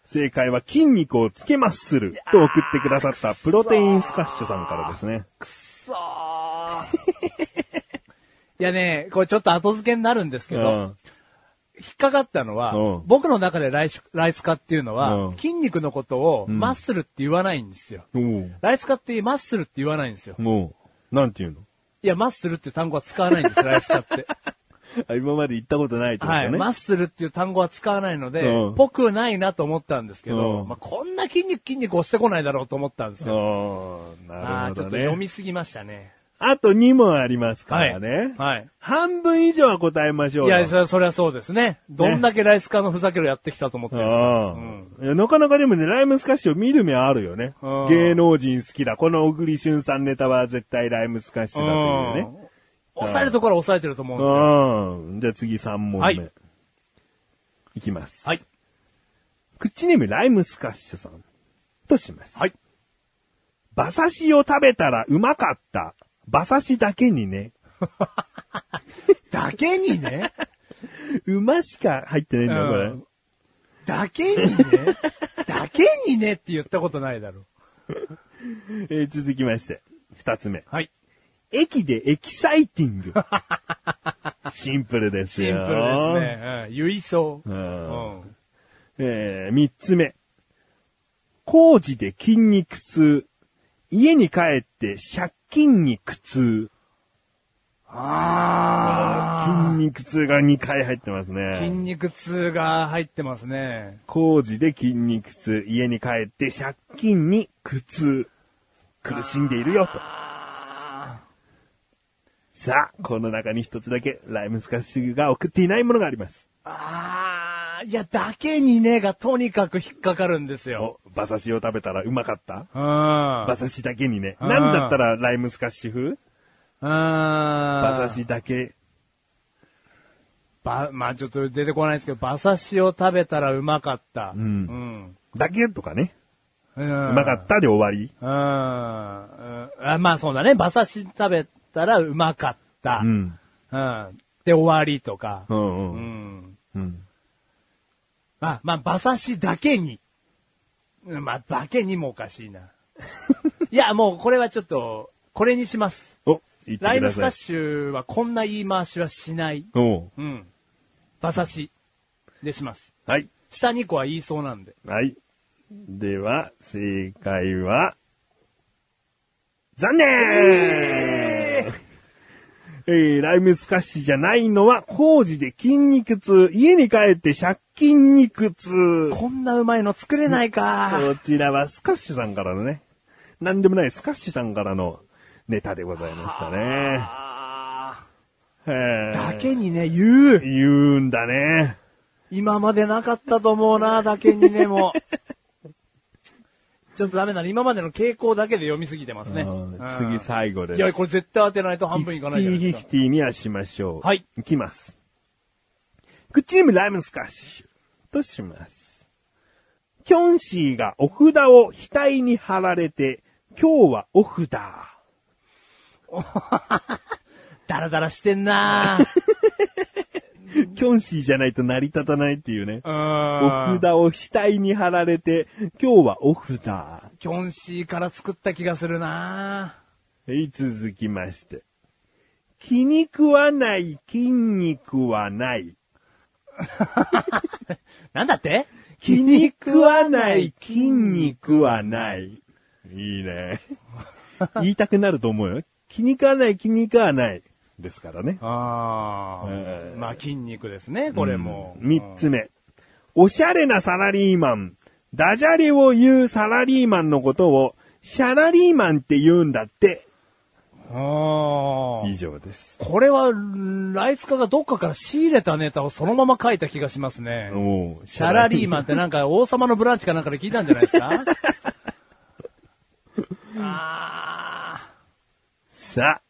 正解は筋肉をつけますすると送ってくださったプロテインスカッシュさんからですね。
くそーいやね、これちょっと後付けになるんですけ
う
ど、
ん。
引っかかったのは、
うん
僕の中でライスライスカっていうのは、
うん
筋肉のことを
うん
マッスルって言わないんですよ。
おう
ライスカってマッスルって言わないんですよ。
もう、なんていうの
いや、マッスルっていう単語は使わな いんです、ライスカって。
あ今まで行ったことないってこと
はい。
ね。
マッスルっていう単語は使わないので、
うん
ぽくないなと思ったんですけど、
うん
まあ、こんな筋肉筋肉押してこないだろうと思ったんです
あ
よ。
ー
あ
な
あー、
る
ちょっ
ほど
と読み
ね。
すぎましたね。
あと2問ありますか
はい。
らね。
はい。
半分以上は答えましょう
い
よ
や、そそりゃそうですね。どんだけライスカのふざけるやってきたと思ってるんですか。うん
うんいやなかなかでもね、ライムスカッシュを見る目あるよね
うん。
芸能人好きだ。この小栗旬さんネタは絶対ライムスカッシュだというね。
うん抑えるところは抑えてると思うんですよ。
うん。じゃあ次3問目。
はい
い、きます。
はい。
口ネームライムスカッシュさん。とします。
はい。
馬刺しを食べたらうまかった。馬刺しだけにね。
だけにね。
馬しか入ってないんだよ、これ。
うんだけにね。だけにねって言ったことないだろ。
えー続きまして。二つ目。
はい。
駅でエキサイティン グ。シンプルです
シン
よ。
プルですね。うん。唯相。
う
うんん。
えー三つ目。工事で筋肉痛。家に帰って借金に苦痛。
あ
筋肉痛が2回入ってます
あ。
ね。
筋肉痛が入ってますね。
工事で筋肉痛。家に帰って借金に苦痛。苦しんでいるよと。
あ
さあ、この中に一つだけ、ライムスカッシュが送っていないものがあります。
ーあー。いや、だけにねがとにかく引っかかるんですよ。
お、馬刺しを食べたらうまかった
うん。
馬刺しだけにね。
うん
なんだったらライムスカッシュ風馬
馬
刺しだけ。
ば、まあちょっと出てこないですけど、馬刺しを食べたらうまかった。うんん。
だけとかね。
うん。う
うまかったで終わり。
うん。うんあまあそうだね。馬刺し食べたらうまかった。うん。
ん。
で終わりとか
う。ん
う
うん。
ん。
うん。
まあ、まあ、馬刺しだけに。うんまあ、だけにもおか しいな。いや、もうこれはちょっと、これにします。
お、言って
ライ
く
ム
だ
スカ
さ
ッ
い。
シュはこんな言い回しはしない。
おう
うん。馬刺しでします。
はい。
下2個は言いそうなんで。
はい。では、正解は、残念えーライムスカッシュじゃないのは、工事で筋肉痛、家に帰って借金肉痛。こ
こんなうまいの作れないか。
ちらはスカッシュさんからのね、なんでもないスカッシュさんからのネタでございましたね。
あ
へ
ー
ー
だけにね、言う。
言うんだね。
今までなかったと思うな、だけにね、もう。 ちょっとダメだね。今までの傾向だけで読みすぎてますね。
うん
うん
次最後です。
いや、これ絶対当てないと半分いかないじゃない
ヒ
で
フ
す
ティフ
か。
ティにはしましょう。
はい。
いきます。クッチームライムスカッシュとします。キョンシーがお札を額に貼られて、今日はお札。
ダラダラしてんな
キョンシーじゃないと成り立たないっていうね。
うん。
お札を額に貼られて、今日はお札。
キョンシーから作った気がするな
はい、続きまして。気に食わない筋肉はない。
なんだって
気に食わない筋肉はない。いい ね。言いたくなると思うよ。気に食わない筋肉はない。ですからね。
ああ、
えー
まあ筋肉ですね、これも。
三つ目。おしゃれなサラリーマン。ダジャレを言うサラリーマンのことを、シャラリーマンって言うんだって。
ああ
以上です。
これは、ライツカがどっかから仕入れたネタをそのまま書いた気がしますね。
おう
シャラリーマンってなんか王様のブランチかなんかで聞いたんじゃないですかああ。
さあ、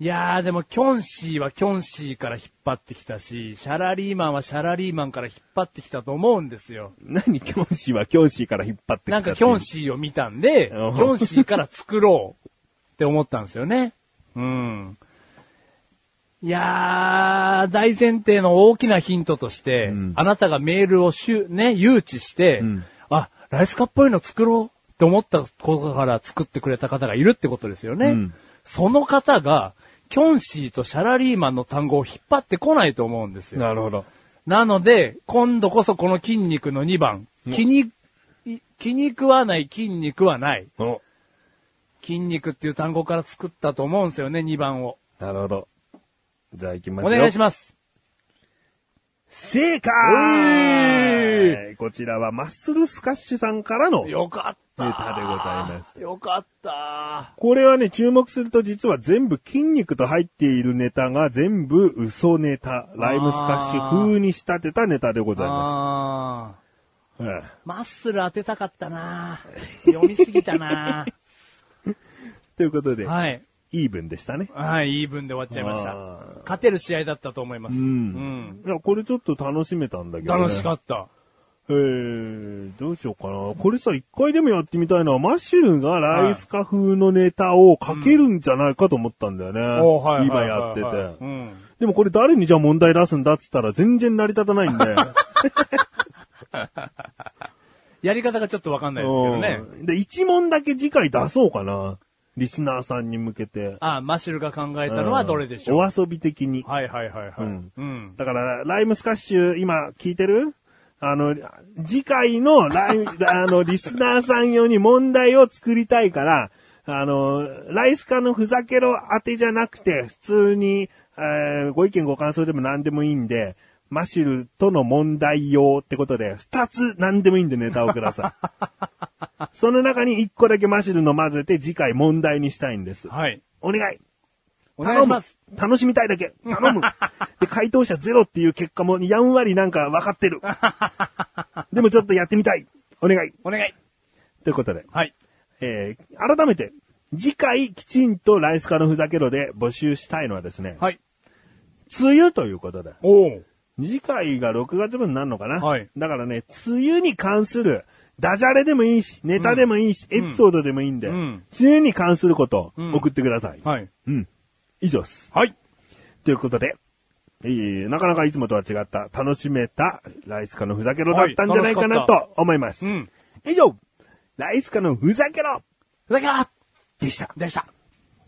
いやーでも、キョンシーはキョンシーから引っ張ってきたし、シャラリーマンはシャラリーマンから引っ張ってきたと思うんですよ。
何教師は教師から引っ張ってきた
な
っ
ん
ていう
かキョンシーを見たんで、キ
うん
ョンシーから作ろうって思ったんですよね。うん。いやー、大前提の大きなヒントとして、
ん
あなたがメールをしゅ、ね、誘致して、
ん
あ、ライスカっぽいの作ろうって思ったことから作ってくれた方がいるってことですよね。
うん
その方が、キョンシーとシャラリーマンの単語を引っ張ってこないと思うんですよ。
なるほど。
なので、今度こそこの筋肉の2番。気に、い気に食わない筋肉はない。
お
筋肉っていう単語から作ったと思うんですよね、2番を。
なるほど。じゃあ行きま
お
すよ。
願いします。
す。正解
お
こちらはマッスルスカッシュさんからの
よかった。
ネタでございます
よかった。
これはね、注目すると実は全部筋肉と入っているネタが全部嘘ネタ、ライムスカッシュ風に仕立てたネタでございます。
あー
うん
マッスル当てたかったな読みすぎ たな
ということで、
はい。
イーブンでしたね。
はい、いい分で終わっちゃいました
あー。
勝てる試合だったと思います。
うん。いや、これちょっと楽しめたんだけ
うん
ど、ね。
楽しかった。
えー、どうしようかな。これさ、一回でもやってみたいのは、マシューがライスカ風のネタをかけるんじゃないかと思ったんだよね。
おーはい
今
はいはいは
や
い
ってて
う。ん。
でもこれ誰にじゃあ問題出すんだっつったら全然成り立たないん で。
やり方がちょっとわかんないですけどね。
うんで、一問だけ次回出そうかな。リスナーさんに向けて。
あマシュルが考えたのはどれでしょう、
うんお遊び的に。
はいはいはいはい。
うん
うん。
だから、ライムスカッシュ、今聞いてるあの、次回のライム、 あの、リスナーさん用に問題を作りたいから、あの、ライスカのふざけろ当てじゃなくて、普通に、えーご意見ご感想でも何でもいいんで、マシュルとの問題用ってことで、二つ何でもいいんでネタをください。その中に一個だけマシュルの混ぜて次回問題にしたいんです。
はい。
お願い
お願いします。
頼む楽しみたいだけ頼む で、回答者ゼロっていう結果もやんわりなんか分かって る。でもちょっとやってみたいお願い
お願い。
ということで、
はい。
えー、改めて、次回きちんとライスカのふざけろで募集したいのはですね、
はい。
梅雨ということで、
おお。
次回が6月分になるのかな、
はい
だからね、梅雨に関する、ダジャレでもいいし、ネタでもいいし、エピソードでもいいんで、
うん
梅雨に関すること
うん
送ってください。
はい。
うん。以上です。
はい。
ということで、えーなかなかいつもとは違った、楽しめた、ライスカのふざけろだったんじゃないかな
はい楽しか
と思います。
うん
以上、ライスカのふざけろ
ふざけろ
でした。
でした。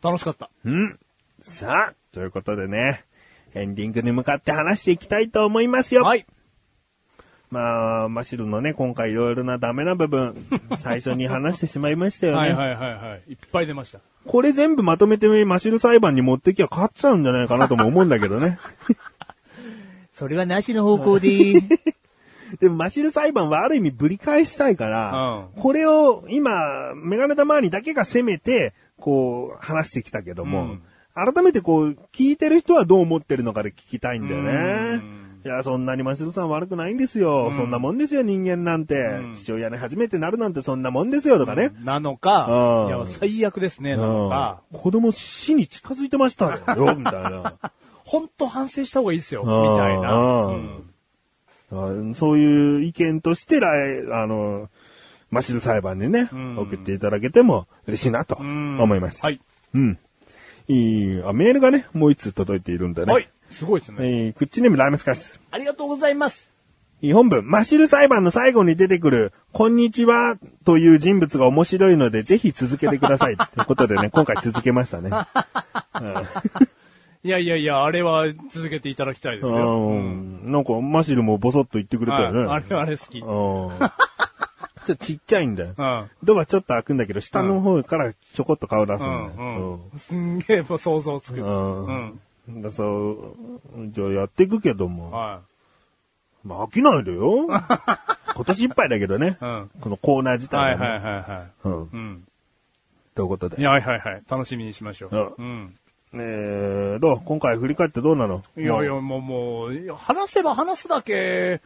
楽しかった。
うん。さあ、ということでね、エンディングに向かって話していきたいと思いますよ。
はい。
まあ、マシルのね、今回いろいろなダメな部 分、最初に話してしまいましたよね。
はいはいはいはい。いっぱい出ました。
これ全部まとめてマシル裁判に持ってきゃ勝っちゃうんじゃないかなとも思うんだけどね。
それはなしの方向で。
でも、マシル裁判はある意味ぶり返したいから、これを今、メガネ玉にだけが攻めて、こう、話してきたけども、
うん
改めてこう、聞いてる人はどう思ってるのかで聞きたいんだよ
う
ね。いや、そんなにマシルさん悪くないんですよ。そんなもんですよ、人間なんて。父親に初めてなるなんてそんなもんですよ、とかね。
なのか
う、ん
いや、最悪ですね、なのか、
うん子供死に近づいてましたよ、よみたいな。
本当反省した方がいいですよ、み
うん
たいな。
う
うんん
あそういう意見として来、あの、マシル裁判にね、
ん
送っていただけても嬉しいなと
うん
思います。
はい。
うん。いいあメールがね、もう一通届いているんでね。
はいすごいですね。
えー、クッチネームライムスカイス。
ありがとうございます。
日本文、マシル裁判の最後に出てくる、こんにちはという人物が面白いので、ぜひ続けてくだ さい。ということでね、今回続けましたね。
いやいやいや、あれは続けていただきたいです
う
よ。
ん。なんか、マシルもボソッと言ってくれた
はい
よね。
あれはあれ好き。
う
うんん。
ちょっとちっちゃいんだよ。
うん
ドアちょっと開くんだけど、下の方からちょこっと顔出す
うん
だ
ん
よ。
すんげえもう想像つく。
う
うん。
ん。うん。だそう、じゃあやっていくけども、
は
まあ飽きないで よ。今年いっぱいだけどね。
うん
このコーナー自
い。
体
はいはいはい
い。
は
うん
い。う。ん。
ということで
い。やはいはいはい。楽しみにしましょう。うん。
えー、どう今回振り返ってどうなの
いやいや、もうもう、いや話せば話すだけ、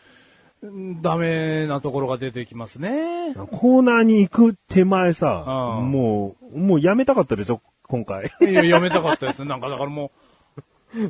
うんダメなところが出てきますね。
コーナーに行く手前さ、
うん
もう、もうやめたかったでしょ今回。
いや、やめたかったですね。なんかだからも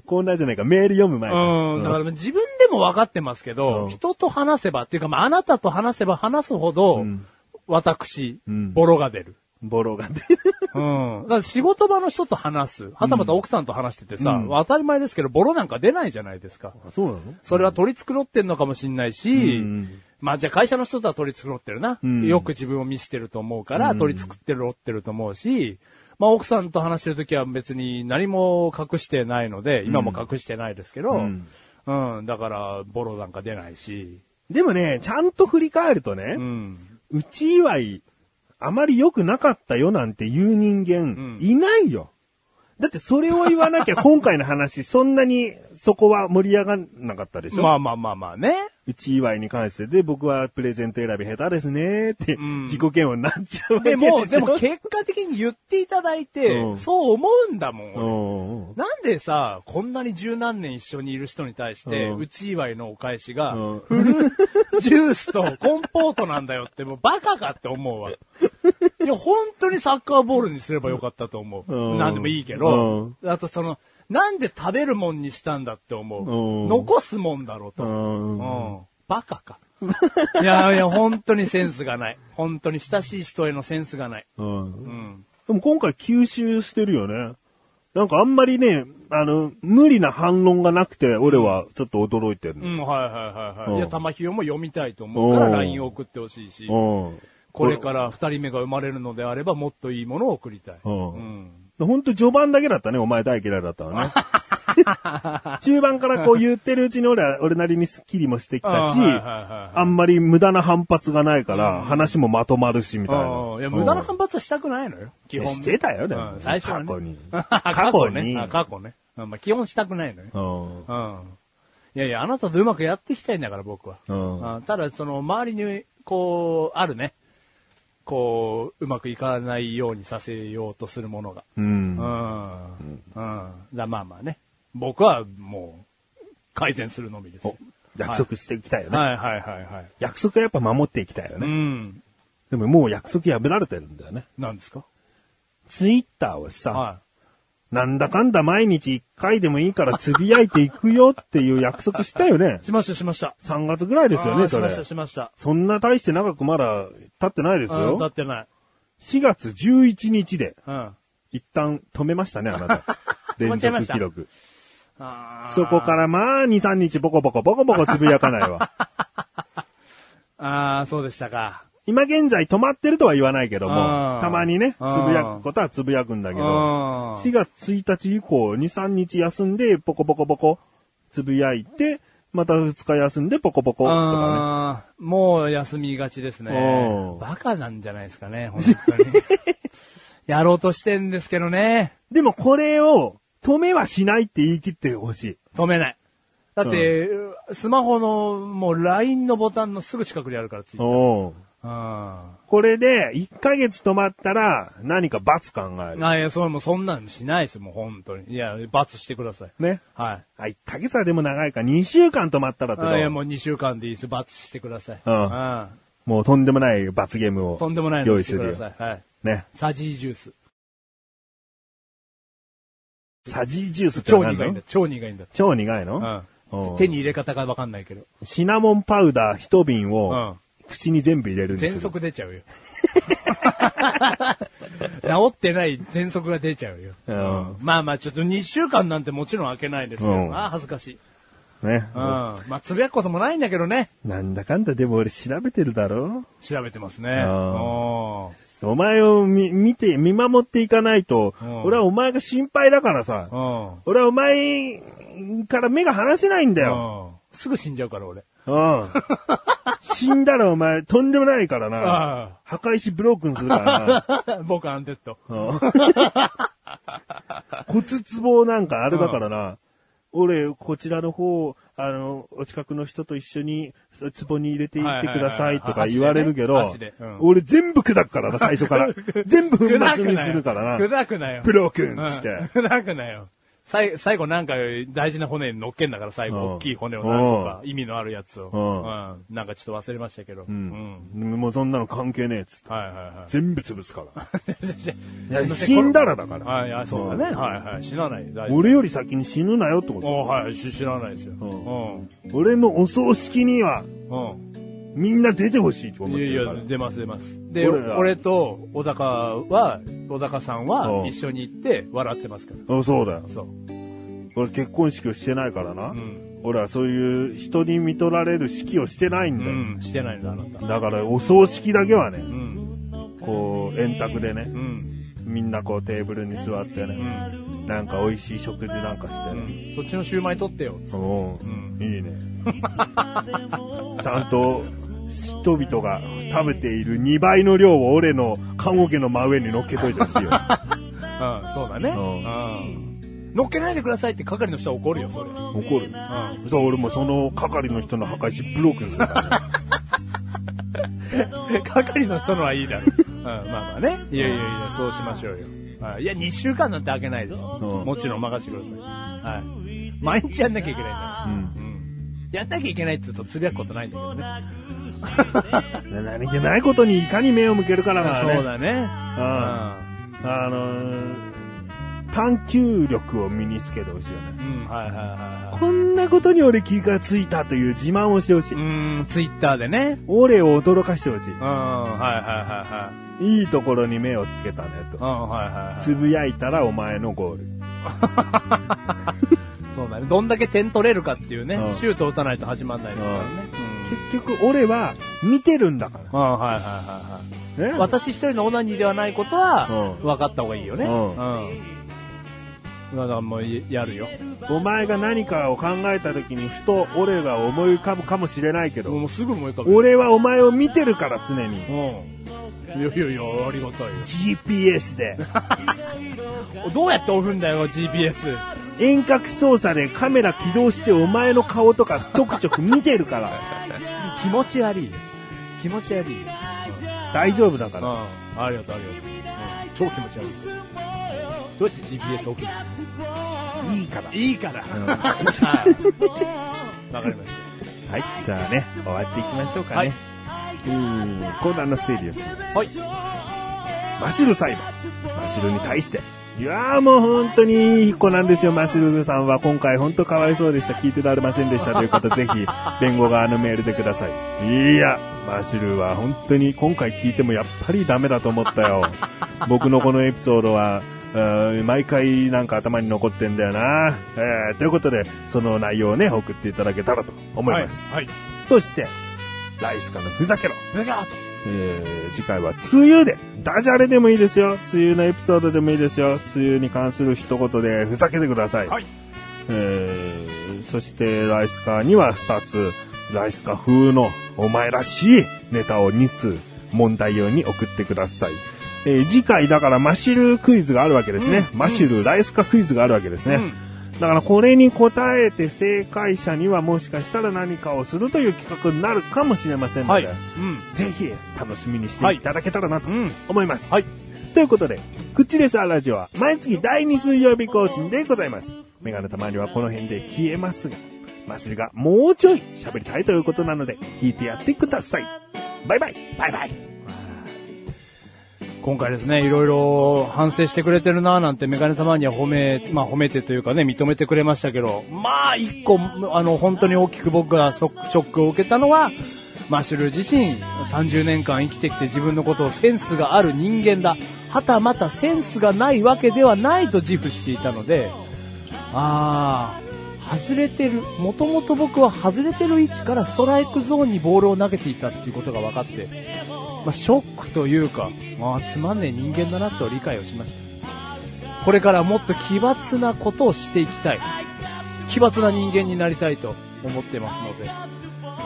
コーナーじゃないか、メール読む前
う、
に
うん、だから自分でも分かってますけど、
うん
人と話せばっていうか、まあ、あなたと話せば話すほど、
ん
私、
うん
ボロが出る。
ボロが 出る。
うん。だから仕事場の人と話す。はたまた奥さんと話しててさ、当たり前ですけど、ボロなんか出ないじゃないですか。
そうなの
それは取り繕ってんのかもしんないし、
ん
まあじゃあ会社の人とは取り繕ってるな。
ん
よく自分を見してると思うから、取り繕ってるってると思うし、まあ奥さんと話してるときは別に何も隠してないので、今も隠してないですけど、うん
ん、
だから、ボロなんか出ないし、
でもね、ちゃんと振り返るとね
う、ん。
うち祝い、あまり良くなかったよなんて言う人
ん
間、いないよ。だってそれを言わなきゃ今回の話、そんなにそこは盛り上がんなかったでしょ、
まあまあまあまあね。
うち祝いに関してで、僕はプレゼント選び下手ですねって、
ん
自己嫌悪になっちゃうわけで
で も、でも
し
結果的に言っていただいて、
うん
そう思うんだもん、
ょ
俺
うん
なんでさ、こんなに十何年一緒にいる人に対して、
う
うんち祝いのお返しが、
うん
フルジュースとコンポートなんだよって、もうバカかって思うわ。いや、本当にサッカーボールにすればよかったと思う。
うん
なんでもいいけど、あとその、なんで食べるもんにしたんだって思う。
うん
残すもんだろう
う
と。
ん
う
うん
ん。バカか。いやいや、本当にセンスがない。本当に親しい人へのセンスがない。
うん
うん。
でも今回吸収してるよね。なんかあんまりね、あの、無理な反論がなくて、俺はちょっと驚いてる
う
の。
ん、はいはいはいは
う
い。
ん
いや、玉ひよも読みたいと思うから
うん
LINE を送ってほしいし、
うん。
これから二人目が生まれるのであればもっといいものを送りたい。
うん
うん。
ほんと序盤だけだったね、お前大嫌いだったわね。 中盤からこう言ってるうちに俺は、俺なりにスッキリもしてきたし
あはいはいはい、
あんまり無駄な反発がないから、話もまとまるし、みたいな。
うんいや、無駄な
発
反発はしたくないのよ。基本。
してたよね
うん最初はね。
過去に
過去ね。あ
過去に
過去ね。うんまあ基本したくないのよ。
うん。
うん。いやいや、あなたとうまくやっていきたいんだから、僕は。
うん
ただ、その、周りに、こう、あるね。こう、うまくいかないようにさせようとするものが。
うん。
うん。うん。だまあまあね。僕はもう、改善するのみです。は
お約束していきたいよ
い
ね。
はいはいはい。
約束はやっぱ守っていきたいよ
う
ね。
ん。
でももう約束破られてるんだよね。
なんですか
ツイッターをさ、
は
なんだかんだ毎日一回でもいいからつぶやいていくよっていう約束したよね
い。。しましたしました。
3月ぐらいですよ
あ
ね、
ー
そ
しま
れ
し。たしました。
そんな大して長くまだ経ってないです
うん、立
よ
っ。てない。
4月11日で
うん。あ
一旦止めましたね、あなた。
止
連
まっちゃいま
続
した
記録。
あー
そこからまあ2、3日ボコボコボコボコつぶやかない わ。
ああ、そうでしたか。
今現在止まってるとは言わないけど
う
も
ん、
たまにね、つ
うん
ぶやくことはつぶやくんだけ
う
ど、
ん。
4月1日以降、2、3日休んで、ポコポコポコ、つぶやいて、また2日休んで、ポコポコ、とか
あーもう休みがちですね
お。う
バカなんじゃないですかね、本当 に。やろうとしてんですけどね。
ね。でもこれを、止めはしないって言い切ってほしい。
止めない。だって、スマホの、もう LINE のボタンのすぐ近くにあるから、つい。うん。
お
あ
これで、1ヶ月止まったら、何か罰考える。
いや、それもうそんなんしないですもう本当に。いや、罰してください。
ね。
はい。
あ、1ヶ月はでも長いか、2週間止まったらってど
あいや、
う
もう2週間でいいです。罰してください。
うんもうとんでもない罰ゲームを。
とんでもない
用
の
意
して
す
く
る
だ
よ。
さい。はい。
ね。
サジージュース。
サジージュースって
超
のは
苦
何ない
ん
の
だ。超苦いんだ。
超苦いのう
う。
んん
手に入れ方がわかんないけど。
シナモンパウダー一瓶
う
を、
ん。
口に全部入れるんです
全
よ。
速出ちゃうよ。治ってない喘息が出ちゃうよ。
うん
まあまあ、ちょっと2週間なんてもちろん開けないですよ。
うん
ああ、恥ずかしい。
ね
うん。。まあ、つぶやくこともないんだけどね。
なんだかんだでも俺調べてるだろ
調べてますね。
うん
うん
お前を見、見て、見守っていかないと
うん、
俺はお前が心配だからさ、
うん。
俺はお前から目が離せないんだよ。
うん。すぐ死んじゃうから、俺。
うん。死んだらお前とんでもないから
うん
な。破壊しブロークンするから な。
僕、アンデッド。
うん骨壺なんかあれだからな。俺、こちらの方、あの、お近くの人と一緒に、壺に入れていってくださいとか言われるけ
はい
ど
はいはいはい箸でね箸でうん、
俺全部砕くからな、最初から。全部粉末にするからな。
砕くなよ。
ブロー君っつって
うん砕くなよ。最最後なんか大事な骨に乗っけんだから最
うん
後、大きい骨を何個か、意味のあるやつを。
うん
うんなんかちょっと忘れましたけど。う
うん。もうそんなの関係ねえっつって。
はいはいはい。
全部潰すから。
い
いや死んだらだから
はい、あそうだね。はいはい。死なない。大丈夫。
俺より先に死ぬなよってこと。
おはい、し死なないですよ。
う
う
俺のお葬式には、
ん。うん。
みんな出てほしいと思っ
い
て
や
る
い
か
や、
ら。
出ます出ます。で、
俺ら
俺と小高は、小高さん
う
は
ん
一緒に行って笑ってますから。
あそうだよ。
そう。
俺結婚式をしてないからな。
ん
俺はそういう人に見取られる式をしてないん
う
だよ。
ん、してないんだ、あなた。
だからお葬式だけは
う
ね、
ん、
こう、円卓でね
う、ん、
みんなこうテーブルに座って
う
ね、
ん。
なんか美味しい食事なんかして
う
ね。
んそっちのシューマイ取ってよ。
そう
うん
いいね。 ちゃんと人々が食べている2倍の量を俺の看護家の真上に乗っけといてほしい よ。
うん、そうだね。うん。乗っけないでくださいって係の人は怒るよ、それ。うん。
怒る。そう、俺もその係の人の破壊しブロークにするからね。
係の人のはいいだろ。うん、まあまあね。いやいやいや、そうしましょうよ。はいいや、2週間なんて開けないです。
ん
もちろん任せてください。はい。毎日やんなきゃいけないんだから。うん。やんなきゃいけないっつうとつぶやくことないんだけどね。
な何気ないことにいかに目を向けるかだからね。
そうだね。
うあのー探求力を身につけてほしいよね。
うん。うん、はいはいはいは
こんなことに俺気がついたという自慢をしてほし
い。
い。
うん、ツイッターでね。
俺を驚かしてほし
うん、はいはいはいはい。
い。いいところに目をつけたね
う
と。
ん、はいはいはい。
つぶやいたらお前のゴール。
そうだね。どんだけ点取れるかっていうね、
うん
シュート打たないと始まんないですからね。
結局俺は見てるんだか
うん。うん、はいはいはいはい。
ら。ね、
私一人のオナニーではないことは、
うん
分かった方がいいよね。
う
うんん。だからもうやるよ。
お前が何かを考えた時にふと俺が思い浮かぶかもしれないけど、
もうすぐ思い浮かぶ。
俺はお前を見てるから常に。
うん。いやいやいや、ありがたい
GPS で、
よ。どうやってオフんだよ、GPS。
遠隔操作でカメラ起動してお前の顔とかちょくちょく見てるから。
気持ち悪いよ。気持ち悪いよ。
大丈夫だか
うん。
ら。
ありがとう、ありがとう。うん、超気持ち悪い。どうやって GPS 送る
いいから。
いいから。
ん
はいわかりまし
はい。じゃあね、終わっていきましょうかね。うーん、コーナーの整理をする。
た。はい。
マシル裁判。マシルに対して。いやーもう本当にいい子なんですよ、マシルさんは。今回本当かわいそうでした。聞いてられませんでしたという方、ぜひ、弁護側のメールでください。いや、マシルは本当に今回聞いてもやっぱりダメだと思ったよ。僕のこのエピソードは、うーん毎回なんか頭に残ってんだよな。えー、ということで、その内容をね、送っていただけたらと思います。
はい。
そして、ライスカのふざけろ。
ブガー
えー次回は梅雨で、ダジャレでもいいですよ。梅雨のエピソードでもいいですよ。梅雨に関する一言でふざけてください。
はい
えーそしてライスカーには2つ、ライスカー風のお前らしいネタを2つ問題用に送ってください。えー次回だからマシュルクイズがあるわけですね。マシュルライスカークイズがあるわけですね。
うん
だからこれに答えて正解者にはもしかしたら何かをするという企画になるかもしれませんの
はい。
で、
うん。
ぜひ楽しみにしていただけたらなと
うん。
思います。
はい。
ということで、クッチレスアラジオは毎月第2水曜日更新でございます。メガネたまりはこの辺で消えますが、マスルがもうちょい喋りたいということなので、聞いてやってください。バイバイバイバイ
今回ですね、いろいろ反省してくれてるなぁなんてメガネ様には褒め、まあ褒めてというかね、認めてくれましたけど、まあ一個、あの、本当に大きく僕がショックショックを受けたのは、マッシュル自身、30年間生きてきて自分のことをセンスがある人間だ。はたまたセンスがないわけではないと自負していたので、あー、外れてる。もともと僕は外れてる位置からストライクゾーンにボールを投げていたっていうことが分かって、まあ、ショックというか、まあ、つまんねえ人間だなと理解をしました。これからもっと奇抜なことをしていきたい。奇抜な人間になりたいと思ってますので、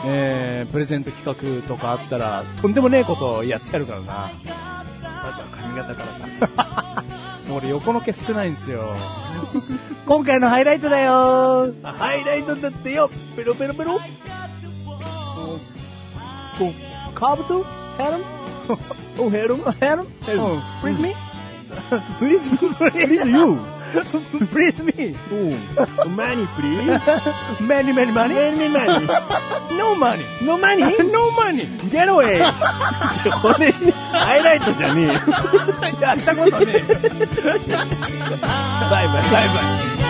えー、プレゼント企画とかあったら、とんでもねえことをやってやるからな。まずは髪型からか。もう俺横の毛少ないんです よ。今回のハイライトだよハイライトだってよペロペロペロおカーブとヘルム おヘルムヘルムプリズミ プリズミ プリズミ
You.
プリズミ
Oh, money, please.
マニマニマニ
Any money.
No money!
No money.
No money!
Get away. これ、ハイライトじゃねえよ。
やったことねえバイバイバイバイ